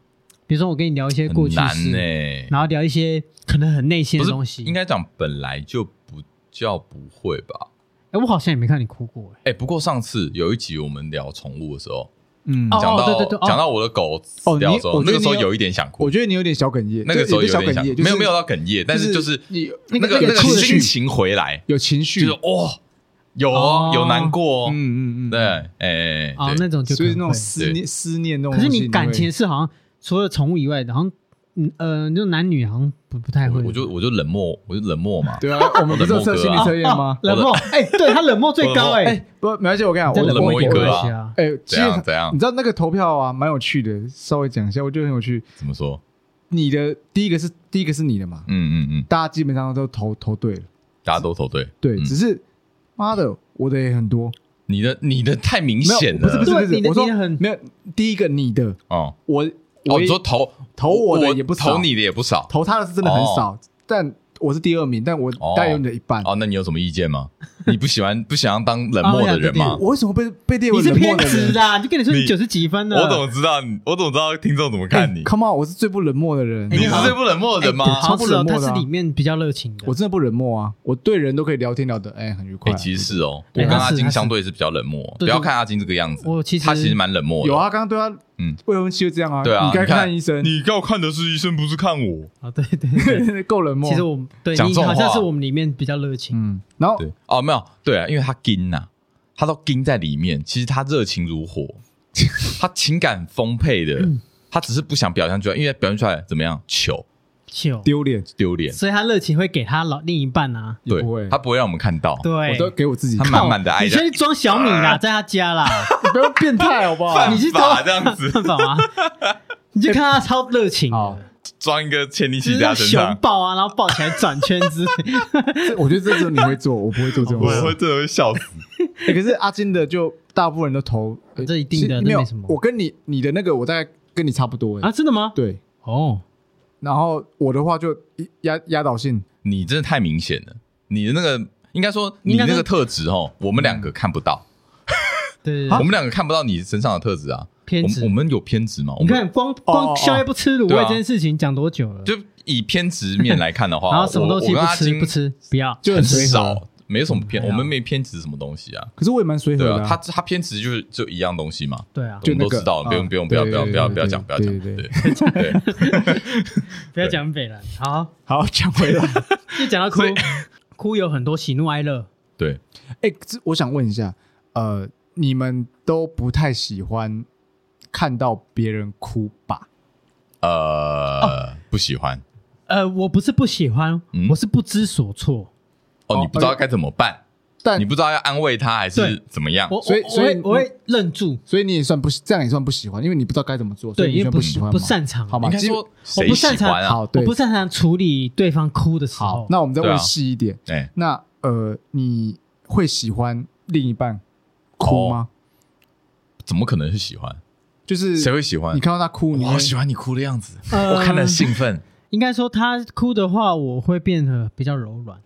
Speaker 3: 比如说我跟你聊一些过
Speaker 2: 嗯很
Speaker 3: 去
Speaker 2: 难呢、
Speaker 3: 式，然后聊一些可能很内心
Speaker 2: 不
Speaker 3: 的
Speaker 2: 是
Speaker 3: 东西。
Speaker 2: 应该讲本来就不叫不会吧？
Speaker 3: 哎，我好像也没看你哭过，哎，
Speaker 2: 哎、不过上次有一集我们聊宠物的时候，
Speaker 1: 嗯，
Speaker 3: 哦
Speaker 2: 讲到
Speaker 3: 对对对哦
Speaker 2: 讲到我的狗死
Speaker 1: 哦
Speaker 2: 掉
Speaker 1: 你
Speaker 2: 的时候，
Speaker 1: 我觉
Speaker 2: 那
Speaker 1: 得
Speaker 2: 个时候
Speaker 1: 你有
Speaker 2: 有一点想哭
Speaker 1: 我，觉得你有点小哽咽，
Speaker 2: 那个时候
Speaker 1: 就有
Speaker 2: 有
Speaker 1: 点
Speaker 2: 点
Speaker 1: 小
Speaker 2: 想，
Speaker 1: 哽咽，就是
Speaker 2: 没有没有到哽咽，但是就是
Speaker 1: 你
Speaker 2: 那个
Speaker 1: 有
Speaker 2: 那个
Speaker 1: 情绪
Speaker 2: 心情回来，
Speaker 1: 有情绪，
Speaker 2: 就是哦，有哦
Speaker 3: 哦
Speaker 2: 有难过哦，
Speaker 1: 嗯嗯嗯，
Speaker 2: 对，哎哎
Speaker 3: 哦，那种就
Speaker 1: 所以那
Speaker 3: 可能
Speaker 1: 种
Speaker 3: 会
Speaker 1: 思念思念那种
Speaker 3: 可
Speaker 1: 东西
Speaker 3: 是
Speaker 1: 会，
Speaker 3: 你感情是好像除了宠物以外的，好像嗯呃，就男女好像不不太
Speaker 2: 我
Speaker 3: 会。
Speaker 2: 我就我就冷漠，我就冷漠嘛，
Speaker 1: 对啊，我们不是有测心理测验
Speaker 2: 啊
Speaker 3: 哦？
Speaker 1: 吗
Speaker 3: 冷漠，哎，对他冷漠最高，
Speaker 2: 我
Speaker 3: 哎，
Speaker 1: 不，没关系，我跟你讲，
Speaker 3: 再
Speaker 1: 我
Speaker 2: 冷漠一
Speaker 1: 我
Speaker 2: 个
Speaker 3: 没
Speaker 2: 啊
Speaker 3: 关系啊。
Speaker 1: 哎，其
Speaker 2: 怎
Speaker 1: 实
Speaker 2: 样怎样
Speaker 1: 你？知道那个投票啊，蛮有趣的，稍微讲一下，我觉得很有趣。
Speaker 2: 怎么说？
Speaker 1: 你的第一个是第一个是你的嘛，
Speaker 2: 嗯嗯嗯，
Speaker 1: 大家基本上都投投对了，
Speaker 2: 大家都投对，
Speaker 1: 对，
Speaker 2: 嗯
Speaker 1: 只是妈的，我的也很多，
Speaker 2: 你的你的太明
Speaker 1: 没
Speaker 2: 显
Speaker 1: 有，
Speaker 2: 了，
Speaker 1: 不是不是
Speaker 3: 对
Speaker 1: 不
Speaker 3: 你
Speaker 1: 是，
Speaker 3: 的
Speaker 1: 我说
Speaker 3: 你的很
Speaker 1: 没有，第一个你的，
Speaker 2: 哦
Speaker 1: 我
Speaker 2: 哦，
Speaker 1: 我
Speaker 2: 你
Speaker 1: 也
Speaker 2: 说投
Speaker 1: 投我的也不少
Speaker 2: 投你的也不少
Speaker 1: 投他的是真的很少，但我是第二名，但我
Speaker 2: 哦
Speaker 1: 大概有你的一半。
Speaker 2: 哦，那你有什么意见 吗？你不喜欢不想要当冷漠的人吗
Speaker 3: 哦？
Speaker 1: 我为什么被被列
Speaker 3: 你
Speaker 1: 为
Speaker 3: 是
Speaker 1: 冷
Speaker 3: 偏
Speaker 1: 漠的
Speaker 3: 执
Speaker 1: 人？
Speaker 3: 啦，就跟你说你
Speaker 2: 你
Speaker 3: 九十几分呢。
Speaker 2: 我怎么知道你？我怎么知道听众怎么看你？
Speaker 1: 哎 Come on，我是最不冷漠的人。
Speaker 2: 你是
Speaker 1: 好不好
Speaker 2: 最不冷漠的人吗？
Speaker 3: 哎好像是哦
Speaker 1: 超不冷
Speaker 3: 他
Speaker 1: 漠的
Speaker 3: 是
Speaker 1: 啊
Speaker 3: 里面比较热情的。
Speaker 1: 我真的不冷漠啊，我对人都可以聊天聊得哎、很愉快
Speaker 2: 哎，
Speaker 1: 啊、
Speaker 2: 其实是哦，我
Speaker 3: 哎
Speaker 2: 跟
Speaker 3: 他是
Speaker 2: 阿金
Speaker 3: 他是
Speaker 2: 相对是比较冷漠，
Speaker 3: 对
Speaker 2: 不要
Speaker 3: 对
Speaker 2: 看阿金这个样子，
Speaker 3: 我其实
Speaker 2: 他其实蛮冷漠的。
Speaker 1: 有啊，刚刚对他
Speaker 2: 嗯
Speaker 1: 未婚妻就这样啊，
Speaker 2: 对啊，
Speaker 1: 你该
Speaker 2: 看
Speaker 1: 看医生，
Speaker 2: 你要看的是医生，不是看我。
Speaker 3: 啊，对对 对，
Speaker 1: 够冷漠。
Speaker 3: 其实我们对
Speaker 2: 讲
Speaker 3: 你
Speaker 2: 这种
Speaker 3: 好像
Speaker 2: 话
Speaker 3: 是我们里面比较热情。
Speaker 1: 嗯，然后
Speaker 2: 对，哦，没有，对啊，因为他金呐、他都金在里面。其实他热情如 火，他情感丰沛的，
Speaker 3: 嗯
Speaker 2: 他只是不想表现出来，因为表现出来怎么样，糗
Speaker 3: 秀，
Speaker 1: 丢脸
Speaker 2: 丢脸。
Speaker 3: 所以他热情会给他老另一半啊。
Speaker 1: 也
Speaker 2: 对
Speaker 1: 不会，，
Speaker 2: 他不会让我们看到，
Speaker 1: 我
Speaker 3: 对，
Speaker 1: 都给我自己
Speaker 2: 他，
Speaker 3: 靠
Speaker 2: 满满的爱
Speaker 3: 你
Speaker 2: 着
Speaker 3: 先去装小米 啦，在他家啦，
Speaker 1: 你不要变态好不好
Speaker 2: 犯？
Speaker 3: 你是
Speaker 2: 法
Speaker 3: 装
Speaker 2: 这样子
Speaker 3: ，办法吗？你就看他超热情的，
Speaker 2: 哦
Speaker 1: 好，
Speaker 2: 装一个潜力器
Speaker 3: 就
Speaker 2: 在他
Speaker 3: 是像
Speaker 2: 身
Speaker 3: 熊
Speaker 2: 上。
Speaker 3: 抱啊，然后抱起来转圈之 类。
Speaker 1: 这我觉得这种你会做，我不会做这种
Speaker 2: 我会
Speaker 1: 事。
Speaker 2: 真的会笑死，
Speaker 1: 哎可是阿金的就大部分人都投，呃
Speaker 3: 这一定的
Speaker 1: 其实没
Speaker 3: 这
Speaker 1: 有
Speaker 3: 没什么
Speaker 1: 我跟你你的那个，我大概跟你差不多哎
Speaker 3: 啊，。真的吗？
Speaker 1: 对，
Speaker 3: 哦，
Speaker 1: 然后我的话就一压压倒性，
Speaker 2: 你真的太明显了，你的那个应该说你
Speaker 3: 应该
Speaker 2: 那
Speaker 3: 说嗯
Speaker 2: 个特质哦，我们两个看不到，
Speaker 3: 对对
Speaker 2: 我
Speaker 3: 对，
Speaker 2: 们两个看不到你身上的特质啊。
Speaker 3: 啊偏
Speaker 2: 我们我
Speaker 3: 执。
Speaker 2: 们有偏执吗？我
Speaker 3: 你
Speaker 2: 们
Speaker 3: 看，光
Speaker 1: 哦哦
Speaker 3: 光
Speaker 1: 哦
Speaker 3: 宵夜不吃卤
Speaker 2: 对啊
Speaker 3: 味这件事情讲多久了？
Speaker 2: 就以偏执面来看的话，
Speaker 3: 然后什么
Speaker 2: 我
Speaker 3: 东
Speaker 2: 哦我
Speaker 3: 西
Speaker 2: 跟
Speaker 3: 不
Speaker 2: 阿
Speaker 3: 吃
Speaker 2: 金
Speaker 3: 不吃，不要。
Speaker 1: 就
Speaker 2: 很
Speaker 1: 随和。
Speaker 2: 少，没有什么偏，
Speaker 3: 还
Speaker 1: 啊
Speaker 2: 我
Speaker 3: 好
Speaker 2: 们没偏执什么东西啊。
Speaker 1: 可是我也蛮随和
Speaker 2: 对
Speaker 1: 的
Speaker 2: 啊，
Speaker 1: 啊，
Speaker 2: 他他偏执就是就一样东西嘛，
Speaker 3: 对啊，
Speaker 1: 就
Speaker 2: 我们
Speaker 1: 那
Speaker 2: 都
Speaker 1: 个
Speaker 2: 知道，不
Speaker 1: 啊
Speaker 2: 用不用不要不
Speaker 1: 对
Speaker 2: 要
Speaker 1: 对
Speaker 2: 不要
Speaker 1: 对
Speaker 2: 不要讲不要讲，
Speaker 1: 对对对
Speaker 2: 对对，
Speaker 3: 不要讲北兰，好，
Speaker 1: 好讲回来。
Speaker 3: 就讲到哭
Speaker 2: 所以，
Speaker 3: 哭有很多喜怒哀乐，
Speaker 2: 对，
Speaker 1: 哎、这我想问一下，呃，你们都不太喜欢看到别人哭吧？哦
Speaker 2: 呃，不喜欢
Speaker 3: 呃，我不是不喜欢，
Speaker 2: 嗯
Speaker 3: 我是不知所措。
Speaker 2: 哦，你不知道该怎么办，
Speaker 1: 但
Speaker 2: 你不知道要安慰他还是
Speaker 3: 对
Speaker 2: 怎么样，
Speaker 3: 我
Speaker 1: 所以
Speaker 3: 我我
Speaker 1: 所以
Speaker 3: 会我会愣住，
Speaker 1: 所以你也算不这样也算不喜欢，因为你不知道该怎么做，所
Speaker 3: 对，
Speaker 1: 以你
Speaker 3: 因为
Speaker 1: 算
Speaker 3: 不
Speaker 1: 喜欢
Speaker 3: 不
Speaker 1: 嘛
Speaker 3: 擅长，
Speaker 1: 好吗
Speaker 2: 应该
Speaker 1: 基
Speaker 2: 说
Speaker 3: 我
Speaker 2: 谁
Speaker 3: 不
Speaker 2: 喜
Speaker 3: 擅长
Speaker 2: 欢啊？
Speaker 1: 好对
Speaker 3: 我不擅长处理对方哭的时候。
Speaker 1: 好，那我们再
Speaker 2: 对
Speaker 1: 问
Speaker 2: 啊
Speaker 1: 细一点，
Speaker 2: 哎，
Speaker 1: 那呃，你会喜欢另一半
Speaker 2: 哦
Speaker 1: 哭吗？
Speaker 2: 怎么可能是喜欢？
Speaker 1: 就是
Speaker 2: 谁会喜欢
Speaker 1: 你？看到嗯他哭，你
Speaker 2: 我
Speaker 1: 会
Speaker 2: 好喜欢你哭的样子，
Speaker 3: 呃
Speaker 2: 我看了兴 奋
Speaker 3: 应该说他哭的话，我会变得比较柔软。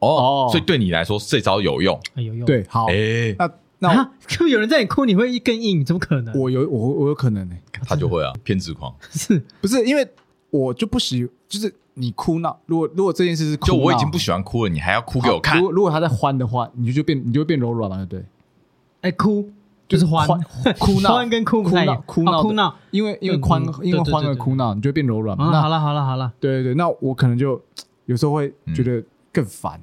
Speaker 2: 哦
Speaker 1: 哦，
Speaker 2: 所以对你来说这招有用，
Speaker 3: 哎呦呦，
Speaker 1: 对，好，
Speaker 2: 哎，
Speaker 1: 那那
Speaker 3: 啊， 就有人在你哭，你会更硬，怎么可能？
Speaker 1: 我有我我有可能呢、
Speaker 2: 他就会啊，偏执狂，
Speaker 3: 是
Speaker 1: 不是因为我就不喜，就是你哭闹，如果如果这件事是哭
Speaker 2: 就我已经
Speaker 1: 闹
Speaker 2: 不喜欢哭了，你还要哭给我
Speaker 1: 好
Speaker 2: 看
Speaker 1: 如，果如果他在欢的话，你就就变你就会变柔软了，对不对？
Speaker 3: 哎哭就是欢
Speaker 1: 欢哭 闹
Speaker 3: 欢跟哭不太一样
Speaker 1: 哭闹
Speaker 3: 哦
Speaker 1: 哭
Speaker 3: 哭
Speaker 1: 闹
Speaker 3: 闹。
Speaker 1: 因为因为
Speaker 3: 对
Speaker 1: 欢
Speaker 3: 嗯
Speaker 1: 因为
Speaker 3: 对对
Speaker 1: 欢
Speaker 3: 对
Speaker 1: 而
Speaker 3: 对
Speaker 1: 哭闹，你就会变柔软嘛。
Speaker 3: 啊，
Speaker 1: 那
Speaker 3: 好了好了好了，
Speaker 1: 对对对，那我可能就有时候会觉得更烦，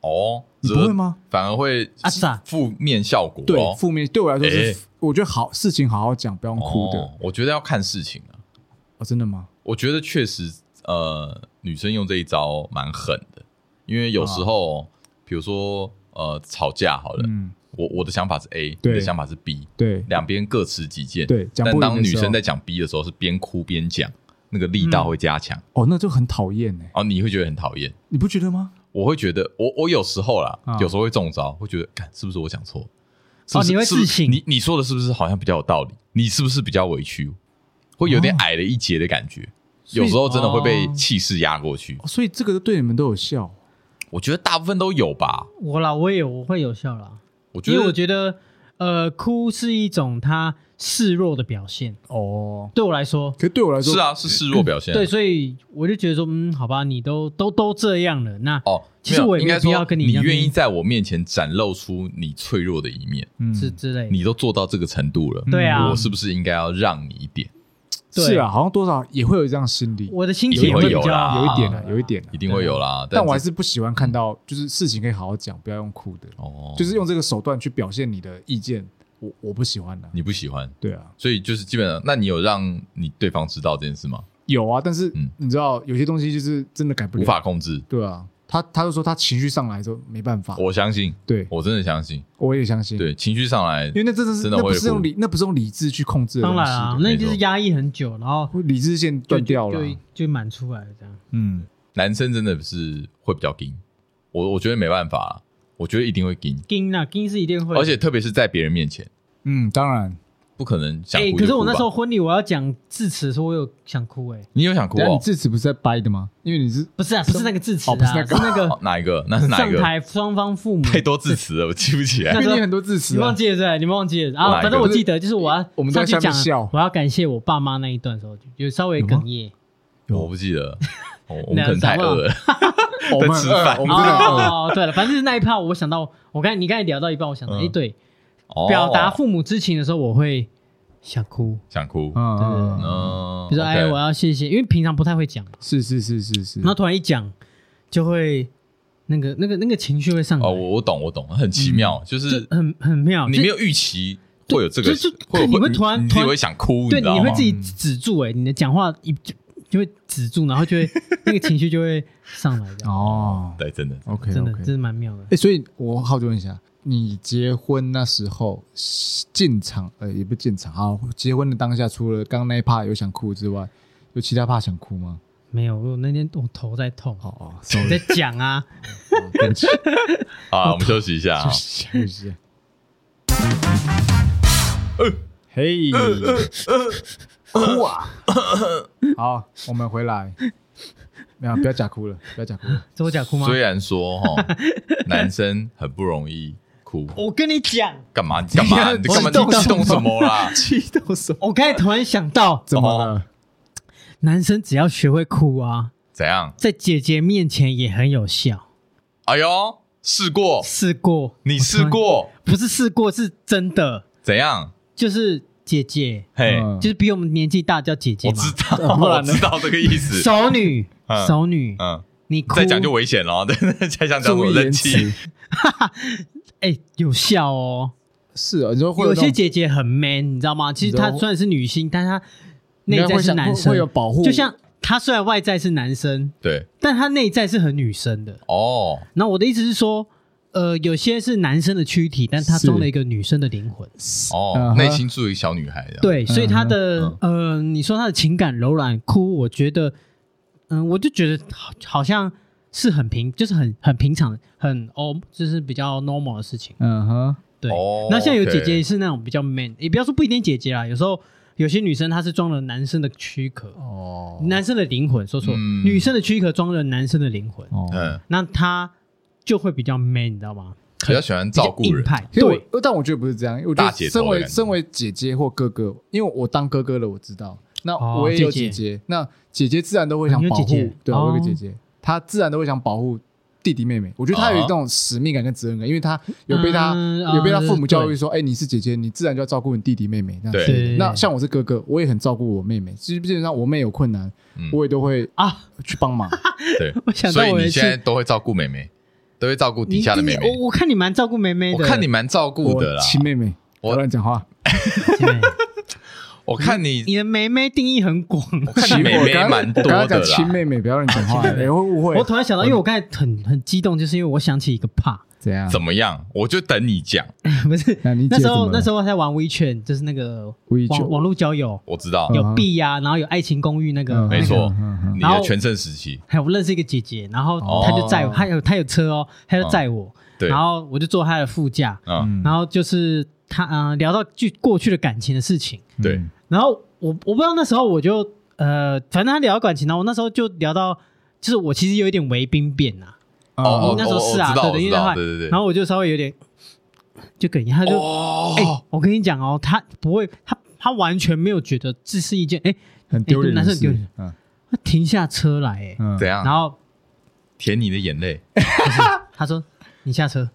Speaker 2: 哦，
Speaker 1: 你不会吗？
Speaker 2: 反而会
Speaker 3: 啊是啊
Speaker 2: 负面效果
Speaker 1: 对
Speaker 2: 哦，
Speaker 1: 负面对我来说
Speaker 2: 哎
Speaker 1: 是，我觉得好事情好好讲，不用哭的。
Speaker 2: 哦我觉得要看事情啊，
Speaker 1: 哦，真的吗？
Speaker 2: 我觉得确实，呃，女生用这一招蛮狠的，因为有时候，比如说，呃，吵架好了，
Speaker 1: 啊嗯，
Speaker 2: 我我的想法是 A，你
Speaker 1: 对
Speaker 2: 的想法是 B，
Speaker 1: 对
Speaker 2: 两边各持己见。
Speaker 1: 对讲
Speaker 2: 但
Speaker 1: 不赢
Speaker 2: 当
Speaker 1: 的
Speaker 2: 女
Speaker 1: 时候
Speaker 2: 生在讲 B 的时候，是边哭边讲，那个力道会加强，
Speaker 1: 哦，那就很讨厌哎，
Speaker 2: 然后你会觉得很讨厌。
Speaker 1: 你不觉得吗？
Speaker 2: 我会觉得，我我有时候啦，
Speaker 1: 啊
Speaker 2: 有时候会中招，会觉得，看是不是我讲错？是不是
Speaker 3: 哦你会
Speaker 2: 是不是
Speaker 3: 自省
Speaker 2: 你你说的是不是好像比较有道理？你是不是比较委屈？会有点矮了一截的感觉，
Speaker 1: 所
Speaker 2: 有
Speaker 1: 以
Speaker 2: 时候真的会被
Speaker 3: 哦
Speaker 2: 气势压过去。
Speaker 1: 哦所以这个对你们都有效。
Speaker 2: 我觉得大部分都有吧。
Speaker 3: 我啦我也有我会有效啦，
Speaker 2: 我觉
Speaker 3: 因
Speaker 2: 得，
Speaker 3: 为我觉得呃哭是一种他示弱的表现，
Speaker 1: 哦，
Speaker 3: 对我来说。
Speaker 1: 可是对我来说
Speaker 2: 是，啊，是示弱表现啊。
Speaker 3: 嗯对，所以我就觉得说，嗯，好吧，你都都都这样了，那
Speaker 2: 哦，
Speaker 3: 其实
Speaker 2: 没有
Speaker 3: 我也
Speaker 2: 应
Speaker 3: 没
Speaker 2: 该
Speaker 3: 有必
Speaker 2: 说
Speaker 3: 要跟
Speaker 2: 你
Speaker 3: 你一样
Speaker 2: 愿意
Speaker 3: 那
Speaker 2: 在我面前展露出你脆弱的一面，
Speaker 1: 嗯
Speaker 3: 之之类的，
Speaker 2: 你都做到这个程度了，
Speaker 3: 对啊
Speaker 2: 我是不是应该要让你一点？
Speaker 3: 对
Speaker 1: 是啊，好像多少也会有这样心理，
Speaker 3: 我的心情也
Speaker 2: 有
Speaker 3: 会
Speaker 2: 有
Speaker 3: 比较
Speaker 2: 啦
Speaker 1: 有一点啊
Speaker 3: 啊，，
Speaker 1: 有一点啊
Speaker 2: 一。定会有啦。
Speaker 1: 但我还
Speaker 2: 这
Speaker 1: 是不喜欢看到，就是事情可以好好讲，不要用哭的，
Speaker 2: 哦，
Speaker 1: 就是用这个手段去表现你的意见，我我不喜欢的、
Speaker 2: 你不喜欢，
Speaker 1: 对啊，
Speaker 2: 所以就是基本上，那你有让你对方知道这件事吗？
Speaker 1: 有啊，但是
Speaker 2: 嗯
Speaker 1: 你知道有些东西就是真的改不了，
Speaker 2: 无法控制，
Speaker 1: 对啊，他他就说他情绪上来之后没办法，
Speaker 2: 我相信，
Speaker 1: 对
Speaker 2: 我真的相信，
Speaker 1: 我也相
Speaker 3: 嗯
Speaker 1: 信，，
Speaker 2: 对，情绪上来
Speaker 1: 因，为那真的是
Speaker 2: 真的
Speaker 1: 那不
Speaker 2: 会
Speaker 1: 是用
Speaker 2: 哭
Speaker 1: 理那不是用理智去控制的
Speaker 3: 当
Speaker 1: 东西
Speaker 3: 然
Speaker 1: 的，
Speaker 3: 啊，
Speaker 2: 没
Speaker 3: 那就是
Speaker 2: 错
Speaker 3: 压抑很久，然后
Speaker 1: 会理智线断掉了
Speaker 3: 就
Speaker 1: 啊，
Speaker 3: 就就满出来了这样。
Speaker 1: 嗯，
Speaker 2: 男生真的是会比较硬，我我觉得没办法啦，我觉得一定会硬，
Speaker 3: 金啊，金是一定会，
Speaker 2: 而且特别是在别人面前，
Speaker 1: 嗯，当然，
Speaker 2: 不可能想
Speaker 3: 哎、
Speaker 2: 哭
Speaker 3: 可
Speaker 2: 就是哭
Speaker 3: 我那
Speaker 2: 吧
Speaker 3: 时候婚礼我要讲致辞的时候，我有想哭哎、
Speaker 2: 你有想哭
Speaker 1: 等一下你
Speaker 2: 哦？
Speaker 1: 致辞不是在掰的吗？因为你是
Speaker 3: 不是啊，不是那个致辞啊、
Speaker 1: 哦不是那个
Speaker 3: 是那
Speaker 2: 哦
Speaker 3: 个
Speaker 2: 哪一个？ 那是哪一
Speaker 3: 上
Speaker 2: 个？
Speaker 3: 台双方父母
Speaker 2: 太多字词 了，我记不起来
Speaker 3: 那。
Speaker 1: 因
Speaker 3: 时
Speaker 1: 为
Speaker 3: 候
Speaker 1: 你很多致辞
Speaker 3: 你
Speaker 1: 啊
Speaker 3: 忘，记了对，你们忘记了
Speaker 2: 哪一
Speaker 3: 啊？
Speaker 2: 个
Speaker 3: 反正我记得就是我要
Speaker 1: 我们都在
Speaker 3: 上去
Speaker 1: 下面
Speaker 3: 讲
Speaker 1: 笑，
Speaker 3: 我要感谢我爸妈那一段的时候，有稍微
Speaker 1: 有吗
Speaker 3: 哽咽。
Speaker 1: 有
Speaker 2: 我不记得， 我我们
Speaker 3: 那
Speaker 2: 可能太饿了。
Speaker 1: 我们很
Speaker 2: 吃
Speaker 1: 饿
Speaker 2: 饭
Speaker 1: 我们 真的很饿
Speaker 3: 哦，对了，反正就是那一趴，我想到我刚才你刚才聊到一半，我想到
Speaker 2: 嗯
Speaker 3: 哎、对，
Speaker 2: 哦
Speaker 3: 表达父母之情的时候，我会想哭，
Speaker 2: 想哭，
Speaker 1: 嗯
Speaker 3: 对
Speaker 1: 嗯，嗯
Speaker 2: 嗯，
Speaker 3: 比如说
Speaker 2: OK
Speaker 3: 哎、我要谢谢，因为平常不太会讲嘛，
Speaker 1: 是是是是是
Speaker 3: 然，后突然一讲就会那个那个那个情绪会上来，
Speaker 2: 哦，我我懂，我懂，很奇妙，就是
Speaker 3: 嗯就很很妙，
Speaker 2: 啊你
Speaker 3: 就
Speaker 2: 没有预期会有这个
Speaker 3: 就就，
Speaker 2: 会
Speaker 3: 看你
Speaker 2: 会
Speaker 3: 会突然
Speaker 2: 你
Speaker 3: 突
Speaker 2: 自己
Speaker 3: 然
Speaker 2: 会想哭，
Speaker 3: 对，
Speaker 2: 知道
Speaker 3: 你会
Speaker 2: 吗
Speaker 3: 自？己止住哎、你的讲话一就就会止住，然后就会那个情绪就会上来的，
Speaker 1: 哦
Speaker 2: 对，真的，
Speaker 1: ，OK
Speaker 3: 真的
Speaker 1: OK，
Speaker 3: 真的蛮妙的
Speaker 1: 哎、。所以我好奇问一下，你结婚那时候进场，呃，也不进场，好，结婚的当下，除了刚刚那一趴有想哭之外，有其他趴想哭吗？
Speaker 3: 没有，我那天我头在痛，
Speaker 1: 哦哦
Speaker 3: 我
Speaker 1: ，sorry，
Speaker 3: 在讲啊，
Speaker 1: 哦对不起，
Speaker 2: 好啊，我们休息一下啊
Speaker 1: 休。息休息。嘿，哭啊！好，我们回来。没有，不要假哭了，不要假哭了。
Speaker 3: 这我讲哭吗？
Speaker 2: 虽然 说哈，男生很不容易哭，
Speaker 3: 我跟你讲，
Speaker 2: 干嘛干嘛？你干嘛？
Speaker 1: 激动
Speaker 2: 你激动什么啦？
Speaker 1: 气到手，
Speaker 3: 我刚才突然想到，
Speaker 1: 怎么了？
Speaker 3: 男生只要学会哭啊，
Speaker 2: 怎样？
Speaker 3: 在姐姐面前也很有效。
Speaker 2: 哎呦，试过，
Speaker 3: 试过，
Speaker 2: 你试
Speaker 3: 我突然？
Speaker 2: 过
Speaker 3: 不是试过，是真的，
Speaker 2: 怎样？
Speaker 3: 就是姐姐，
Speaker 2: 嘿，
Speaker 1: 嗯
Speaker 3: 就是比我们年纪大叫姐姐
Speaker 2: 我
Speaker 3: 嘛。
Speaker 2: 知道，
Speaker 1: 不
Speaker 2: 我
Speaker 1: 然呢
Speaker 2: 知道这个意思。
Speaker 3: 熟女
Speaker 2: 嗯，
Speaker 3: 熟女，
Speaker 2: 嗯，
Speaker 3: 你哭
Speaker 2: 再讲就危险了，对， 再讲讲
Speaker 1: 注
Speaker 2: 我
Speaker 1: 意
Speaker 2: 生
Speaker 1: 言
Speaker 2: 气
Speaker 1: 辞。
Speaker 3: 哎有效哦。
Speaker 1: 是啊，你说会
Speaker 3: 有
Speaker 1: 那
Speaker 3: 些
Speaker 1: 种
Speaker 3: 姐姐很 man，你知道吗？其实她
Speaker 1: 有
Speaker 3: 虽然是女性，但她
Speaker 1: 应
Speaker 3: 内
Speaker 1: 该
Speaker 3: 在
Speaker 1: 会
Speaker 3: 是
Speaker 1: 想
Speaker 3: 男
Speaker 1: 会
Speaker 3: 生
Speaker 1: 会，有保护，
Speaker 3: 就像她虽然外在是男生，
Speaker 2: 对，
Speaker 3: 但她内在是很女生的。
Speaker 2: 哦，
Speaker 3: 那我的意思是说，呃，有些是男生的躯体，但她
Speaker 1: 是
Speaker 3: 装了一个女生的灵魂。
Speaker 1: 嗯
Speaker 2: 哦，
Speaker 1: 哼
Speaker 2: 内心住一小女孩啊这样。
Speaker 3: 对，所以她的
Speaker 2: 嗯
Speaker 3: 呃，你说她的情感柔软哭，我觉得，嗯、我就觉得好，好像是很平，就是很很平常，很哦，就是比较 normal 的事情。
Speaker 1: 嗯哼，
Speaker 3: 对，
Speaker 2: 哦
Speaker 3: 那像有姐
Speaker 2: OK
Speaker 3: 姐是那种比较 man，也不要说不一定姐姐啦，有时候有些女生她是装了男生的躯壳，
Speaker 1: 哦
Speaker 3: 男生的灵魂，说错，
Speaker 2: 嗯
Speaker 3: 女生的躯壳装了男生的灵魂，
Speaker 1: 哦，
Speaker 2: 嗯，
Speaker 3: 那她就会比较 man，你知道吗？
Speaker 2: 比较喜欢照
Speaker 3: 比
Speaker 2: 顾
Speaker 3: 较硬
Speaker 2: 人。
Speaker 3: 派，
Speaker 1: 因为
Speaker 3: 对，
Speaker 1: 我但我觉得不是这样，因为我觉
Speaker 2: 大
Speaker 1: 得
Speaker 2: 姐头
Speaker 1: 身
Speaker 2: 的
Speaker 1: 为
Speaker 2: 感觉
Speaker 1: 身为姐姐或哥哥，因为我当哥哥了，我知道，那
Speaker 3: 哦
Speaker 1: 我也有
Speaker 3: 姐
Speaker 1: 姐
Speaker 3: 姐
Speaker 1: 姐，那姐姐自然都会想
Speaker 3: 你有
Speaker 1: 保
Speaker 3: 姐
Speaker 1: 护
Speaker 3: 姐，
Speaker 1: 对啊，我有个
Speaker 3: 哦
Speaker 1: 姐姐，她自然都会想保护弟弟妹妹。我觉得她有
Speaker 2: 啊
Speaker 1: 一种使命感跟责任感，因为她有被她
Speaker 3: 嗯
Speaker 1: 有被她父母教育
Speaker 3: 对
Speaker 1: 说，哎，你是姐姐，你自然就要照顾你弟弟妹妹这样
Speaker 2: 对
Speaker 1: 子。
Speaker 3: 对
Speaker 1: 那像我是哥哥，我也很照顾我妹妹，其实基本上我妹有困难
Speaker 2: 嗯，
Speaker 1: 我也都会
Speaker 3: 啊，
Speaker 1: 去帮 忙。
Speaker 2: 对，
Speaker 3: 我想到
Speaker 2: 所以
Speaker 3: 我
Speaker 2: 你
Speaker 3: 一
Speaker 2: 现在
Speaker 3: 次，
Speaker 2: 都会照顾妹妹，都会照顾底
Speaker 3: 你
Speaker 2: 下的妹
Speaker 3: 你
Speaker 2: 妹。
Speaker 3: 我我看你蛮照顾妹妹
Speaker 2: 我
Speaker 3: 的，
Speaker 2: 看你蛮照顾
Speaker 1: 我
Speaker 2: 的啦，
Speaker 1: 亲妹妹，
Speaker 2: 我
Speaker 1: 我乱讲话，
Speaker 3: 对
Speaker 2: 我看你，
Speaker 3: 你的妹妹定义很广。啊
Speaker 2: 我看你妹妹蛮多
Speaker 1: 我刚
Speaker 2: 的
Speaker 1: 刚讲亲
Speaker 2: 啦。
Speaker 1: 妹妹，不要乱讲 话，
Speaker 3: 亲妹妹
Speaker 1: 哎会误会
Speaker 3: 我。突然想到，因为我刚才很很激动，就是因为我想起一个 part，
Speaker 1: 怎样？
Speaker 2: 怎么样？我就等你讲，
Speaker 3: 不是
Speaker 1: 那你姐
Speaker 3: 那时
Speaker 1: 怎么
Speaker 3: 候
Speaker 1: 了
Speaker 3: 那时候在玩 WeChat，就是那个网
Speaker 1: WeChat
Speaker 3: 网络交友，
Speaker 2: 我知道
Speaker 1: 嗯
Speaker 3: 有 B 呀、然后有爱情公寓那个，
Speaker 1: 嗯
Speaker 2: 没错
Speaker 1: 嗯嗯
Speaker 2: 你
Speaker 3: 然
Speaker 2: 的
Speaker 3: 后
Speaker 2: 全盛时期。
Speaker 3: 还有我认识一个姐姐，然后
Speaker 2: 哦
Speaker 3: 她就载我，她有她有车哦，她就载我，
Speaker 2: 对，
Speaker 3: 然后我就坐她的副驾，
Speaker 2: 嗯，
Speaker 3: 然后就是她嗯、呃聊到就过去的感情的事情，
Speaker 1: 嗯
Speaker 2: 对，
Speaker 3: 然后我我不知道那时候我就呃，反正她聊到感情，然后我那时候就聊到，就是我其实有一点微兵变啊呐、
Speaker 1: 哦
Speaker 2: 哦哦
Speaker 3: 那时候是啊
Speaker 2: 我知道
Speaker 3: 对的
Speaker 2: 我知
Speaker 3: 因为
Speaker 2: 道
Speaker 3: 她
Speaker 2: 对对对
Speaker 3: 然后我就稍微有点就哽咽，她就
Speaker 2: 哦
Speaker 3: 哎、我跟你讲哦，她不会，她她完全没有觉得这是一件哎、
Speaker 1: 很丢脸的
Speaker 3: 哎对男生很丢
Speaker 1: 事
Speaker 3: 脸，
Speaker 1: 嗯
Speaker 3: 她停下车来哎、
Speaker 1: 嗯，
Speaker 2: 怎
Speaker 1: 样？
Speaker 2: 样？
Speaker 3: 然后哎
Speaker 2: 舔你的眼泪，
Speaker 3: 他说：“你下车。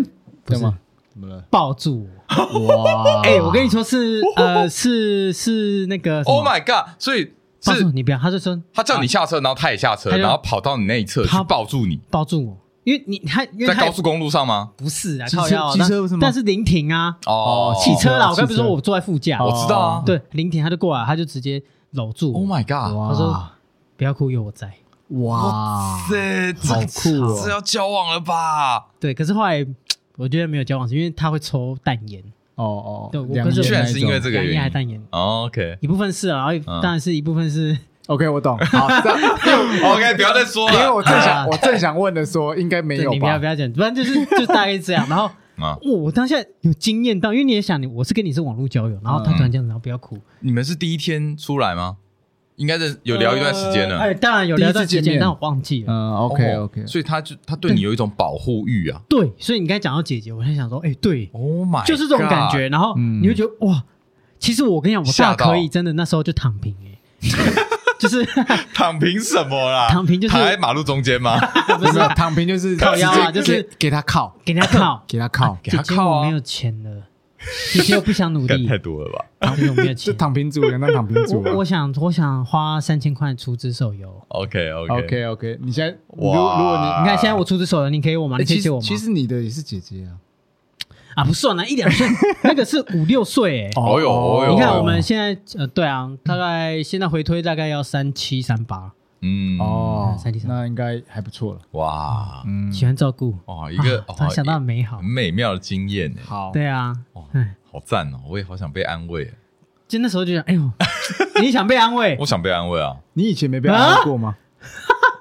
Speaker 3: 啊不是
Speaker 1: 干嘛？怎么了”？
Speaker 3: 抱住
Speaker 2: 啊
Speaker 3: 我，
Speaker 1: 哇！
Speaker 3: 哎、我跟你说是呃是是那个什
Speaker 2: 哦
Speaker 3: 么
Speaker 2: Oh my god！所以
Speaker 3: 抱住
Speaker 2: 是
Speaker 3: 你不要，他就说
Speaker 2: 他叫你下车，然后他也下车，
Speaker 3: 他就
Speaker 2: 然后跑到你那一侧去
Speaker 3: 他
Speaker 2: 抱住你，
Speaker 3: 抱住我，因为你他因为
Speaker 2: 在
Speaker 3: 他
Speaker 2: 高
Speaker 3: 也
Speaker 2: 速公路上吗？
Speaker 3: 不是啊，
Speaker 1: 机车
Speaker 3: 靠腰啊
Speaker 1: 机车不是吗
Speaker 3: 但是临停啊，
Speaker 2: 哦，
Speaker 1: 哦
Speaker 3: 汽车啦，
Speaker 1: 哦
Speaker 3: 我刚不是
Speaker 1: 汽车
Speaker 3: 说我坐在副驾，
Speaker 2: 我知道啊
Speaker 1: 哦
Speaker 3: 对，临停他就过来，他就直接搂住我
Speaker 2: ，Oh my god！
Speaker 1: 哇
Speaker 3: 他说不要哭，有我在。
Speaker 1: 哇，
Speaker 2: 这
Speaker 1: 好酷哦
Speaker 2: 是要交往了吧？
Speaker 3: 对，可是后来我觉得没有交往，是因为他会抽淡烟，
Speaker 1: 哦哦，
Speaker 3: 对我
Speaker 1: 两
Speaker 3: 跟着
Speaker 1: 眼
Speaker 2: 居然是因为
Speaker 1: 那一种
Speaker 2: 这个
Speaker 3: 淡烟
Speaker 2: 原
Speaker 3: 还
Speaker 2: 因。
Speaker 3: 淡烟，
Speaker 2: 哦 OK
Speaker 3: 一部分是啊，然后
Speaker 2: 嗯
Speaker 3: 当然是一部分是
Speaker 1: OK，我懂。 好，这样
Speaker 2: OK，不要再说
Speaker 1: 因为
Speaker 2: 了
Speaker 1: 我正
Speaker 3: 啊
Speaker 1: 想我正想问的说，应该没
Speaker 3: 对
Speaker 1: 有
Speaker 3: 你不要
Speaker 1: 吧
Speaker 3: 不？要讲，反正就是就大概是这样，然后。
Speaker 2: 啊！
Speaker 3: 我我当下有惊艳到，因为你也想，你我是跟你是网络交友，然后
Speaker 2: 嗯
Speaker 3: 他突然这样子，然后不要哭，
Speaker 2: 你们是第一天出来吗？应该是有聊一段时间
Speaker 3: 呃
Speaker 2: 了
Speaker 3: 哎，。当然有聊一段时
Speaker 1: 第一次见
Speaker 3: 间，
Speaker 1: 面
Speaker 3: 但我忘记了。
Speaker 1: 嗯，OK
Speaker 2: 哦
Speaker 1: OK，
Speaker 2: 所以他就他对你有一种保护欲啊。
Speaker 3: 对，所以你刚才讲到姐姐，我在想说，哎，对，
Speaker 2: Oh my，
Speaker 3: 就是这种感觉。。然后
Speaker 1: 嗯
Speaker 3: 你会觉得哇，其实我跟你讲，我大
Speaker 2: 吓到
Speaker 3: 可以真的那时候就躺平哎， 就是
Speaker 2: 躺平什么啦？
Speaker 3: 躺平就是
Speaker 2: 躺在马路中间 吗？
Speaker 1: 不是躺平就是
Speaker 3: 靠腰啊
Speaker 1: 直
Speaker 3: 就
Speaker 1: 接
Speaker 3: 是
Speaker 1: 给给他靠，
Speaker 3: 给人家靠，
Speaker 1: 给他靠，
Speaker 2: 给他
Speaker 3: 姐姐
Speaker 2: 靠啊
Speaker 3: 我没有钱了，姐姐我不想努
Speaker 2: 干
Speaker 3: 力
Speaker 2: 太，多了吧？
Speaker 3: 躺平我没有
Speaker 1: 就
Speaker 3: 钱，
Speaker 1: 躺平族，两当躺平族啊。
Speaker 3: 我我想我想花三千块出资手游，
Speaker 2: OK OK
Speaker 1: OK OK，你现在如如
Speaker 2: 哇
Speaker 1: 果你
Speaker 2: 啊
Speaker 3: 你看现在我出资手游，你可以我吗？
Speaker 1: 哎
Speaker 3: 你可以
Speaker 1: 其
Speaker 3: 借
Speaker 1: 实
Speaker 3: 我吗？
Speaker 1: 其实你的也是姐姐啊。
Speaker 3: 啊，不算了，一两岁，那个是五六岁哎。
Speaker 2: 哦呦哦呦
Speaker 3: 你
Speaker 2: 哦
Speaker 3: 看
Speaker 2: 呦
Speaker 3: 我们现在呃，对啊，大概现在回推大概要三七三八，
Speaker 2: 嗯
Speaker 1: 哦
Speaker 3: 嗯三 D 上
Speaker 1: 那应该还不错了。
Speaker 2: 哇
Speaker 1: 嗯，
Speaker 3: 喜欢照顾。
Speaker 2: 哦一个
Speaker 3: 啊突然想到很美好
Speaker 2: 很，美妙的经验呢。
Speaker 1: 好，
Speaker 3: 对啊
Speaker 2: 哇，
Speaker 3: 哎，
Speaker 2: 好赞哦！我也好想被安慰，
Speaker 3: 就那时候就想，哎呦， 你想被安慰
Speaker 2: 我想被安慰啊，
Speaker 1: 你以前没被安慰过吗？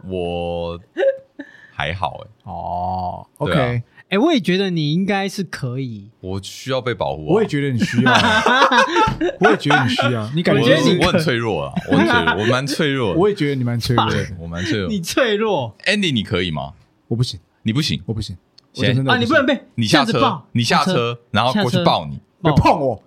Speaker 2: 我还好哎，
Speaker 1: 哦
Speaker 2: 对
Speaker 1: ，OK，
Speaker 3: 哎，我也觉得你应该是可以，
Speaker 2: 我需要被保护啊。
Speaker 1: 我也觉得你需要 啊，我也觉得你需要，你感
Speaker 2: 我
Speaker 3: 我觉得你
Speaker 1: 觉
Speaker 2: 我很脆弱啊，我很脆弱，我蛮脆弱的，
Speaker 1: 我也觉得你蛮脆弱
Speaker 2: 对
Speaker 1: 的，
Speaker 2: 我蛮脆弱。
Speaker 3: 你脆弱
Speaker 2: Andy，你可以吗？
Speaker 1: 我不行，
Speaker 2: 你不行，
Speaker 1: 我不行，我
Speaker 2: 谁
Speaker 1: 讲真的
Speaker 3: 啊，你不
Speaker 1: 行
Speaker 3: 能被
Speaker 2: 你
Speaker 3: 这
Speaker 2: 下
Speaker 3: 样子
Speaker 2: 车
Speaker 3: 抱，
Speaker 2: 你下车，然后
Speaker 3: 下
Speaker 2: 过去
Speaker 3: 车
Speaker 2: 抱 你，
Speaker 1: 别
Speaker 3: 抱
Speaker 1: 碰我，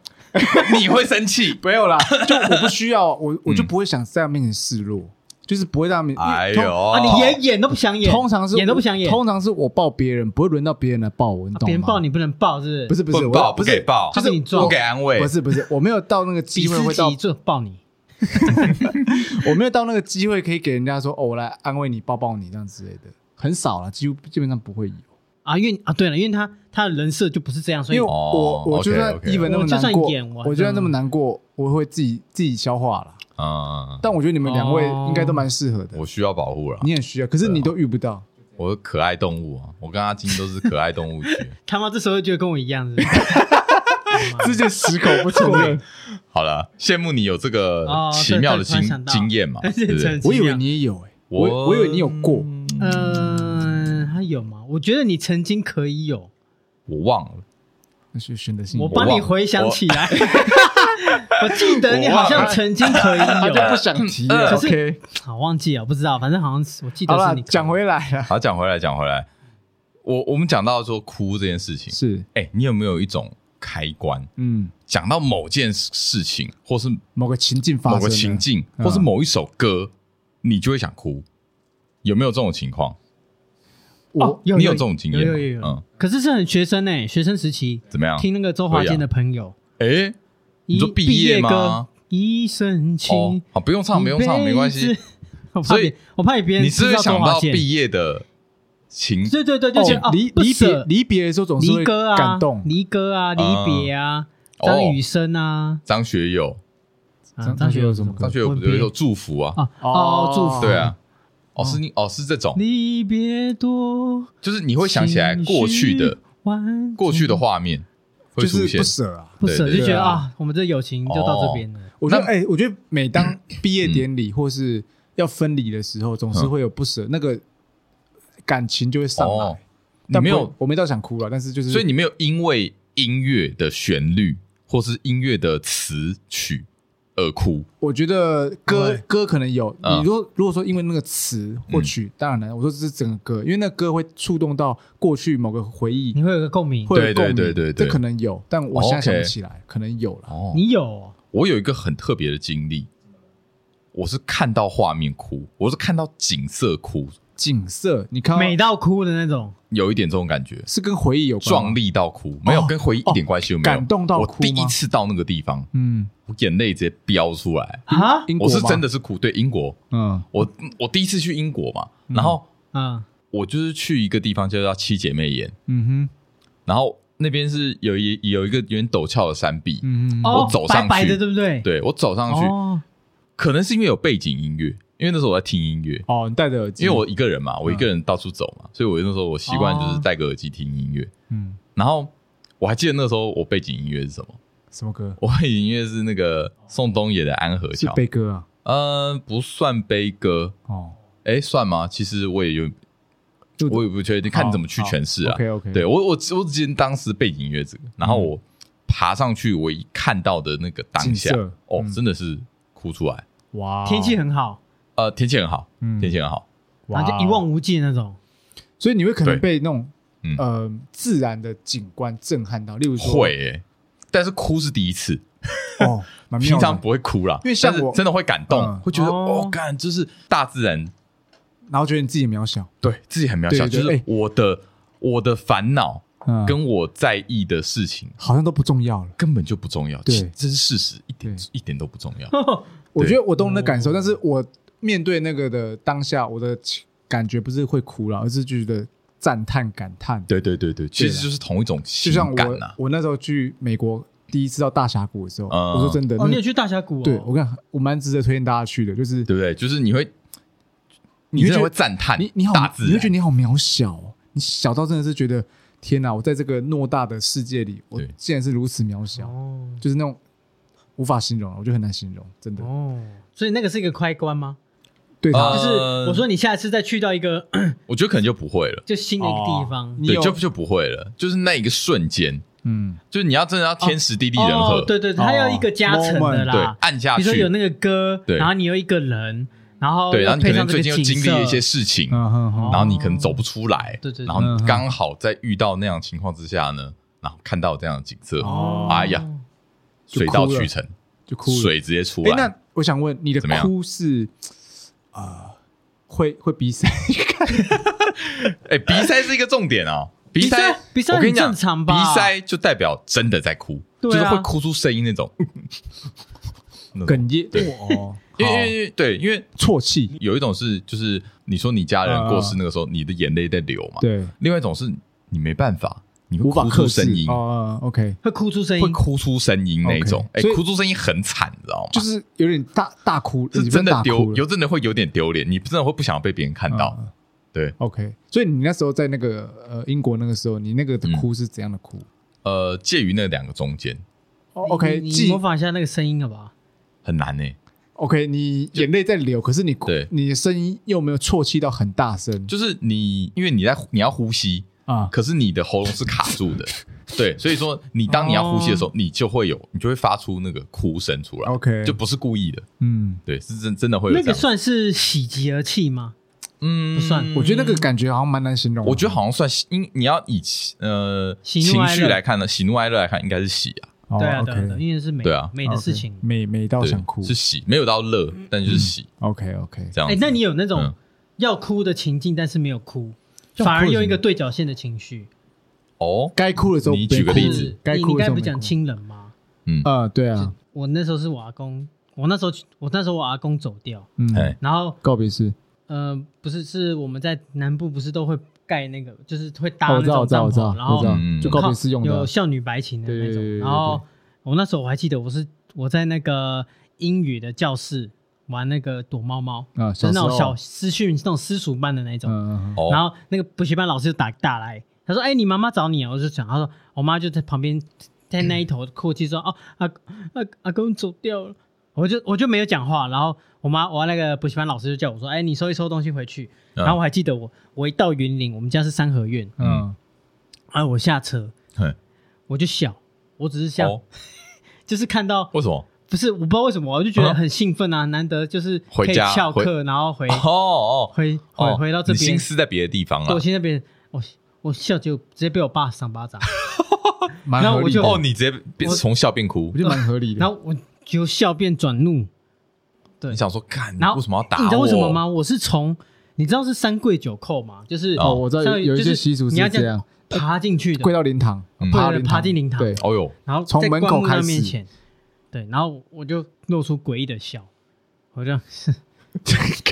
Speaker 2: 你会生气。
Speaker 1: 嗯没有啦，就我不需要，我我就不会想在他面前示弱，就是不会让你。因为
Speaker 2: 哎
Speaker 1: 通
Speaker 2: 呦，
Speaker 3: 啊，你演演都不想演，
Speaker 1: 通常是
Speaker 3: 演都不想演，
Speaker 1: 通常是我抱别人，不会轮到别人来抱我，你
Speaker 3: 啊
Speaker 1: 懂吗？
Speaker 3: 别人抱你不能抱，是
Speaker 1: 不
Speaker 3: 是？
Speaker 1: 是不是
Speaker 2: 不
Speaker 1: 我
Speaker 2: 抱
Speaker 1: 不
Speaker 2: 不给抱
Speaker 1: 就是
Speaker 3: 他被你撞
Speaker 2: 不给安慰，
Speaker 1: 不是不是，我没有到那个
Speaker 3: 比
Speaker 1: 机会
Speaker 3: 斯
Speaker 1: 会到
Speaker 3: 吉，就抱你，
Speaker 1: 我没有到那个机会可以给人家说哦，我来安慰你、抱抱你这样之类的，很少了，几乎基本上不会有。
Speaker 3: 啊，因为啊，对了，因为他他的人设就不是这样，所以
Speaker 1: 因为
Speaker 2: 哦
Speaker 1: 我我就算
Speaker 2: OK，OK
Speaker 1: 一本那么
Speaker 3: 我就
Speaker 1: 难
Speaker 3: 算
Speaker 1: 过
Speaker 3: 演，完
Speaker 1: 我就算那
Speaker 3: 嗯
Speaker 1: 么难过，我会自己自己消化了。
Speaker 2: 嗯，
Speaker 1: 但我觉得你们两位
Speaker 3: 哦
Speaker 1: 应该都蛮适合的
Speaker 2: 我，啊需要保护了，
Speaker 1: 你很需要，可是你都遇不到。
Speaker 2: 我是可爱动物啊，我跟阿金都是可爱动物区。
Speaker 3: 他妈这时候就觉得跟我一样，是不 是
Speaker 1: 之前矢口不承 认，
Speaker 2: 好了，羡慕你有这个
Speaker 3: 哦对
Speaker 2: 奇妙的
Speaker 3: 对突然
Speaker 2: 经
Speaker 3: 想到
Speaker 2: 经验 嘛，对不对
Speaker 3: 真？
Speaker 1: 我以为你也有哎，我我以为你有过，
Speaker 3: 嗯，他有吗？我觉得你曾经可以有，
Speaker 2: 我忘了，
Speaker 1: 那是选择性
Speaker 3: 我
Speaker 1: 我
Speaker 2: 爸
Speaker 3: 帮你回想起来。 我记得你好像曾经可以
Speaker 1: 他
Speaker 3: 有
Speaker 1: 就，不想提了。
Speaker 2: 呃
Speaker 3: 可是
Speaker 1: OK，
Speaker 3: 好忘记了，我不知道，反正好像是我记得
Speaker 1: 好
Speaker 3: 是
Speaker 1: 了
Speaker 3: 你，
Speaker 1: 讲回来了，
Speaker 2: 好，讲回来，讲回来，我我们讲到说哭这件事情，
Speaker 1: 是
Speaker 2: 哎，你有没有一种开关？
Speaker 1: 嗯，
Speaker 2: 讲到某件事情，或是
Speaker 1: 某个情境发生
Speaker 2: 某
Speaker 1: 了，
Speaker 2: 个情境，
Speaker 1: 嗯
Speaker 2: 或是某一首歌，你就会想哭，有没有这种情况？
Speaker 3: 哦
Speaker 1: 我，
Speaker 3: 有
Speaker 2: 你有这种经验吗
Speaker 3: 有有有，
Speaker 2: 嗯
Speaker 3: 有可是是很学生哎，学生时期
Speaker 2: 怎么
Speaker 1: 啊
Speaker 2: 样？
Speaker 3: 听那个周华健的朋友，
Speaker 2: 哎，你
Speaker 3: 一
Speaker 2: 说毕
Speaker 3: 毕
Speaker 2: 业吗
Speaker 3: 歌一生
Speaker 2: 哦
Speaker 3: 情，，
Speaker 2: 好，不用唱，
Speaker 3: 一
Speaker 2: 不用唱，
Speaker 3: 辈
Speaker 2: 没关系
Speaker 3: 子。。 我怕
Speaker 2: 所以
Speaker 3: 别我怕别人
Speaker 2: 你是不
Speaker 3: 知
Speaker 2: 是
Speaker 3: 道周
Speaker 2: 想
Speaker 3: 华
Speaker 2: 到
Speaker 3: 健，
Speaker 2: 毕业的情
Speaker 3: 对对对，就觉得
Speaker 1: 哦
Speaker 3: 哦
Speaker 1: 离
Speaker 3: 不
Speaker 1: 离别
Speaker 3: 舍
Speaker 1: 离别的时候总是会
Speaker 3: 离歌啊，
Speaker 1: 感动，
Speaker 3: 离歌啊，离别啊，
Speaker 2: 嗯哦
Speaker 3: 张雨生啊，
Speaker 2: 张学友？
Speaker 3: 啊
Speaker 1: 张
Speaker 3: 张学友
Speaker 1: 张学友什么歌
Speaker 2: 张学友不是有一首祝福啊？
Speaker 3: 啊哦祝福
Speaker 2: 对啊，哦是你哦是这种，
Speaker 3: 离别多，
Speaker 2: 就是你会想起来过去的
Speaker 3: 完
Speaker 2: 过去的画面会
Speaker 1: 就
Speaker 2: 出
Speaker 1: 是
Speaker 2: 现
Speaker 1: 不，舍啊。
Speaker 3: 不舍，
Speaker 2: 对对哦
Speaker 3: 就觉
Speaker 1: 对
Speaker 3: 得
Speaker 1: 啊
Speaker 3: 啊，我们这友情就到这边了。
Speaker 1: 我觉得，
Speaker 2: 那
Speaker 1: 哎、我觉得每
Speaker 2: 嗯
Speaker 1: 当毕业典礼或是要分离的时候，总
Speaker 2: 嗯
Speaker 1: 是会有不舍，那个感情就会上来。
Speaker 2: 哦你
Speaker 1: 但
Speaker 2: 没
Speaker 1: 不会
Speaker 2: 有，
Speaker 1: 我没到想哭了，但是就是，
Speaker 2: 所以你没有因为音乐的旋律或是音乐的词曲而哭，
Speaker 1: 我觉得歌
Speaker 3: 对
Speaker 1: 歌可能有，
Speaker 2: 嗯
Speaker 1: 你如果如果说因为那个词或曲，当然了，我说这是整个歌，因为那歌会触动到过去某个回忆
Speaker 3: 你，会有个共鸣，
Speaker 1: 会有
Speaker 2: 对
Speaker 1: 共鸣，
Speaker 2: 对对对对
Speaker 1: 这可能有，但我现在
Speaker 2: OK
Speaker 1: 想不起来，可能有了。
Speaker 2: 哦，
Speaker 3: 你有哦
Speaker 2: 我有一个很特别的经历，我是看到画面哭，我是看到景色哭，
Speaker 1: 景色，你看到
Speaker 3: 美到哭的那种，
Speaker 2: 有一点这种感觉，
Speaker 1: 是跟回忆有关吗
Speaker 2: 壮，丽到哭，没有
Speaker 1: 哦
Speaker 2: 跟回忆一点关系都没有，
Speaker 1: 感动到
Speaker 2: 我
Speaker 1: 哭
Speaker 2: 第
Speaker 1: 吗
Speaker 2: 一次到那个地方，
Speaker 1: 嗯，
Speaker 2: 我眼泪直接飙出来，
Speaker 3: 啊
Speaker 1: 英国
Speaker 2: 我是
Speaker 1: 吗
Speaker 2: 真的，是哭，对英国，
Speaker 1: 嗯，
Speaker 2: 我我第一次去英国嘛，然后
Speaker 3: 啊，
Speaker 2: 我就是去一个地方叫做七姐妹岩，
Speaker 1: 嗯哼，
Speaker 2: 然后那边是有一有一个有点陡峭的山壁，
Speaker 1: 嗯哼，
Speaker 3: 哦
Speaker 2: 我走上去
Speaker 3: 白白的，对不对？
Speaker 2: 对我走上去，
Speaker 3: 哦，
Speaker 2: 可能是因为有背景音乐，因为那时候我在听音乐，
Speaker 1: 哦，你戴着耳机，
Speaker 2: 因为我一个人
Speaker 1: 嗯
Speaker 2: 嘛，我一个人到处走嘛，所以我那时候我习惯
Speaker 1: 哦
Speaker 2: 就是戴个耳机听音乐，
Speaker 1: 嗯，
Speaker 2: 然后我还记得那时候我背景音乐是什么，
Speaker 1: 什么歌？
Speaker 2: 我背景音乐是那个宋冬野的《安河
Speaker 1: 是
Speaker 2: 桥》，
Speaker 1: 悲歌啊，
Speaker 2: 嗯，不算悲歌，
Speaker 1: 哦，
Speaker 2: 哎，算吗？其实我也有，
Speaker 1: 就
Speaker 2: 我也不确定，看你怎么去诠释啊。
Speaker 1: OK OK，
Speaker 2: 对我，我只我只记得当时背景音乐这个，然后
Speaker 1: 嗯
Speaker 2: 我爬上去，我一看到的那个当下
Speaker 1: 景色，
Speaker 2: 哦
Speaker 1: 嗯，
Speaker 2: 真的是哭出来。
Speaker 1: 哇哦，
Speaker 3: 天气很好，
Speaker 2: 呃，天气很好，
Speaker 1: 嗯
Speaker 2: 天气很好，
Speaker 3: 然后就一
Speaker 1: 哇哦
Speaker 3: 望无际那种。
Speaker 1: 所以你会可能
Speaker 2: 对
Speaker 1: 被那种
Speaker 2: 嗯
Speaker 1: 呃自然的景观震撼到，例如说
Speaker 2: 会欸，但是哭是第一次，
Speaker 1: 哦，蛮妙
Speaker 2: 平
Speaker 1: 的
Speaker 2: 常不会哭啦，
Speaker 1: 因为像
Speaker 2: 但是
Speaker 1: 我
Speaker 2: 真的会感动
Speaker 1: 嗯，
Speaker 2: 会觉得
Speaker 3: 哦
Speaker 2: 哦，干，就是大自然
Speaker 1: 然后觉得你自己渺小，
Speaker 2: 对自己很渺小，
Speaker 1: 对对
Speaker 2: 就是
Speaker 1: 哎
Speaker 2: 我的我的烦恼
Speaker 1: 嗯，
Speaker 2: 跟我在意的事情
Speaker 1: 好像都不重要了。
Speaker 2: 根本就不重要，
Speaker 1: 对
Speaker 2: 其这是事实，一点
Speaker 1: 对
Speaker 2: 一点都不重要。
Speaker 3: 哦
Speaker 1: 我觉得我懂你的感受，但是我面对那个的当下，我的情感觉不是会哭了，而是觉得赞叹感叹。，
Speaker 2: 对对对对，其实就是同一种
Speaker 1: 就
Speaker 2: 情
Speaker 1: 像
Speaker 2: 感啊
Speaker 1: 我
Speaker 2: 呐。
Speaker 1: 我那时候去美国第一次到大峡谷的时候，
Speaker 2: 嗯
Speaker 1: 我说真的，
Speaker 3: 哦，
Speaker 1: 那
Speaker 3: 你有去大峡谷哦？
Speaker 1: 对我看我蛮值得推荐大家去的，就是
Speaker 2: 对不对？就是你会，你
Speaker 1: 你会
Speaker 2: 真的
Speaker 1: 觉
Speaker 2: 会
Speaker 1: 得
Speaker 2: 赞叹
Speaker 1: 你你好，
Speaker 2: 大自
Speaker 1: 你
Speaker 2: 然，
Speaker 1: 会觉得你好渺小、哦，你小到真的是觉得天哪！我在这个偌大的世界里，我
Speaker 2: 对
Speaker 1: 竟然是如此渺小，
Speaker 3: 哦
Speaker 1: 就是那种无法形容，我就很难形容，真的。
Speaker 3: 哦，所以那个是一个开关吗？
Speaker 1: 对
Speaker 2: 啊
Speaker 1: 他
Speaker 3: 就是
Speaker 2: 呃
Speaker 3: 我说你下次再去到一个
Speaker 2: 我觉得可能就不会了，
Speaker 3: 就新的一个地
Speaker 1: 哦
Speaker 3: 方，
Speaker 1: 你
Speaker 2: 对，
Speaker 1: 有
Speaker 2: 就就不会了，就是那一个瞬间，
Speaker 1: 嗯，
Speaker 2: 就是你要真的要天时地利人和，
Speaker 3: 哦，对对，对它要一个加成的
Speaker 1: 哦
Speaker 2: 对
Speaker 3: 啦，。
Speaker 2: 按下
Speaker 3: 比
Speaker 2: 去，
Speaker 3: 如说有那个歌，
Speaker 2: 对
Speaker 3: 然后你有一个人，然后
Speaker 2: 对，然后你可
Speaker 3: 配
Speaker 2: 能
Speaker 3: 上这
Speaker 2: 最
Speaker 3: 个
Speaker 2: 近又
Speaker 3: 景
Speaker 2: 经历
Speaker 3: 色
Speaker 2: 了一些事情，
Speaker 1: 嗯哼
Speaker 3: 哦
Speaker 1: 哼，
Speaker 2: 然后你可能走不出来，
Speaker 3: 对对对
Speaker 2: 然后
Speaker 1: 嗯
Speaker 2: 你
Speaker 1: 嗯
Speaker 2: 刚好在遇到那样情况之下呢，然后看到这样的景色，
Speaker 1: 哦
Speaker 2: 哎呀，
Speaker 1: 就
Speaker 2: 水
Speaker 1: 哭
Speaker 2: 到
Speaker 1: 了
Speaker 2: 渠成，
Speaker 1: 就哭了。
Speaker 2: 水直接出
Speaker 1: 哎，
Speaker 2: 来，
Speaker 1: 那我想问你的
Speaker 2: 怎么样
Speaker 1: 哭是呃会会比赛，
Speaker 2: 哎，鼻塞是一个重点 哦。鼻
Speaker 3: 鼻塞鼻塞
Speaker 2: 我跟你讲，
Speaker 3: 很正常吧
Speaker 2: 鼻塞就代表真的在哭，
Speaker 3: 对
Speaker 2: 就
Speaker 3: 啊
Speaker 2: 是会哭出声音那 种。那种
Speaker 1: 哽咽，
Speaker 2: 对
Speaker 1: 哦，
Speaker 2: 因为因
Speaker 1: 好
Speaker 2: 为因为对，因为
Speaker 1: 啜泣，
Speaker 2: 有一种是就是你说你家人过世那个时候，你的眼泪在流嘛。。
Speaker 1: 嗯对，
Speaker 2: 另外一种是你没办法，你会
Speaker 1: 无法
Speaker 2: 哭
Speaker 1: 克
Speaker 2: 出
Speaker 1: 制
Speaker 2: 声音，
Speaker 1: 哦，OK，
Speaker 3: 会哭出声音
Speaker 2: 会，哭出声音那一种。
Speaker 1: OK，
Speaker 2: 哎
Speaker 1: 所以，
Speaker 2: 哭出声音很惨，你知道吗？
Speaker 1: 就是有点大大哭，
Speaker 2: 是
Speaker 1: 你
Speaker 2: 真的
Speaker 1: 大
Speaker 2: 丢
Speaker 1: 哭，了
Speaker 2: 有真的会有点丢脸，你真的会不想要被别人看到。
Speaker 1: 嗯
Speaker 2: 对，
Speaker 1: OK，所以你那时候在那个呃英国那个时候，你那个哭是怎样的哭、
Speaker 2: 呃，介于那两个中间
Speaker 1: 哦 o k
Speaker 3: 你你
Speaker 1: 既
Speaker 3: 模仿一下那个声音好不好？
Speaker 2: 很难欸呢、
Speaker 1: OK，你眼泪在流，可是你哭
Speaker 2: 对，
Speaker 1: 你的声音又没有啜泣到很大声，
Speaker 2: 就是你因为你在你要呼吸，
Speaker 1: 啊，
Speaker 2: 可是你的喉咙是卡住的，对，所以说你当你要呼吸的时候，你就会有你就会发出那个哭声出来
Speaker 1: OK
Speaker 2: 就不是故意的，
Speaker 1: 嗯，
Speaker 2: 对，是真真的会有
Speaker 3: 那
Speaker 2: 这
Speaker 3: 个
Speaker 2: 样，
Speaker 3: 算是喜极而泣吗？
Speaker 2: 嗯，
Speaker 3: 不算
Speaker 1: 我觉得那个。感觉好像蛮难形容的。
Speaker 2: 我觉得好像算喜因你要以其呃
Speaker 3: 喜怒
Speaker 2: 情
Speaker 3: 哀乐
Speaker 2: 绪来看呢，喜怒哀乐来看应该是喜啊，
Speaker 1: 哦
Speaker 3: 对啊，对
Speaker 1: OK 哦
Speaker 3: 啊，对啊因为是美
Speaker 2: 对啊
Speaker 3: 美的事情
Speaker 1: OK，。美美到
Speaker 2: 对
Speaker 1: 想哭，嗯
Speaker 2: 是喜，没有到乐，但就是喜
Speaker 1: OK OK，
Speaker 2: 这样
Speaker 3: 哎
Speaker 2: 子。，
Speaker 3: 那你有那
Speaker 2: 嗯
Speaker 3: 种要哭的情境，但是没有哭，
Speaker 1: 要哭
Speaker 3: 反而
Speaker 1: 是
Speaker 3: 有一
Speaker 1: 什么
Speaker 3: 个对角线的情绪，
Speaker 2: 哦，
Speaker 1: 该哭的时候
Speaker 2: 你
Speaker 1: 没
Speaker 2: 举个
Speaker 1: 哭
Speaker 2: 例
Speaker 3: 就
Speaker 2: 子
Speaker 3: 是
Speaker 1: 该
Speaker 3: 你
Speaker 1: 哭
Speaker 3: 你
Speaker 1: 的
Speaker 3: 该
Speaker 1: 时候
Speaker 3: 不
Speaker 1: 没
Speaker 3: 是讲
Speaker 1: 哭
Speaker 3: 亲人吗？
Speaker 2: 嗯，
Speaker 1: 啊，对啊，
Speaker 3: 我那时候是我阿公，我那时候去我那时候我阿公走掉，
Speaker 1: 嗯
Speaker 2: 哎，
Speaker 3: 然后
Speaker 1: 告别式
Speaker 3: 呃，不是是我们在南部不是都会盖那个，就是会搭
Speaker 1: 哦我
Speaker 3: 啊那
Speaker 1: 知
Speaker 3: 种
Speaker 1: 道，我知道，
Speaker 3: 帐
Speaker 1: 我知道，
Speaker 3: 篷，然
Speaker 1: 我
Speaker 3: 后
Speaker 1: 知道，
Speaker 2: 嗯
Speaker 1: 就告
Speaker 3: 靠
Speaker 1: 别式用的
Speaker 3: 有，少女白琴的那
Speaker 1: 对对对对
Speaker 3: 种。
Speaker 1: 对
Speaker 3: 然后我那时候我还记得，我是我在那个英语的教室玩那个躲猫猫，
Speaker 1: 啊，
Speaker 3: 就是那
Speaker 1: 时
Speaker 3: 种
Speaker 1: 候
Speaker 3: 小私训那种私塾班的那种。
Speaker 1: 嗯，嗯嗯
Speaker 2: 哦
Speaker 3: 然后那个补习班老师就打打来，他说：“哎、你妈妈找你啊！”我就想，他说我妈就在旁边在那一头哭泣
Speaker 2: 嗯
Speaker 3: 说：“哦，阿阿阿公走掉了。”我就我就没有讲话，然后我妈我那个补习班老师就叫我说：“哎，你收一收东西回去。”
Speaker 2: 嗯
Speaker 3: 然后我还记得我我一到云林，我们家是三合院，
Speaker 1: 嗯，
Speaker 3: 然后我下车
Speaker 2: 嘿
Speaker 3: 我就笑，我只是笑，
Speaker 2: 哦，
Speaker 3: 就是看到
Speaker 2: 为什么？
Speaker 3: 不是我不知道为什么，我就觉得
Speaker 2: 嗯
Speaker 3: 很兴奋啊，难得就是
Speaker 2: 回
Speaker 3: 可以
Speaker 2: 家
Speaker 3: 翘
Speaker 2: 回
Speaker 3: 课，然后回
Speaker 2: 哦哦
Speaker 3: 回回
Speaker 2: 哦，
Speaker 3: 回到这
Speaker 2: 你
Speaker 3: 边
Speaker 2: 心，思在别的地方啊
Speaker 3: 对我
Speaker 2: 了。
Speaker 3: 去那边，我我笑就直接被我爸赏巴 掌，
Speaker 1: 蛮
Speaker 3: 然后
Speaker 1: 合
Speaker 3: 我
Speaker 1: 理
Speaker 3: 就
Speaker 1: 的，
Speaker 2: 哦，
Speaker 1: 我
Speaker 2: 你直接变
Speaker 3: 我
Speaker 2: 从笑变哭，
Speaker 1: 觉得蛮合理的。
Speaker 3: 然后我就笑变转怒。对
Speaker 2: 你，想说干，
Speaker 3: 然后
Speaker 2: 为什么要打我？
Speaker 3: 你知道为什么吗？我是从你知道是三跪九叩嘛，就是
Speaker 1: 哦，我知道有
Speaker 3: 像
Speaker 1: 有一
Speaker 3: 就
Speaker 1: 些习俗
Speaker 3: 你
Speaker 1: 是
Speaker 3: 要
Speaker 1: 这样，
Speaker 3: 爬进去的
Speaker 1: 跪，到灵堂，
Speaker 2: 嗯
Speaker 1: 爬
Speaker 3: 对
Speaker 1: 灵
Speaker 3: 爬进灵堂
Speaker 1: 对，
Speaker 2: 哦哟，
Speaker 3: 然后
Speaker 1: 从
Speaker 3: 在
Speaker 1: 门口
Speaker 3: 棺木那
Speaker 1: 开始
Speaker 3: 面前，对，然后我就露出诡异的笑，我就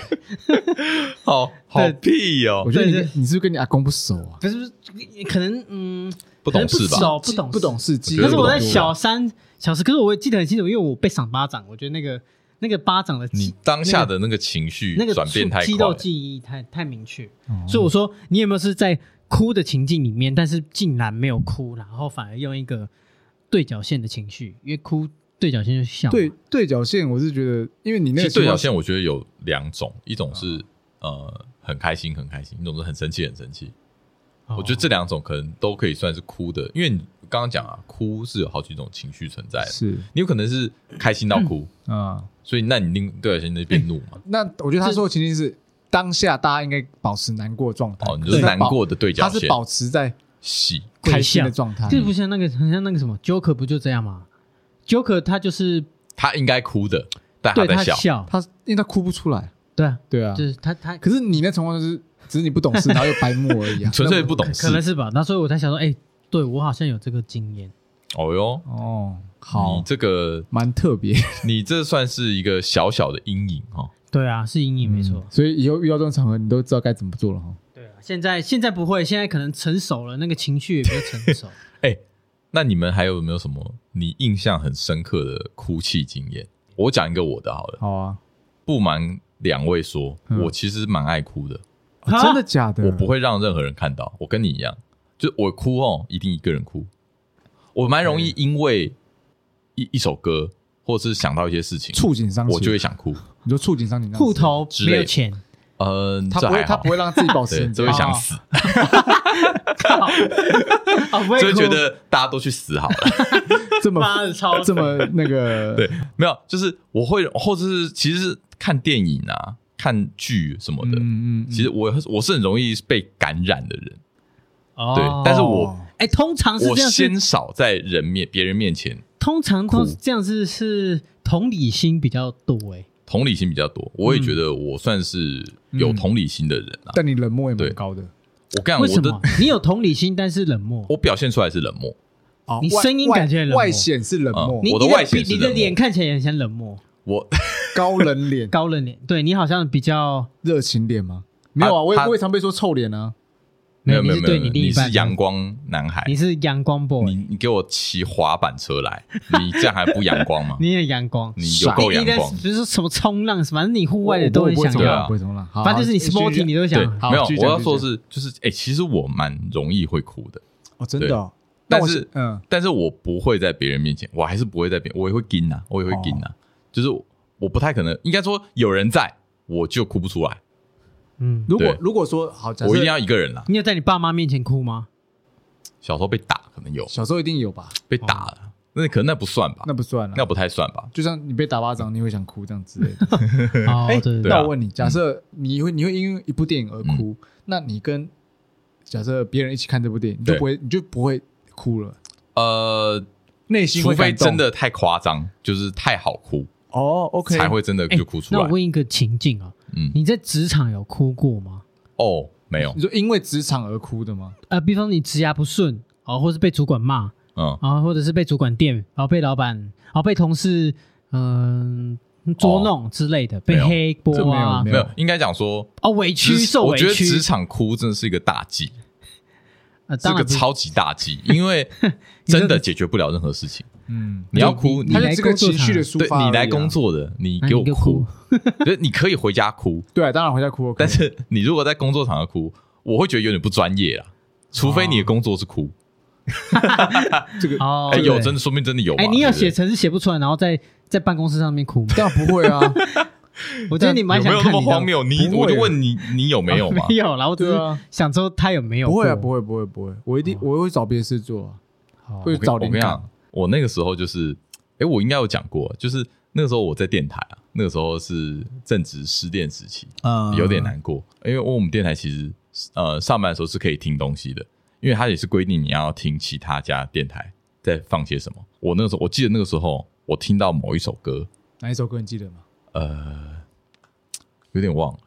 Speaker 2: 好好
Speaker 3: 对
Speaker 2: 屁哦
Speaker 1: 我，觉得你
Speaker 3: 对
Speaker 1: 跟
Speaker 3: 对
Speaker 1: 你是不是跟你阿公不熟啊？
Speaker 3: 不是不是可能嗯
Speaker 2: 不懂事吧
Speaker 3: 可能不哦熟不懂事
Speaker 1: 不懂事迹，
Speaker 2: 觉
Speaker 3: 可
Speaker 2: 得
Speaker 3: 是
Speaker 2: 不
Speaker 3: 我在
Speaker 2: 懂事
Speaker 3: 小三小时，可是我记得很清楚，因为我被赏巴掌，我觉得那个那个巴掌的
Speaker 2: 你当下的那个情绪
Speaker 3: 那个
Speaker 2: 转变太
Speaker 3: 肌
Speaker 2: 快
Speaker 3: 肉
Speaker 2: 了，
Speaker 3: 记忆太太明确，
Speaker 1: 哦
Speaker 3: 所以我说你有没有是在哭的情境里面，但是竟然没有哭，然后反而用一个对角线的情绪，因为哭对角线就是笑嘛，
Speaker 1: 对对角线，我是觉得，因为你那
Speaker 2: 其实
Speaker 1: 个
Speaker 2: 对
Speaker 1: 情
Speaker 2: 角
Speaker 1: 况
Speaker 2: 线我觉得有两种，一种是呃很开心很开心，一种是很生气很生气。
Speaker 3: 嗯哦，
Speaker 2: 我觉得这两种可能都可以算是哭的，因为你刚刚讲啊，哭是有好几种情绪存在的，
Speaker 1: 是
Speaker 2: 你有可能是开心到
Speaker 3: 嗯
Speaker 2: 哭，
Speaker 1: 啊、
Speaker 2: 所以那你另对角线那边怒嘛，
Speaker 1: 那我觉得他说的情境是当下大家应该保持难过的状态，
Speaker 2: 哦，你就是
Speaker 1: 可
Speaker 2: 难
Speaker 1: 他保
Speaker 2: 过，的对角
Speaker 1: 他
Speaker 2: 线
Speaker 1: 是，保持在
Speaker 2: 喜
Speaker 1: 开心的状态，
Speaker 3: 这不像那个很像那个什么 Joker 不就这样吗？Joker 他就是
Speaker 2: 他应该哭的，但他
Speaker 3: 对
Speaker 2: 在
Speaker 3: 他
Speaker 2: 笑，
Speaker 3: 笑，
Speaker 1: 他因为他哭不出来，
Speaker 3: 对啊，
Speaker 1: 对啊。
Speaker 3: 就是他他
Speaker 1: 可是你那情况就是，只是你不懂 事，然后又白目而已啊，
Speaker 2: 纯粹
Speaker 1: 那
Speaker 2: 不懂事
Speaker 3: 可。能是吧，那所以我才想说，哎，对我好像有这个经验，
Speaker 2: 哦哟，
Speaker 1: 哦，
Speaker 2: 你
Speaker 1: 好，
Speaker 2: 这个
Speaker 1: 蛮特别，
Speaker 2: 你这算是一个小小的阴影哦。
Speaker 3: 对啊，是阴影没错
Speaker 1: 嗯。 所以以后遇到这种场合，你都知道该怎么做了哈。
Speaker 3: 对啊，现在现在不会，现在可能成熟了，那个情绪也比较成 熟。
Speaker 2: 哎，那你们还有没有什么你印象很深刻的哭泣经验？我讲一个我的好了，
Speaker 1: 好啊，
Speaker 2: 不瞒两位说，
Speaker 1: 嗯
Speaker 2: 我其实蛮爱哭的，
Speaker 1: 哦
Speaker 3: 啊
Speaker 1: 真的假的？
Speaker 2: 我不会让任何人看到。我跟你一样，就我哭哦，一定一个人哭。我蛮容易因为一一首歌，或者是想到一些事情，
Speaker 1: 触景伤情，
Speaker 2: 我就会想哭。
Speaker 1: 你说触景伤情，
Speaker 3: 户头
Speaker 2: 之类
Speaker 3: 没
Speaker 2: 的
Speaker 3: 有钱，
Speaker 2: 嗯，
Speaker 1: 他
Speaker 2: 这
Speaker 1: 不会，
Speaker 2: 还
Speaker 1: 他
Speaker 2: 好
Speaker 1: 不，会让自己保持啊
Speaker 2: 对，
Speaker 1: 冷
Speaker 2: 这
Speaker 1: 静，
Speaker 2: 会想死，
Speaker 3: 靠，哦不会
Speaker 2: 就会
Speaker 3: 哭
Speaker 2: 觉得大家都去死好了。
Speaker 1: 这么
Speaker 3: 妈的超
Speaker 1: 这么那个
Speaker 2: 对，没有，就是我会，或者是其实是看电影啊、看剧什么的，
Speaker 1: 嗯嗯，
Speaker 2: 其实我我是很容易被感染的人，
Speaker 3: 哦
Speaker 2: 对。但是
Speaker 1: 哦
Speaker 2: 我
Speaker 3: 哎，通常是
Speaker 2: 我
Speaker 3: 这样是
Speaker 2: 先少在人面别人面前，
Speaker 3: 通常
Speaker 2: 哭
Speaker 3: 都是这样是是同理心比较多哎，
Speaker 2: 同理心比较多，我也
Speaker 3: 嗯
Speaker 2: 觉得我算是有同理心的人啊。
Speaker 1: 但你冷漠也蛮
Speaker 2: 对
Speaker 1: 高的。
Speaker 2: 我跟你讲，我
Speaker 3: 为什么
Speaker 2: 的？
Speaker 3: 你有同理心，但是冷漠。
Speaker 2: 我表现出来是冷漠，
Speaker 1: 哦
Speaker 3: 你
Speaker 1: 外
Speaker 3: 声音
Speaker 1: 外
Speaker 3: 感觉冷漠
Speaker 1: 外显是冷漠，
Speaker 3: 你
Speaker 2: 我的
Speaker 3: 你
Speaker 2: 外显是
Speaker 3: 你
Speaker 2: 冷
Speaker 3: 的
Speaker 2: 漠
Speaker 3: 脸看起来也很像冷漠，
Speaker 2: 我
Speaker 1: 高 冷脸、
Speaker 3: 高冷脸。对你好像比较
Speaker 1: 热情脸吗？没有啊，我也
Speaker 2: 他
Speaker 1: 我也常被说臭脸啊。
Speaker 2: 没有
Speaker 3: 你
Speaker 2: 没
Speaker 3: 是
Speaker 2: 有没
Speaker 3: 对
Speaker 2: 有，
Speaker 3: 你另
Speaker 2: 你
Speaker 3: 一半
Speaker 2: 是阳，光男孩
Speaker 3: 你，是阳光 boy，
Speaker 2: 你你给我骑滑板车来，你这样还不阳光吗？
Speaker 3: 你也阳光，
Speaker 2: 你有够阳光
Speaker 3: 你你的比如说什么冲浪，反正你户外
Speaker 1: 我
Speaker 3: 的都很想
Speaker 1: 我不会冲
Speaker 2: 对啊
Speaker 1: 浪
Speaker 3: 要，
Speaker 1: 我不会冲浪。好
Speaker 3: 反正就是你 sporty 你都会想
Speaker 2: 对，
Speaker 1: 好
Speaker 2: 没有
Speaker 1: 继续，
Speaker 2: 我
Speaker 1: 讲
Speaker 2: 要
Speaker 1: 继续
Speaker 2: 说的是，就是哎、其实我蛮容易会哭的，
Speaker 1: 哦，真的哦。
Speaker 2: 但
Speaker 1: 那我
Speaker 2: 是
Speaker 1: 嗯，
Speaker 2: 但是我不会在别人面前，我还是不会在别人，我也会惊呐、我也会惊呐、
Speaker 1: 哦
Speaker 2: 就是我不太可能，应该说有人在我就哭不出来，
Speaker 3: 嗯，
Speaker 1: 如果
Speaker 2: 对
Speaker 1: 如果说好，假设
Speaker 2: 我一定要一个人啦。
Speaker 3: 你有在你爸妈面前哭 吗？
Speaker 2: 小时候被打可能有
Speaker 1: 小时候一定有吧？
Speaker 2: 被打了，那可能那不算吧，
Speaker 1: 哦那不算了
Speaker 2: 那。不太算吧。
Speaker 1: 就像你被打巴掌，你会想哭这样之类 的。
Speaker 3: 哦，
Speaker 1: 哎
Speaker 3: 对对，对
Speaker 2: 对啊嗯
Speaker 1: 那我问你，假设你会你会因为一部电影而哭，那你跟假设别人一起看这部电影，你就
Speaker 2: 对
Speaker 1: 不会你就不会哭了，
Speaker 2: 呃，
Speaker 1: 内心
Speaker 2: 除
Speaker 1: 会
Speaker 2: 非
Speaker 1: 感动
Speaker 2: 真的太夸张，就是太好哭，
Speaker 1: 哦，OK，
Speaker 2: 才会真的
Speaker 3: 哎
Speaker 2: 就哭出
Speaker 3: 那
Speaker 2: 来
Speaker 3: 我。问一个情境啊，
Speaker 2: 嗯，
Speaker 3: 你在职场有哭过吗？
Speaker 2: 哦，没有
Speaker 1: 你，说因为职场而哭的吗？
Speaker 3: 呃，比方你职涯不顺哦，或是被主管骂
Speaker 2: 嗯，
Speaker 3: 啊，或者是被主管电，然后被老板，然后被同事嗯、捉弄之类的，被
Speaker 2: 哦没有
Speaker 3: 黑
Speaker 1: 这
Speaker 3: 锅
Speaker 1: 没有
Speaker 3: 啊
Speaker 1: 没
Speaker 2: 没有，应该讲说
Speaker 3: 哦，委屈
Speaker 2: 职
Speaker 3: 受
Speaker 2: 我
Speaker 3: 委
Speaker 2: 觉得职
Speaker 3: 屈，
Speaker 2: 场哭真的是一个大忌，
Speaker 3: 呃，
Speaker 2: 是
Speaker 3: 当
Speaker 2: 个
Speaker 3: 然不是
Speaker 2: 超级大忌， 因为真的解决不了任何事情。
Speaker 1: 嗯，
Speaker 2: 你要哭，
Speaker 3: 你
Speaker 2: 你
Speaker 1: 他
Speaker 3: 来
Speaker 1: 就这个情绪的抒
Speaker 2: 对
Speaker 1: 发而已啊，
Speaker 2: 你来工作的，你
Speaker 3: 啊
Speaker 2: 给我
Speaker 3: 你给我
Speaker 2: 哭， 就是你可以回家哭，
Speaker 1: 对，啊当然回家哭，
Speaker 2: 但是你如果在工作场合哭，我会觉得有点不专业啦。除非你的工作是哭，
Speaker 1: 这个
Speaker 3: 哦，
Speaker 2: 哎，
Speaker 3: 对
Speaker 2: 有真的，说不定真的有嘛。
Speaker 3: 哎，你有
Speaker 2: 对不对
Speaker 3: 写程式写不出来，然后在在办公室上面哭吗，
Speaker 1: 当然 不会啊，
Speaker 3: 我觉得你蛮
Speaker 2: 有没
Speaker 3: 想
Speaker 2: 有那
Speaker 3: 看
Speaker 2: 么
Speaker 3: 你的
Speaker 2: 荒 谬？你
Speaker 3: 啊
Speaker 1: 不会
Speaker 2: 我就问你，你有没有嘛
Speaker 3: 哦？没有啦，我只
Speaker 1: 对
Speaker 3: 是
Speaker 1: 啊
Speaker 3: 想说他有没有
Speaker 1: 不会啊，
Speaker 2: 哦
Speaker 3: 过
Speaker 1: 不会，不会，不会，我一定我会找别的事做啊，
Speaker 3: 哦
Speaker 1: 会
Speaker 2: 我跟
Speaker 1: 找
Speaker 2: 我跟
Speaker 1: 灵
Speaker 2: 你
Speaker 1: 感
Speaker 2: 讲，，我那个时候就是，哎，我应该有讲过，就是那个时候我在电台啊，那个时候是正值失恋时期，
Speaker 1: 嗯
Speaker 2: 有点，难过，因为我们电台其实呃上班的时候是可以听东西的，因为它也是规定你要听其他家电台在放些什么。我那个时候我记得那个时候我听到某一首歌，
Speaker 1: 哪一首歌你记得吗？
Speaker 2: 呃，有点忘了，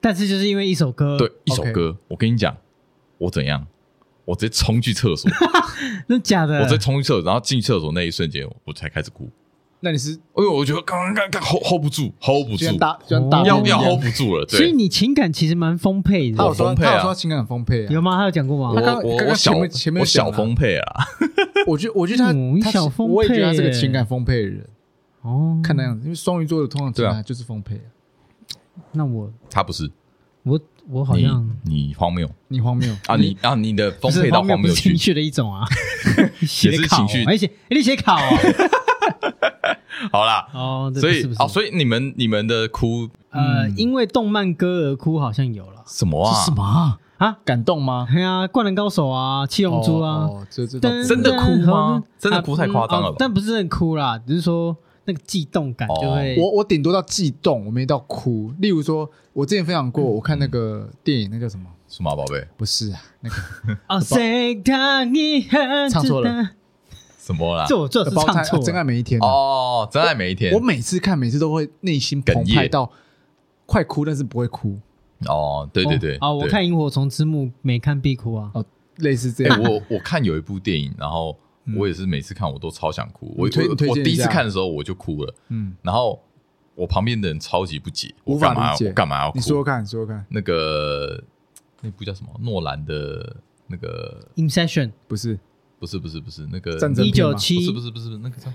Speaker 3: 但是就是因为一首歌，
Speaker 2: 对，一首
Speaker 1: 呃 OK
Speaker 2: 歌。我跟你讲，我怎样，我直接冲去厕 所，
Speaker 3: 真的假的？
Speaker 2: 我直接冲去厕所，然后进厕所那一瞬间我才开始哭，
Speaker 1: 那你是
Speaker 2: 因为哎我觉得刚刚刚刚 hold hold 不住，hold 不
Speaker 1: 就
Speaker 2: 住
Speaker 1: 像，打就像打
Speaker 2: 要
Speaker 1: 工一
Speaker 2: 要
Speaker 1: 样
Speaker 2: hold 不住了，
Speaker 3: 所以
Speaker 2: 对。
Speaker 3: 你情感其实蛮丰沛
Speaker 1: 他
Speaker 3: 的
Speaker 1: 有，说
Speaker 2: 我丰沛啊
Speaker 1: 他有说情感很丰沛
Speaker 3: 有
Speaker 1: 啊，
Speaker 3: 吗？他有讲过
Speaker 2: 我
Speaker 3: 吗？
Speaker 1: 刚
Speaker 2: 我
Speaker 1: 刚
Speaker 2: 我
Speaker 1: 刚
Speaker 2: 小
Speaker 1: 前面前面
Speaker 2: 我
Speaker 1: 有讲
Speaker 2: 小
Speaker 1: 啊
Speaker 2: 丰沛啊，
Speaker 1: 我觉得我觉得
Speaker 3: 嗯
Speaker 1: 他他
Speaker 3: 小
Speaker 1: 是
Speaker 3: 丰沛
Speaker 1: 我也觉得他是个
Speaker 3: 耶
Speaker 1: 情感丰沛的人，
Speaker 3: 哦，
Speaker 1: 看那样子，因为双鱼座的通常情
Speaker 2: 对啊
Speaker 1: 感就是丰沛啊，
Speaker 3: 那我
Speaker 2: 他不是，
Speaker 3: 我我好
Speaker 2: 你
Speaker 3: 像
Speaker 2: 你荒谬
Speaker 1: 你 荒谬
Speaker 2: 啊！你啊你的
Speaker 3: 不
Speaker 2: 丰
Speaker 3: 是
Speaker 2: 沛到
Speaker 3: 荒谬
Speaker 2: 荒
Speaker 3: 不
Speaker 2: 谬
Speaker 3: 是情
Speaker 2: 去，
Speaker 3: 绪的一种啊，写
Speaker 2: 也是
Speaker 3: 考
Speaker 2: 情绪
Speaker 3: 而且你写 考啊
Speaker 2: 好 啦，
Speaker 1: 啊
Speaker 3: 哦，对
Speaker 2: 所以
Speaker 3: 不是不
Speaker 2: 哦，
Speaker 3: 是
Speaker 2: 所嗯以你们你们的哭
Speaker 3: 呃，因为动漫歌而哭好像有了，
Speaker 2: 什么啊？
Speaker 1: 什么啊
Speaker 3: 啊？
Speaker 1: 感动吗？
Speaker 3: 对啊，灌篮高手啊，七龙珠啊，
Speaker 1: 哦，哦这这
Speaker 3: 噔
Speaker 2: 真的哭吗
Speaker 3: 噔
Speaker 2: 真的哭太夸张了吧哦
Speaker 3: 啊嗯哦但不是真的哭啦，只是说那个悸动感就会
Speaker 1: 我我顶多到悸动，我没到哭。例如说，我之前分享过，我看那个电影，那叫什么？
Speaker 2: 数码宝贝
Speaker 1: 不是啊，那个
Speaker 3: 哦，谁他遗憾
Speaker 1: 唱错了
Speaker 3: 知道，
Speaker 2: 什么啦
Speaker 3: 这？我这是
Speaker 1: 包菜
Speaker 3: 唱
Speaker 1: 啊
Speaker 3: 错
Speaker 1: 真
Speaker 3: 了，
Speaker 1: 爱每一天》啊。
Speaker 2: 哦，真爱每一天
Speaker 1: 我每次看，每次都会内心澎
Speaker 2: 哽
Speaker 1: 湃
Speaker 2: 咽
Speaker 1: 到快哭，但是不会哭。
Speaker 2: 哦，对对对
Speaker 3: 哦，哦我
Speaker 2: 对
Speaker 3: 看《萤火虫之墓》没看必哭啊，
Speaker 1: 哦，类似这
Speaker 2: 哎
Speaker 1: 样。
Speaker 2: 我我看有一部电影，然后我也是每次看我都超想哭，我
Speaker 1: 嗯你推你推
Speaker 2: 我我
Speaker 1: 荐
Speaker 2: 第
Speaker 1: 一下
Speaker 2: 一次看的时候我就哭了，
Speaker 1: 嗯，
Speaker 2: 然后我旁边的人超级不解，
Speaker 1: 无
Speaker 2: 我
Speaker 1: 法
Speaker 2: 干嘛
Speaker 1: 理解
Speaker 2: 我干嘛要
Speaker 1: 你说说
Speaker 2: 哭？
Speaker 1: 看，你说说看，
Speaker 2: 那个那部叫什么？诺兰的那个
Speaker 3: 《Inception
Speaker 1: 不是
Speaker 2: 不是不是不是那个
Speaker 1: 战》争
Speaker 3: 一
Speaker 1: 真片
Speaker 3: 九
Speaker 1: 吗
Speaker 2: 不是
Speaker 3: 七
Speaker 2: 不是不是那个叫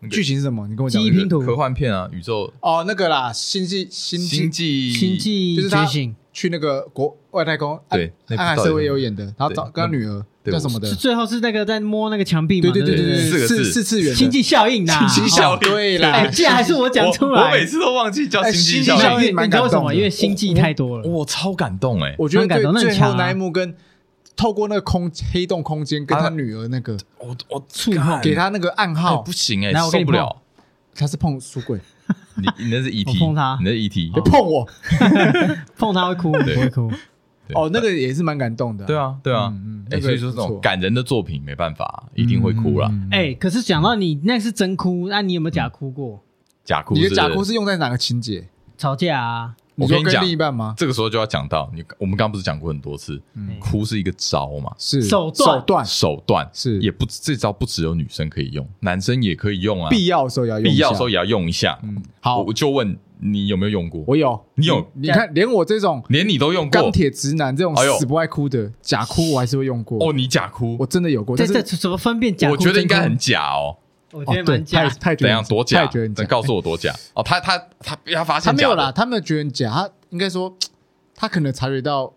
Speaker 2: 那个
Speaker 1: 剧情是什么？你跟我讲
Speaker 3: 记忆
Speaker 1: 一遍。
Speaker 3: 拼图
Speaker 2: 科幻片啊，宇宙
Speaker 1: 哦，那个啦，星际星
Speaker 2: 星
Speaker 1: 际
Speaker 2: 际
Speaker 3: 星际
Speaker 1: 就是
Speaker 3: 觉
Speaker 1: 他
Speaker 3: 醒，
Speaker 1: 去那个国外太空，啊安
Speaker 2: 对那部
Speaker 1: 安海
Speaker 2: 到底
Speaker 1: 瑟薇
Speaker 2: 是
Speaker 1: 有演的，然后
Speaker 2: 对
Speaker 1: 找跟他
Speaker 2: 那
Speaker 1: 女儿
Speaker 2: 对
Speaker 1: 叫
Speaker 2: 我
Speaker 1: 什么的
Speaker 3: 是？最后是那个在摸那个墙壁嘛，
Speaker 1: 对
Speaker 3: 对
Speaker 1: 对对
Speaker 3: 不
Speaker 1: 对，
Speaker 2: 四
Speaker 1: 对
Speaker 2: 个
Speaker 1: 四
Speaker 2: 字
Speaker 1: 四次元的
Speaker 3: 星际效应呐，
Speaker 1: 星际
Speaker 2: 效应
Speaker 1: 效应，对啦
Speaker 3: 哎，，竟然还是我讲出
Speaker 2: 我我每
Speaker 3: 来。
Speaker 2: 次都忘记叫
Speaker 1: 哎
Speaker 2: 星际
Speaker 1: 星际
Speaker 2: 效
Speaker 1: 效
Speaker 2: 应，
Speaker 1: 应
Speaker 3: 你
Speaker 1: 蛮
Speaker 3: 知道为
Speaker 1: 感
Speaker 3: 什
Speaker 1: 动
Speaker 3: 么？
Speaker 1: 的
Speaker 3: 因为星际太多了。
Speaker 2: 我超感动哎！
Speaker 1: 我觉得
Speaker 3: 蛮感
Speaker 1: 最
Speaker 3: 动那很
Speaker 1: 最
Speaker 3: 强
Speaker 1: 后
Speaker 3: 啊
Speaker 1: 那一幕跟透过那个空黑洞空间跟他
Speaker 2: 啊
Speaker 1: 女儿那个
Speaker 2: 我我
Speaker 3: 触碰
Speaker 2: 干
Speaker 1: 给他那个暗
Speaker 2: 哎
Speaker 1: 号
Speaker 2: 不，哦行哎
Speaker 3: 来，我
Speaker 2: 受
Speaker 3: 给你
Speaker 2: 不了！
Speaker 1: 他是碰书柜，
Speaker 2: 你你那是 ET，
Speaker 3: 我碰他
Speaker 2: 你那是 E ET，
Speaker 1: 别碰我
Speaker 3: 碰他会哭，你不会哭。
Speaker 2: 对
Speaker 1: 哦，那个也是蛮感动的啊。
Speaker 2: 对啊对啊
Speaker 1: 嗯嗯，那
Speaker 2: 哎，
Speaker 1: 个
Speaker 2: 所以说
Speaker 1: 不
Speaker 2: 这
Speaker 1: 错
Speaker 2: 种感人的作品没办法，一定会哭啦。
Speaker 1: 嗯，
Speaker 3: 哎，可是讲到你那是真哭，那你有没有假哭过？
Speaker 2: 假哭
Speaker 1: 你
Speaker 2: 是
Speaker 1: 的假
Speaker 2: 不
Speaker 1: 哭是用在哪个情节？
Speaker 3: 吵架啊，
Speaker 1: 你
Speaker 2: 我跟
Speaker 1: 说
Speaker 2: 你
Speaker 1: 跟
Speaker 2: 讲
Speaker 1: 另一半吗？
Speaker 2: 这个时候就要讲到你，我们刚刚不是讲过很多次，
Speaker 1: 嗯
Speaker 2: 哭是一个招嘛，
Speaker 1: 是
Speaker 3: 手段
Speaker 1: 手段
Speaker 2: 手段
Speaker 1: 是
Speaker 2: 也不这招不只有女生可以用，男生也可以用啊，
Speaker 1: 必要的时候也要用一下，
Speaker 2: 必要的时候也要用一下。
Speaker 1: 嗯，好
Speaker 2: 我，我就问你有没有用过？
Speaker 1: 我有，
Speaker 2: 你有
Speaker 1: 你看，连我这种
Speaker 2: 连你都用过
Speaker 1: 钢铁直男这种
Speaker 2: 哎呦
Speaker 1: 死不爱哭的假哭，我还是会用过。
Speaker 2: 哦，你假哭
Speaker 1: 我，真的有过，
Speaker 3: 这
Speaker 1: 但是
Speaker 3: 这怎么分辨假哭？
Speaker 2: 我觉得应该
Speaker 3: 真
Speaker 2: 很
Speaker 3: 哭，
Speaker 2: 假哦。
Speaker 3: 我觉
Speaker 1: 哦，
Speaker 3: 得蛮
Speaker 1: 对，
Speaker 3: 假
Speaker 1: 太。太觉
Speaker 2: 怎
Speaker 1: 得
Speaker 2: 样
Speaker 1: 很
Speaker 2: 多
Speaker 1: 太
Speaker 2: 假？
Speaker 1: 觉得很假
Speaker 2: 能告诉我多假？哦，他他他被他发
Speaker 1: 他
Speaker 2: 现
Speaker 1: 没
Speaker 2: 假
Speaker 1: 有
Speaker 2: 的
Speaker 1: 啦，，他没有觉得很假，他应该说，他可能察觉到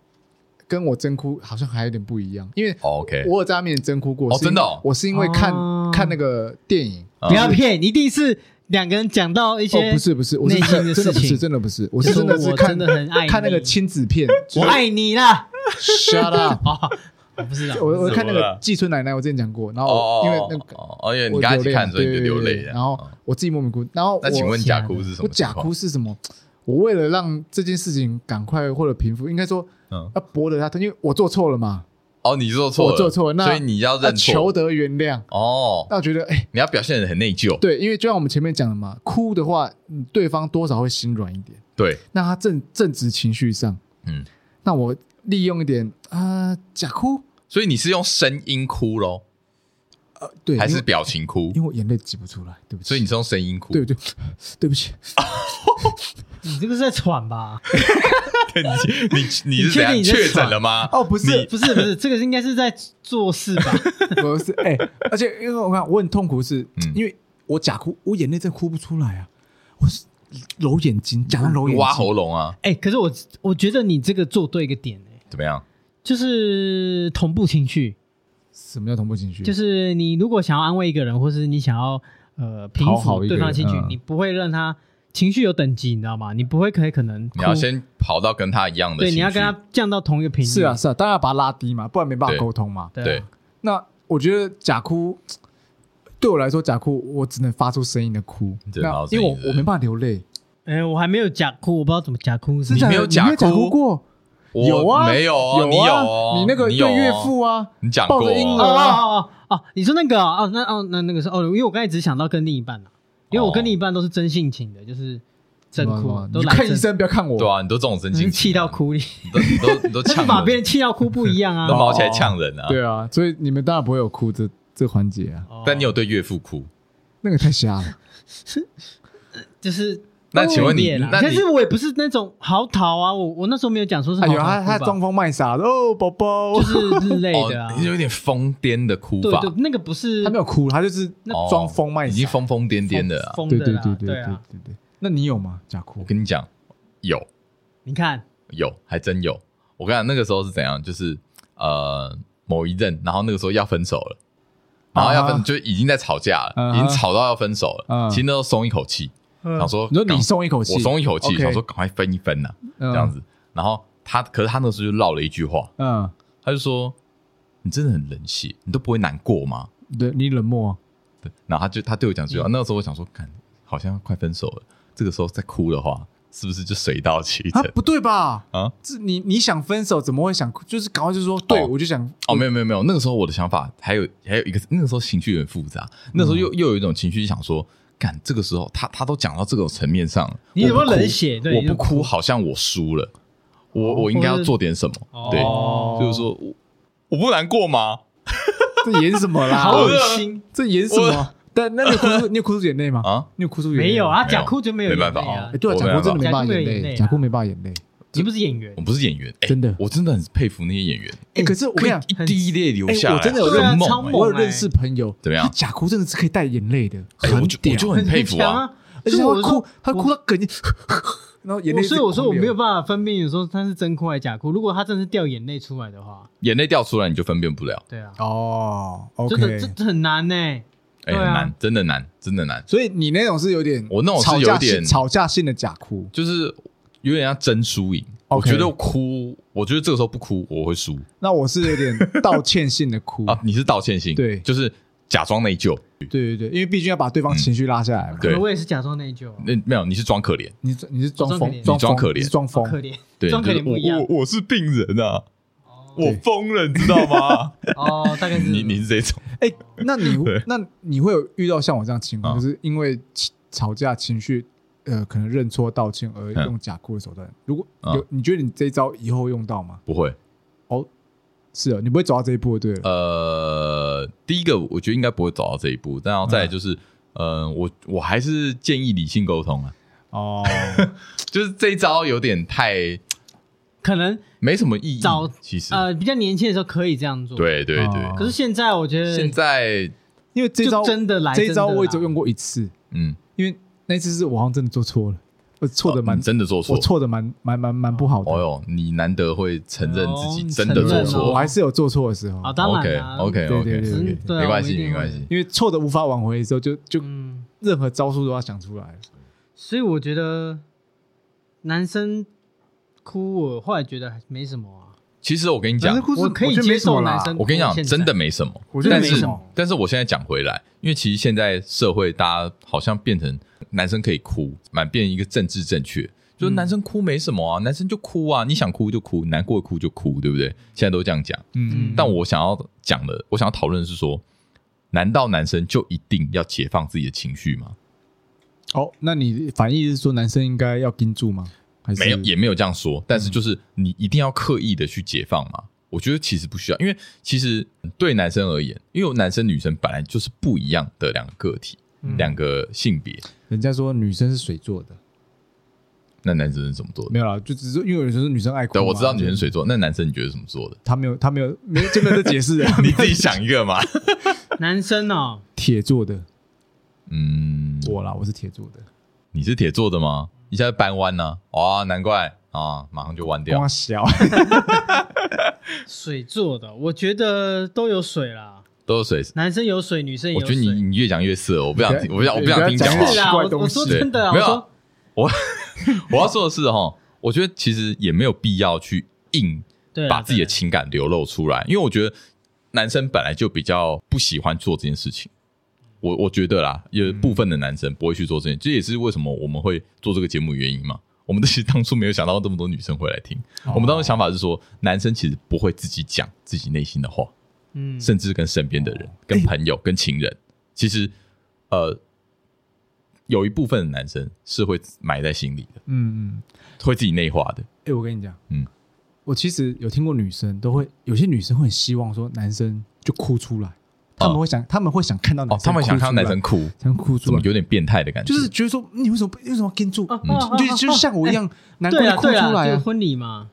Speaker 1: 跟我真哭好像还有点不一样，因为
Speaker 2: 哦 OK，
Speaker 1: 我有在他面前真哭过，
Speaker 2: 哦
Speaker 1: 是因
Speaker 2: 真的哦
Speaker 1: 我是因为看
Speaker 3: 哦
Speaker 1: 看那个电影，
Speaker 2: 嗯
Speaker 3: 不要骗，一定是两个人讲到一
Speaker 1: 哦，
Speaker 3: 些
Speaker 1: 不是不是，我是
Speaker 3: 内心的
Speaker 1: 真的
Speaker 3: 事
Speaker 1: 不
Speaker 3: 情
Speaker 1: 是真的不是，我是
Speaker 3: 就
Speaker 1: 真的是
Speaker 3: 我
Speaker 1: 看
Speaker 3: 真的很爱你
Speaker 1: 看那个亲子片，
Speaker 3: 我爱你啦。
Speaker 1: shut up，
Speaker 3: 哦，我不知道，
Speaker 1: 我
Speaker 3: 我
Speaker 1: 我
Speaker 2: 是
Speaker 1: 看那
Speaker 2: 我
Speaker 1: 个
Speaker 2: 的
Speaker 1: 季春奶奶，我之前讲过，然后
Speaker 2: 哦
Speaker 1: 我，因为那个
Speaker 2: 哦，哦因为你
Speaker 1: 我
Speaker 2: 刚才
Speaker 1: 流
Speaker 2: 去
Speaker 1: 泪
Speaker 2: 看的时候你就
Speaker 1: 对
Speaker 2: 流
Speaker 1: 对对
Speaker 2: 泪了，
Speaker 1: 然后
Speaker 2: 哦
Speaker 1: 我自己莫名哭，然后
Speaker 2: 那请
Speaker 1: 我
Speaker 2: 问假哭是什
Speaker 1: 我
Speaker 2: 么？
Speaker 1: 假哭，是什么？我为了让这件事情赶快或者平复，应该说
Speaker 2: 嗯，
Speaker 1: 要博得他疼，因为我做错了嘛，
Speaker 2: 哦，你做错了，
Speaker 1: 我做错了那
Speaker 2: 所以你要
Speaker 1: 要
Speaker 2: 认
Speaker 1: 求
Speaker 2: 错
Speaker 1: 得原谅。
Speaker 2: 哦，
Speaker 1: 那我觉得，哎、
Speaker 2: 你要表现的很内疚，
Speaker 1: 对，因为就像我们前面讲的嘛，哭的话，嗯对方多少会心软一点。
Speaker 2: 对，
Speaker 1: 那他正正值情绪上，
Speaker 2: 嗯，
Speaker 1: 那我利用一点啊、呃假哭，
Speaker 2: 所以你是用声音哭咯，
Speaker 1: 呃，对，
Speaker 2: 还
Speaker 1: 因
Speaker 2: 是
Speaker 1: 为
Speaker 2: 表情哭
Speaker 1: 因？为我眼泪挤不出来，对不起，
Speaker 2: 所以你是用声音哭，
Speaker 1: 对对对不起，
Speaker 3: 你这个是在喘吧？
Speaker 2: 对， 你你你
Speaker 3: 你
Speaker 2: 是怎
Speaker 3: 确定
Speaker 2: 样
Speaker 3: 你在
Speaker 2: 确诊
Speaker 3: 喘
Speaker 2: 了吗？
Speaker 1: 哦，不是
Speaker 2: 你
Speaker 3: 不是不是，这个应该是在做事吧？
Speaker 1: 不是，哎、而且因为我看我很痛苦是，
Speaker 2: 嗯
Speaker 1: 因为我假哭，我眼泪真的哭不出来啊，我是揉眼睛，假装揉眼睛，
Speaker 2: 挖喉咙啊，
Speaker 3: 哎、可是我我觉得你这个做对一个点、哎，
Speaker 2: 怎么样？
Speaker 3: 就是同步情绪，
Speaker 1: 什么叫同步情绪？
Speaker 3: 就是是你如果想要安慰一个人，或是你想要呃平
Speaker 1: 讨好
Speaker 3: 复
Speaker 1: 一个
Speaker 3: 对方的
Speaker 1: 人
Speaker 3: 情绪，
Speaker 1: 嗯
Speaker 3: 你不会让他情绪有等级，你知道吗？你不会可以可能
Speaker 2: 你要
Speaker 3: 哭
Speaker 2: 先跑到跟他一样的
Speaker 3: 对，
Speaker 2: 情绪，
Speaker 3: 你要跟他降到同一个频率。
Speaker 1: 是啊，是啊，当然要把它拉低嘛，不然没办法
Speaker 2: 对
Speaker 1: 沟通嘛。
Speaker 3: 对
Speaker 2: 对
Speaker 3: 啊，
Speaker 1: 那我觉得假哭对我来说，假哭我只能发出声音的哭，
Speaker 2: 你只能
Speaker 1: 那
Speaker 2: 发出
Speaker 1: 因为我
Speaker 2: 声音的
Speaker 1: 我没办法流泪，
Speaker 3: 哎、我还没有假哭，我不知道怎么假哭是
Speaker 1: 真
Speaker 3: 不
Speaker 1: 的
Speaker 3: 是
Speaker 1: 假的
Speaker 2: 没有
Speaker 1: 你没
Speaker 2: 假
Speaker 1: 有假
Speaker 2: 哭
Speaker 1: 过？
Speaker 2: 我
Speaker 1: 有啊，
Speaker 2: 没有哦，你
Speaker 1: 啊
Speaker 2: 哦，
Speaker 1: 你那个对
Speaker 2: 有哦
Speaker 1: 岳父啊，
Speaker 2: 你讲
Speaker 1: 抱
Speaker 2: 过
Speaker 1: 着婴
Speaker 3: 哦
Speaker 1: 儿
Speaker 2: 哦，
Speaker 3: 哦哦哦，你说那个哦，哦那哦那那个是哦，因为我刚才只想到跟另一半啊，因为我跟另一半都是真性情的，就是真
Speaker 1: 什
Speaker 3: 哭
Speaker 1: 么，
Speaker 3: 都
Speaker 1: 你
Speaker 3: 来
Speaker 1: 看医
Speaker 3: 真，
Speaker 1: 生不要看我，
Speaker 2: 对啊，你都这种真
Speaker 3: 只
Speaker 2: 情情
Speaker 3: 是气到
Speaker 2: 啊，
Speaker 3: 哭里，
Speaker 2: 你都你都你都
Speaker 3: 但是
Speaker 2: 呛
Speaker 3: 把别人
Speaker 2: 人，
Speaker 3: 气到哭不一样啊
Speaker 2: 都。毛起来呛人啊，
Speaker 1: 对啊，所以你们当然不会有哭这这环节啊，
Speaker 3: 哦
Speaker 2: 但你有对岳父哭？
Speaker 1: 那个太瞎了。
Speaker 3: 就是
Speaker 2: 那请问你
Speaker 3: 也啦
Speaker 2: 那你
Speaker 3: 啊但是我也不是那种嚎啕啊，我我那时候没有讲说是
Speaker 1: 哎
Speaker 3: 嚎啕
Speaker 1: 呦，
Speaker 3: 哭吧
Speaker 1: 他他装疯卖傻的哦，宝宝
Speaker 3: 就，是类的啊
Speaker 2: 哦，，有点疯癫的哭
Speaker 3: 对
Speaker 2: 法，
Speaker 3: 对，那个不是
Speaker 1: 他没有哭，他就是
Speaker 2: 哦
Speaker 1: 装疯卖
Speaker 2: 已
Speaker 1: 傻，
Speaker 2: 经疯疯癫癫的啊。
Speaker 3: 疯
Speaker 1: 对
Speaker 3: 的
Speaker 1: 对
Speaker 3: 啦
Speaker 1: 对，对
Speaker 3: 对
Speaker 1: 对
Speaker 3: 啊，
Speaker 1: 对对。那你有吗？假哭
Speaker 2: 我？跟你讲，有
Speaker 3: 你看
Speaker 2: 有，还真有。我跟你讲，那个时候是怎样？就是呃，某一任，然后那个时候要分手了，然后要分、
Speaker 1: 啊
Speaker 2: 就已经在吵架了，
Speaker 1: 啊
Speaker 2: 已经吵到要分手了。
Speaker 1: 啊嗯
Speaker 2: 其实那时候松一口气，想说
Speaker 1: 你说
Speaker 2: 赶
Speaker 1: 你松一口气，
Speaker 2: 我松一口气，
Speaker 1: OK
Speaker 2: 想说赶快分一分呐、
Speaker 1: 嗯
Speaker 2: 这样子。然后他，可是他那时候就唠了一句话，
Speaker 1: 嗯，
Speaker 2: 他就说：“你真的很冷血，你都不会难过吗
Speaker 1: 对你冷漠，？”啊
Speaker 2: 对，然后他就他对我讲这
Speaker 1: 嗯
Speaker 2: 句话，那时候我想说，看好像快分手了，这个时候再哭的话，是不是就水到渠
Speaker 1: 啊
Speaker 2: 成？，
Speaker 1: 不对吧？
Speaker 2: 啊，
Speaker 1: 这你你想分手，怎么会想？就是赶快就说，对
Speaker 2: 哦
Speaker 1: 我就想，
Speaker 2: 哦，没有没有没有，那个时候我的想法还有还有一个，那个时候情绪很复杂，那时候
Speaker 3: 嗯
Speaker 2: 又又有一种情绪想说，干这个时候他他都讲到这种层面上了，
Speaker 3: 你有没有
Speaker 2: 我不哭
Speaker 3: 冷血对
Speaker 2: 我
Speaker 3: 你有
Speaker 2: 不
Speaker 3: 没有
Speaker 2: 哭好像我输了，我
Speaker 3: 哦
Speaker 2: 我应该
Speaker 3: 或
Speaker 2: 要
Speaker 3: 者
Speaker 2: 做点什么，对，
Speaker 3: 哦
Speaker 2: 就是说我我不难过吗？
Speaker 1: 这演什么啦？
Speaker 3: 好恶
Speaker 2: 我
Speaker 3: 心，
Speaker 1: 这演什么？但那你有哭出，你有哭出眼泪吗？
Speaker 2: 啊，
Speaker 1: 你有哭出眼泪吗
Speaker 3: 没有？啊，
Speaker 2: 没有
Speaker 3: 假哭就没有
Speaker 2: 没办
Speaker 3: 眼泪啊
Speaker 2: 法
Speaker 1: 哎，对啊，
Speaker 2: 我
Speaker 1: 假哭真的
Speaker 3: 没
Speaker 1: 没
Speaker 3: 办法假哭没
Speaker 1: 办法
Speaker 3: 有眼
Speaker 1: 眼
Speaker 3: 泪
Speaker 1: 泪，
Speaker 3: 啊
Speaker 1: 假哭没办法眼泪。
Speaker 3: 你不是演员
Speaker 2: 我，不是演员，哎
Speaker 1: 真的
Speaker 2: 我真的很佩服那些演员，
Speaker 1: 哎，可是我跟
Speaker 2: 可
Speaker 1: 你
Speaker 2: 以一
Speaker 1: 讲，
Speaker 2: 滴泪流
Speaker 1: 哎
Speaker 2: 下来，
Speaker 1: 我真的有
Speaker 2: 很
Speaker 3: 认
Speaker 2: 猛
Speaker 3: 超
Speaker 2: 哎
Speaker 3: 猛
Speaker 1: 我有认识朋友，
Speaker 2: 怎么样
Speaker 1: 他假哭真的是可以带眼泪的，
Speaker 2: 哎我
Speaker 1: 很
Speaker 2: 就我就
Speaker 1: 屌，
Speaker 2: 很佩服
Speaker 3: 强
Speaker 2: 啊，
Speaker 3: 啊，
Speaker 1: 而且他
Speaker 3: 我
Speaker 1: 会
Speaker 3: 说
Speaker 1: 哭，他
Speaker 3: 我
Speaker 1: 哭到哽咽， 然后眼
Speaker 3: 我
Speaker 1: 泪。
Speaker 3: 所以我说我没有，办法分辨，有时候他是真哭还是假哭。如果他真的是掉眼泪出来的话，
Speaker 2: 眼泪掉出来你就分辨不了，
Speaker 3: 对啊，
Speaker 1: 哦
Speaker 3: 真的
Speaker 1: ，OK，
Speaker 3: 这这很难呢、
Speaker 2: 哎，
Speaker 3: 对
Speaker 2: 很
Speaker 3: 啊
Speaker 2: 难，真的难，真的难。
Speaker 1: 所以你那种是有点，
Speaker 2: 我那种是
Speaker 1: 吵
Speaker 2: 有
Speaker 1: 架
Speaker 2: 点
Speaker 1: 性吵架性的假哭，
Speaker 2: 就是有点像争输赢。我
Speaker 1: OK
Speaker 2: 觉得哭，我觉得这个时候不哭我会输
Speaker 1: 那我是有点道歉性的 哭，
Speaker 2: 啊。你是道歉性，
Speaker 1: 对
Speaker 2: 就是假装内疚。
Speaker 1: 对对对，因为毕竟要把对方情绪拉下来嘛。
Speaker 2: 对
Speaker 3: 我也是假装内疚啊，
Speaker 2: 那没有，你是装可怜，
Speaker 1: 你是你是装
Speaker 3: 装可
Speaker 1: 疯，
Speaker 3: 怜
Speaker 2: 你装可怜
Speaker 1: 你是装
Speaker 3: 好
Speaker 1: 疯，
Speaker 3: 可怜，
Speaker 2: 对，
Speaker 3: 装可
Speaker 2: 就
Speaker 3: 怜
Speaker 2: 是
Speaker 3: 不一样
Speaker 2: 我我我是病人啊，我
Speaker 1: 对
Speaker 2: 疯了，你知道吗？
Speaker 3: 哦，大概是
Speaker 2: 你你是这种，
Speaker 1: 哎，那你
Speaker 2: 对
Speaker 1: 那你会有遇到像我这样的情况，
Speaker 2: 啊
Speaker 1: 就是因为情吵架情绪，呃，可能认错道歉而
Speaker 2: 嗯
Speaker 1: 用假哭的手段。如果
Speaker 2: 嗯
Speaker 1: 有，你觉得你这一招以后用到吗？
Speaker 2: 不会。
Speaker 1: 哦，是哦，你不会走到这一步，对了。
Speaker 2: 呃，第一个我觉得应该不会走到这一步，但然后再来就是，呃，我我还是建议理性沟通啊，
Speaker 1: 哦，
Speaker 2: 就是这一招有点太
Speaker 3: 可能
Speaker 2: 没什么意义。
Speaker 3: 早
Speaker 2: 其实，
Speaker 3: 呃比较年轻的时候可以这样做，
Speaker 2: 对对对，
Speaker 1: 哦
Speaker 3: 可是现在我觉得
Speaker 2: 现在
Speaker 1: 因为这招
Speaker 3: 就真的来
Speaker 1: 这一招
Speaker 3: 真的啦
Speaker 2: 啊
Speaker 1: 我也只有用过一次，
Speaker 2: 嗯，
Speaker 1: 因为那次是我好像真的做错了，我错的蛮
Speaker 2: 哦你，真的做错
Speaker 1: 我。错的蛮蛮蛮蛮不好的
Speaker 2: 哦。哟，你难得会承认自己
Speaker 3: 哦
Speaker 2: 真的做
Speaker 3: 承认
Speaker 1: 我
Speaker 2: 错
Speaker 3: 哦
Speaker 1: 还是有做错的时候
Speaker 3: 啊，，当然
Speaker 2: ，OK
Speaker 3: 啦
Speaker 2: OK
Speaker 1: 对
Speaker 2: OK，
Speaker 1: 对对
Speaker 3: 嗯对啊
Speaker 2: 没关系
Speaker 3: 我一定
Speaker 2: 没关
Speaker 3: 会
Speaker 2: 系。
Speaker 1: 因为错的无法挽回的时候，就就
Speaker 3: 嗯，
Speaker 1: 任何招数都要想出来。
Speaker 3: 所以我觉得男生哭，我后来觉得还没什么啊，
Speaker 2: 其实我跟你讲，
Speaker 1: 是
Speaker 3: 我可以
Speaker 1: 我觉得没
Speaker 3: 接
Speaker 1: 什么
Speaker 3: 受
Speaker 1: 啦
Speaker 3: 男生哭。
Speaker 2: 我跟你讲，
Speaker 3: 现在
Speaker 2: 真的没什么。
Speaker 1: 我觉得
Speaker 2: 但
Speaker 1: 没
Speaker 2: 是
Speaker 1: 什么，
Speaker 2: 但是我现在讲回来，因为其实现在社会大家好像变成男生可以哭，满变一个政治正确，就是男生哭没什么啊，男生就哭啊，你想哭就哭，难过哭就哭，对不对？现在都这样讲。
Speaker 1: 嗯，
Speaker 2: 但我想要讲的，我想要讨论的是说，难道男生就一定要解放自己的情绪吗？
Speaker 1: 哦，那你反义是说男生应该要盯住吗？还是嗯
Speaker 2: 没有，也没有这样说。但是就是你一定要刻意的去解放嘛？我觉得其实不需要，因为其实对男生而言，因为男生女生本来就是不一样的两个个体，
Speaker 1: 嗯
Speaker 2: 两个性别。
Speaker 1: 人家说女生是水做的，
Speaker 2: 那男生是怎么做的？
Speaker 1: 没有啦，就只是因为有时候女生爱哭嘛。
Speaker 2: 对，我知道女生水做，那男生你觉得怎么做的？，
Speaker 1: 他没有，他没有，没有这边的解释啊
Speaker 2: 你自己想一个 嘛。
Speaker 3: 男生哦，
Speaker 1: 铁做的，
Speaker 2: 嗯，
Speaker 1: 我啦，我是铁做的，
Speaker 2: 你是铁做的吗？一下就掰弯呢、啊？哦，难怪啊，马上就弯掉
Speaker 1: 光。小，
Speaker 3: 水做的，我觉得都有水啦。
Speaker 2: 都是水，
Speaker 3: 男生有水，女生也
Speaker 2: 我
Speaker 3: 有
Speaker 2: 觉
Speaker 3: 水。
Speaker 2: 得你你越讲越色，我不想
Speaker 1: 你
Speaker 2: 听，
Speaker 1: 不
Speaker 2: 我不想，我不想听
Speaker 1: 你不
Speaker 2: 讲
Speaker 1: 要
Speaker 2: 话
Speaker 1: 讲。
Speaker 3: 是啦，
Speaker 1: 奇怪
Speaker 3: 我
Speaker 1: 的东西
Speaker 3: 我说真的啊，
Speaker 2: 对没
Speaker 3: 我
Speaker 2: 有啊
Speaker 3: 说
Speaker 2: 我 要说的是哦，我觉得其实也没有必要去硬
Speaker 3: 对啦，
Speaker 2: 把自己的
Speaker 3: 对啦
Speaker 2: 情感流露出来，因为我觉得男生本来就比较不喜欢做这件事情。我我觉得啦，有部分的男生不会去做这件，这也是为什么我们会做这个节目的原因嘛。我们其实当初没有想到这么多女生会来听，我们当初想法是说，男生其实不会自己讲自己内心的话，
Speaker 3: 嗯，
Speaker 2: 甚至跟身边的
Speaker 1: 哦
Speaker 2: 人、跟
Speaker 1: 哎
Speaker 2: 朋友、跟情人，其实呃，有一部分的男生是会埋在心里的，
Speaker 1: 嗯嗯，
Speaker 2: 会自己内化的。
Speaker 1: 哎，我跟你讲，
Speaker 2: 嗯，
Speaker 1: 我其实有听过女生都会，有些女生会很希望说男生就哭出来，他们会想，他们会想看到男
Speaker 2: 哦，
Speaker 1: 生，
Speaker 2: 他们想看到男生，哭，
Speaker 1: 想哭
Speaker 2: 怎
Speaker 1: 出
Speaker 2: 么
Speaker 1: 来，
Speaker 2: 有点变态的感觉？
Speaker 1: 就是觉得说你为什么为什么要盯住？
Speaker 3: 啊
Speaker 1: 你
Speaker 3: 啊啊
Speaker 1: 就就
Speaker 3: 啊
Speaker 1: 像我一样，难怪
Speaker 3: 对
Speaker 1: 你
Speaker 3: 啊
Speaker 1: 哭
Speaker 3: 对
Speaker 1: 出
Speaker 3: 啊，
Speaker 1: 来
Speaker 3: 就
Speaker 1: 啊，
Speaker 3: 婚礼嘛，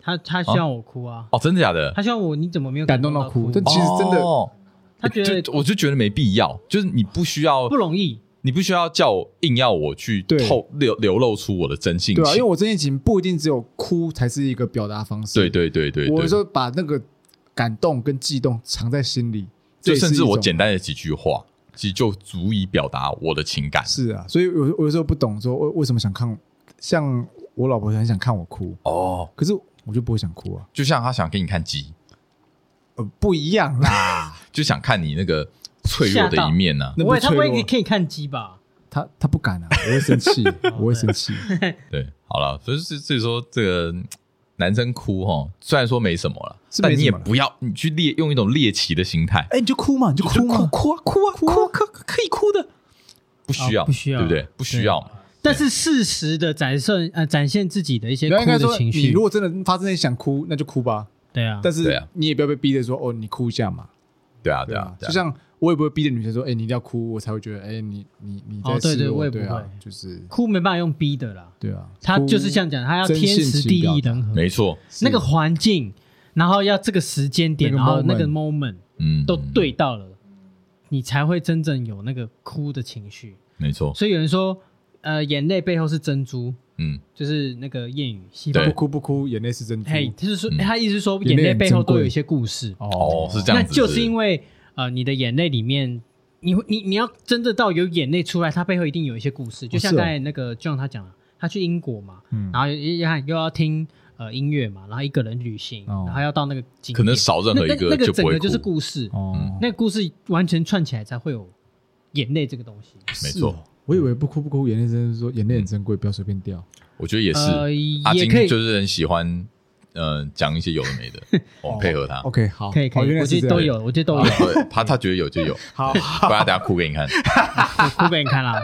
Speaker 3: 他他希望我哭啊，
Speaker 2: 哦，真的假的？
Speaker 3: 他希望我你怎么没有
Speaker 1: 感动
Speaker 3: 动
Speaker 1: 到哭
Speaker 3: 哭？
Speaker 1: 但其实真的
Speaker 2: 哦
Speaker 3: 他觉得
Speaker 2: 就我就觉得没必要，就是你不需要
Speaker 3: 不，容易，
Speaker 2: 你不需要叫我硬要我去
Speaker 1: 对
Speaker 2: 透流流露出我的真性
Speaker 1: 对啊，因为
Speaker 2: 情。
Speaker 1: 我真性情不一定只有哭才是一个表达方式，
Speaker 2: 对对对对
Speaker 1: 我
Speaker 2: 对，
Speaker 1: 说把那个感动跟悸动藏在心里，
Speaker 2: 就
Speaker 1: 这也是
Speaker 2: 甚至
Speaker 1: 一
Speaker 2: 我
Speaker 1: 种
Speaker 2: 简单的几句话，其实就足以表达我的情感。
Speaker 1: 是啊，所以我我有时候不懂说为为什么想看，像我老婆很想看我哭，
Speaker 2: 哦，
Speaker 1: 可是我就不会想哭啊，
Speaker 2: 就像他想给你看鸡，
Speaker 1: 呃，不一样 啦，
Speaker 2: 就想看你那个脆弱的一面啊呢、
Speaker 1: 那
Speaker 3: 我
Speaker 1: 不
Speaker 3: 也他不会
Speaker 1: 脆弱啊
Speaker 3: 可以看鸡吧？
Speaker 1: 她她不敢啊，我会生 气，我会生气，
Speaker 2: 对，好了，所以是所以说这个嗯男生哭哈，虽然说没什么了，
Speaker 1: 是
Speaker 2: 但
Speaker 1: 没
Speaker 2: 你
Speaker 1: 什
Speaker 2: 也
Speaker 1: 么啦
Speaker 2: 不要你去猎用一种猎奇的心态，
Speaker 1: 哎，你就哭嘛，你就哭嘛，
Speaker 2: 哭啊哭啊哭啊可可以哭的，不需要、
Speaker 3: 啊不需要
Speaker 2: 对不对？不需要嘛。
Speaker 3: 但是适时的展现呃展现自己的一些
Speaker 1: 然后
Speaker 3: 哭
Speaker 1: 应该
Speaker 3: 的
Speaker 1: 说，
Speaker 3: 情
Speaker 1: 你
Speaker 3: 绪
Speaker 1: 如，果真的发自想哭，那就哭吧，
Speaker 3: 对啊，
Speaker 1: 但
Speaker 2: 对
Speaker 1: 是
Speaker 2: 啊
Speaker 1: 你也不要被逼着说哦，你哭一下嘛，
Speaker 2: 对啊，
Speaker 1: 对
Speaker 2: 对啊
Speaker 1: 啊，，
Speaker 2: 对
Speaker 1: 就
Speaker 2: 啊
Speaker 1: 像我也不会逼着女生说，哎，你一定要哭，我才会觉得，哎，你你你在
Speaker 3: 哦对
Speaker 1: 示
Speaker 3: 对
Speaker 1: 弱
Speaker 3: 我也不
Speaker 1: 对啊
Speaker 3: 会，
Speaker 1: 就是
Speaker 3: 哭没办法用逼的啦，
Speaker 1: 对啊，
Speaker 3: 他
Speaker 1: 哭
Speaker 3: 就是这样讲，他要天时地利人和，
Speaker 2: 没错，
Speaker 3: 那个环境，然后要这个时间点，
Speaker 1: 那个
Speaker 3: 然后那个
Speaker 1: moment
Speaker 3: moment
Speaker 2: 嗯，
Speaker 3: 都对到了，你才会真正有那个哭的情绪。
Speaker 2: 没错，
Speaker 3: 所以有人说，呃，眼泪背后是珍珠，
Speaker 2: 嗯，
Speaker 3: 就是那个谚语，西
Speaker 1: 不
Speaker 3: 方
Speaker 2: 对。
Speaker 1: 哭不哭，眼泪是珍珠，
Speaker 3: 嘿，就是说，
Speaker 2: 嗯
Speaker 3: 他意思是说，眼
Speaker 1: 眼泪
Speaker 3: 泪
Speaker 1: 很
Speaker 3: 背后
Speaker 1: 珍贵
Speaker 3: 都有一些故事。
Speaker 2: 哦，是这
Speaker 3: 那
Speaker 2: 样子，
Speaker 3: 就是因为呃，你的眼泪里面，你你你要真的到有眼泪出来，它背后一定有一些故事。就像
Speaker 1: 是哦
Speaker 3: 刚才那个 John 他讲了，他去英国嘛，
Speaker 1: 嗯
Speaker 3: 然后又又又要听呃音乐嘛，然后一个人旅行，
Speaker 1: 哦
Speaker 3: 然后要到那个景点，
Speaker 2: 可能少任何一
Speaker 3: 那那
Speaker 2: 就
Speaker 3: 那个
Speaker 2: 不
Speaker 3: 整
Speaker 2: 会
Speaker 3: 个
Speaker 2: 哭
Speaker 3: 就是，故事，
Speaker 1: 哦，
Speaker 3: 那个故事完全串起来才会有眼泪这个东西。
Speaker 2: 没
Speaker 1: 是
Speaker 2: 错
Speaker 1: 哦。我以为不哭不哭，眼泪真的是说眼泪很珍贵，不要随便掉。
Speaker 2: 我觉得也是
Speaker 3: 呃，
Speaker 2: 阿
Speaker 3: 也
Speaker 2: 金
Speaker 3: 可以
Speaker 2: 就是很喜欢呃讲一些有的没 的，我们配合他。
Speaker 1: OK，好，
Speaker 3: 可以可
Speaker 1: 哦
Speaker 3: 以，
Speaker 1: 原来
Speaker 3: 我
Speaker 1: 是
Speaker 3: 觉得
Speaker 1: 这样
Speaker 3: 都有，我觉得都有，
Speaker 2: 对 他他觉得有就 有，
Speaker 1: 好
Speaker 2: 对不然他等下哭给你看。
Speaker 3: 我 哭给你看啦。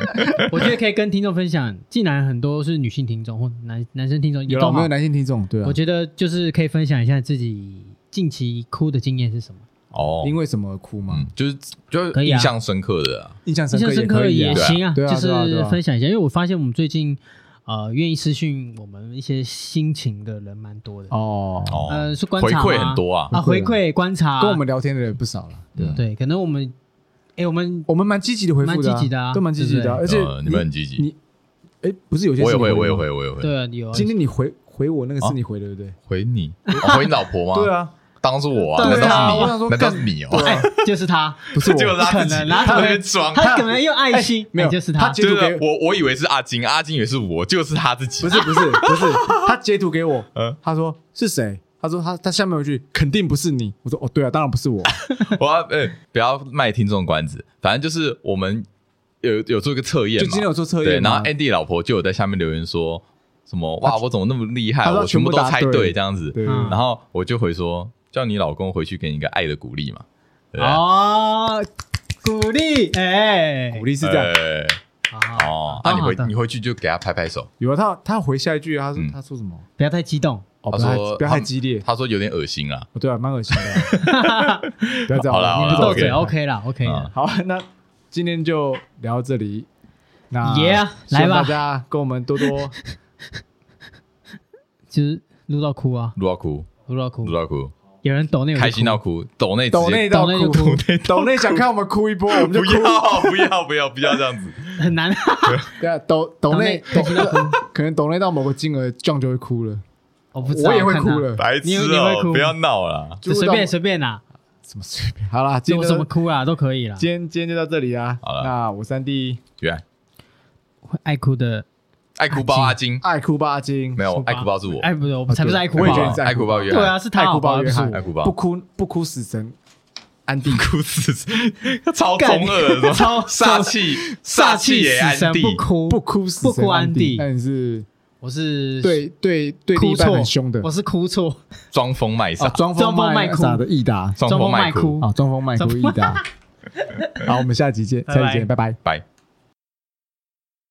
Speaker 3: 我觉得可以跟听众分享，既然很多是女性听众或男男生听众，也
Speaker 1: 有了，
Speaker 3: 都
Speaker 1: 我们
Speaker 3: 好
Speaker 1: 有，男性听众，对啊
Speaker 3: 我，觉得就是可以分享一下自己近期哭的经验是什么。
Speaker 2: 哦，
Speaker 1: 因为什么而哭吗
Speaker 2: 嗯？，就是就是
Speaker 3: 可以啊
Speaker 2: 印象深刻的啊，
Speaker 1: 印象
Speaker 3: 印
Speaker 1: 深
Speaker 3: 象
Speaker 1: 刻
Speaker 3: 深
Speaker 1: 可
Speaker 3: 刻
Speaker 1: 以啊
Speaker 3: 也行
Speaker 1: 对啊，
Speaker 3: 就
Speaker 1: 对啊对
Speaker 3: 是
Speaker 1: 啊
Speaker 3: 分享一下，因为我发现我们最近呃愿意私讯我们一些心情的人蛮多的，
Speaker 1: 哦，
Speaker 2: 哦，
Speaker 3: 呃，是观
Speaker 2: 回
Speaker 3: 察
Speaker 2: 馈
Speaker 3: 吗
Speaker 2: 很多啊，
Speaker 3: 啊，回馈观察，
Speaker 1: 跟我们聊天的人不少了，对啊
Speaker 2: 嗯
Speaker 3: 对，可能我们哎我们
Speaker 1: 我们蛮积极的回复的啊，
Speaker 3: 蛮积极的啊
Speaker 1: 都蛮积极的啊，而且
Speaker 2: 呃你们很积极
Speaker 1: 你哎，不是有些
Speaker 2: 我也
Speaker 1: 是你
Speaker 2: 会，我
Speaker 1: 回
Speaker 2: 也
Speaker 1: 的吗
Speaker 2: 会，。我也会
Speaker 3: 对啊有啊
Speaker 1: 今天你回回我那个
Speaker 2: 啊
Speaker 1: 是你回的对不对？
Speaker 2: 回 你，哦回你老婆吗？
Speaker 1: 对，啊，
Speaker 2: 当初我啊，
Speaker 3: 对啊
Speaker 2: 难
Speaker 1: 我想
Speaker 2: 道是
Speaker 1: 说
Speaker 2: 你？难道
Speaker 1: 干
Speaker 2: 是你哦？
Speaker 1: 对啊，
Speaker 3: 哎就是他，
Speaker 1: 不是我
Speaker 2: 结果是他
Speaker 3: 不
Speaker 2: 自
Speaker 3: 可
Speaker 2: 己，
Speaker 3: 能啊
Speaker 2: 他在那
Speaker 3: 他
Speaker 2: 边装，
Speaker 3: 他可能用爱心，
Speaker 1: 没有
Speaker 3: 哎就是
Speaker 1: 他
Speaker 3: 他
Speaker 1: 截图给
Speaker 2: 啊我，我以为是阿金，阿金以为是我，就是他自己。啊
Speaker 1: 不是不是不是，他截图给我
Speaker 2: 嗯，
Speaker 1: 他说是谁？他说他他下面有一句肯定不是你。我说哦对啊，当然不是我。
Speaker 2: 我要呃、不要卖听众关子，反正就是我们有有做一个测验
Speaker 1: 就
Speaker 2: 嘛，
Speaker 1: 今天有做测
Speaker 2: 对，
Speaker 1: 验
Speaker 2: 然
Speaker 1: 嘛，
Speaker 2: 后 Andy 老婆就有在下面留言说什么哇，我怎么那么厉害，啊
Speaker 1: 他说
Speaker 2: 我全部都
Speaker 1: 全部答
Speaker 2: 猜
Speaker 1: 对
Speaker 2: 对这样子，
Speaker 1: 对，
Speaker 3: 嗯
Speaker 2: 然后我就回说叫你老公回去给你一个爱的鼓励嘛，对不对
Speaker 3: 哦，鼓励，哎，
Speaker 1: 鼓励是这样。
Speaker 2: 呃
Speaker 3: 好，好
Speaker 2: 哦，
Speaker 3: 好
Speaker 2: 那你回
Speaker 3: 好的
Speaker 2: 你回去就给他拍拍手，
Speaker 1: 有啊，他他回下一句，啊他说
Speaker 2: 嗯
Speaker 1: 他说什么？
Speaker 3: 不要太激动，
Speaker 2: 他
Speaker 1: 哦，不要
Speaker 2: 说
Speaker 1: 太不要
Speaker 2: 他
Speaker 1: 太激烈。
Speaker 2: 他说有点恶心啊，
Speaker 1: 哦对啊，蛮恶心的啊。 不要这样，
Speaker 2: 好啦好啦
Speaker 1: 你不
Speaker 3: 斗
Speaker 1: 懂
Speaker 2: OK
Speaker 3: 嘴 OK 啦，OK 啦
Speaker 2: 啊，
Speaker 1: 好，那今天就聊到这里。那
Speaker 3: Yeah，
Speaker 1: 希望
Speaker 3: 来吧
Speaker 1: 大家跟我们多多
Speaker 3: 就是录到哭啊，
Speaker 2: 撸到哭，
Speaker 3: 录到哭
Speaker 2: 撸，到哭，
Speaker 3: 有人抖那
Speaker 2: 开心到哭，抖内直接
Speaker 1: 抖内到
Speaker 3: 抖内就
Speaker 1: 哭
Speaker 3: 哭，
Speaker 1: 抖内想看我们哭一波，我们就
Speaker 2: 不
Speaker 1: 哭。
Speaker 2: 要不要不要不要这样 子，
Speaker 3: 很难，
Speaker 1: 对啊，抖抖内
Speaker 3: 抖内开心到哭
Speaker 1: 抖 可能抖内到某个金额，John 就会哭了，
Speaker 3: 我不知道，
Speaker 1: 我也会
Speaker 3: 看
Speaker 1: 哭
Speaker 3: 他，
Speaker 1: 了，
Speaker 2: 白痴
Speaker 3: 你你
Speaker 2: 哦
Speaker 3: 会、哭
Speaker 2: 不要闹啦。
Speaker 1: 就
Speaker 3: 就随便随便啦，
Speaker 1: 什么随便。好 啦，今
Speaker 3: 有
Speaker 1: 天
Speaker 3: 什么
Speaker 1: 就
Speaker 3: 哭啊都可以啦，
Speaker 1: 今天今天就到这里啊。
Speaker 2: 好了
Speaker 1: 那我三弟
Speaker 2: 原来
Speaker 3: 会爱哭的，
Speaker 2: 爱哭包阿金
Speaker 1: 爱哭吧金
Speaker 2: 没，有
Speaker 3: 哭吧
Speaker 2: 爱哭包是我，
Speaker 3: 哎，不是，我们才不是爱哭
Speaker 1: 啊我也觉
Speaker 3: 吧
Speaker 1: 得你？是
Speaker 2: 爱哭包约
Speaker 3: 对
Speaker 2: 翰，
Speaker 3: 啊，是他
Speaker 1: 爱哭
Speaker 3: 好不好
Speaker 1: 包约
Speaker 3: 不是
Speaker 1: 翰
Speaker 3: 我
Speaker 2: 爱哭包
Speaker 1: 不哭不哭死神，安迪
Speaker 2: 哭死，超中二的，
Speaker 3: 超
Speaker 2: 煞气，
Speaker 3: 煞
Speaker 2: 气
Speaker 3: 气
Speaker 2: 也
Speaker 3: 死
Speaker 2: 安
Speaker 3: 神
Speaker 2: 迪，
Speaker 3: 不哭，
Speaker 1: 不哭死
Speaker 3: 不哭
Speaker 1: 神
Speaker 3: 安迪
Speaker 1: 那你是
Speaker 3: 我是
Speaker 1: 对对对另
Speaker 3: 哭
Speaker 1: 一半
Speaker 3: 错
Speaker 1: 很凶的
Speaker 3: 我是哭错，
Speaker 2: 装疯卖
Speaker 1: 啊，
Speaker 2: 傻，
Speaker 1: 装
Speaker 3: 哦装疯
Speaker 1: 卖
Speaker 3: 卖哭
Speaker 1: 傻的益达哦
Speaker 2: 装疯
Speaker 3: 疯
Speaker 2: 卖
Speaker 3: 卖
Speaker 2: 哭，
Speaker 3: 哭
Speaker 1: 啊，装疯卖哭益达。好，我们下集见，下
Speaker 3: 拜拜
Speaker 1: 集见，拜拜。
Speaker 2: 拜。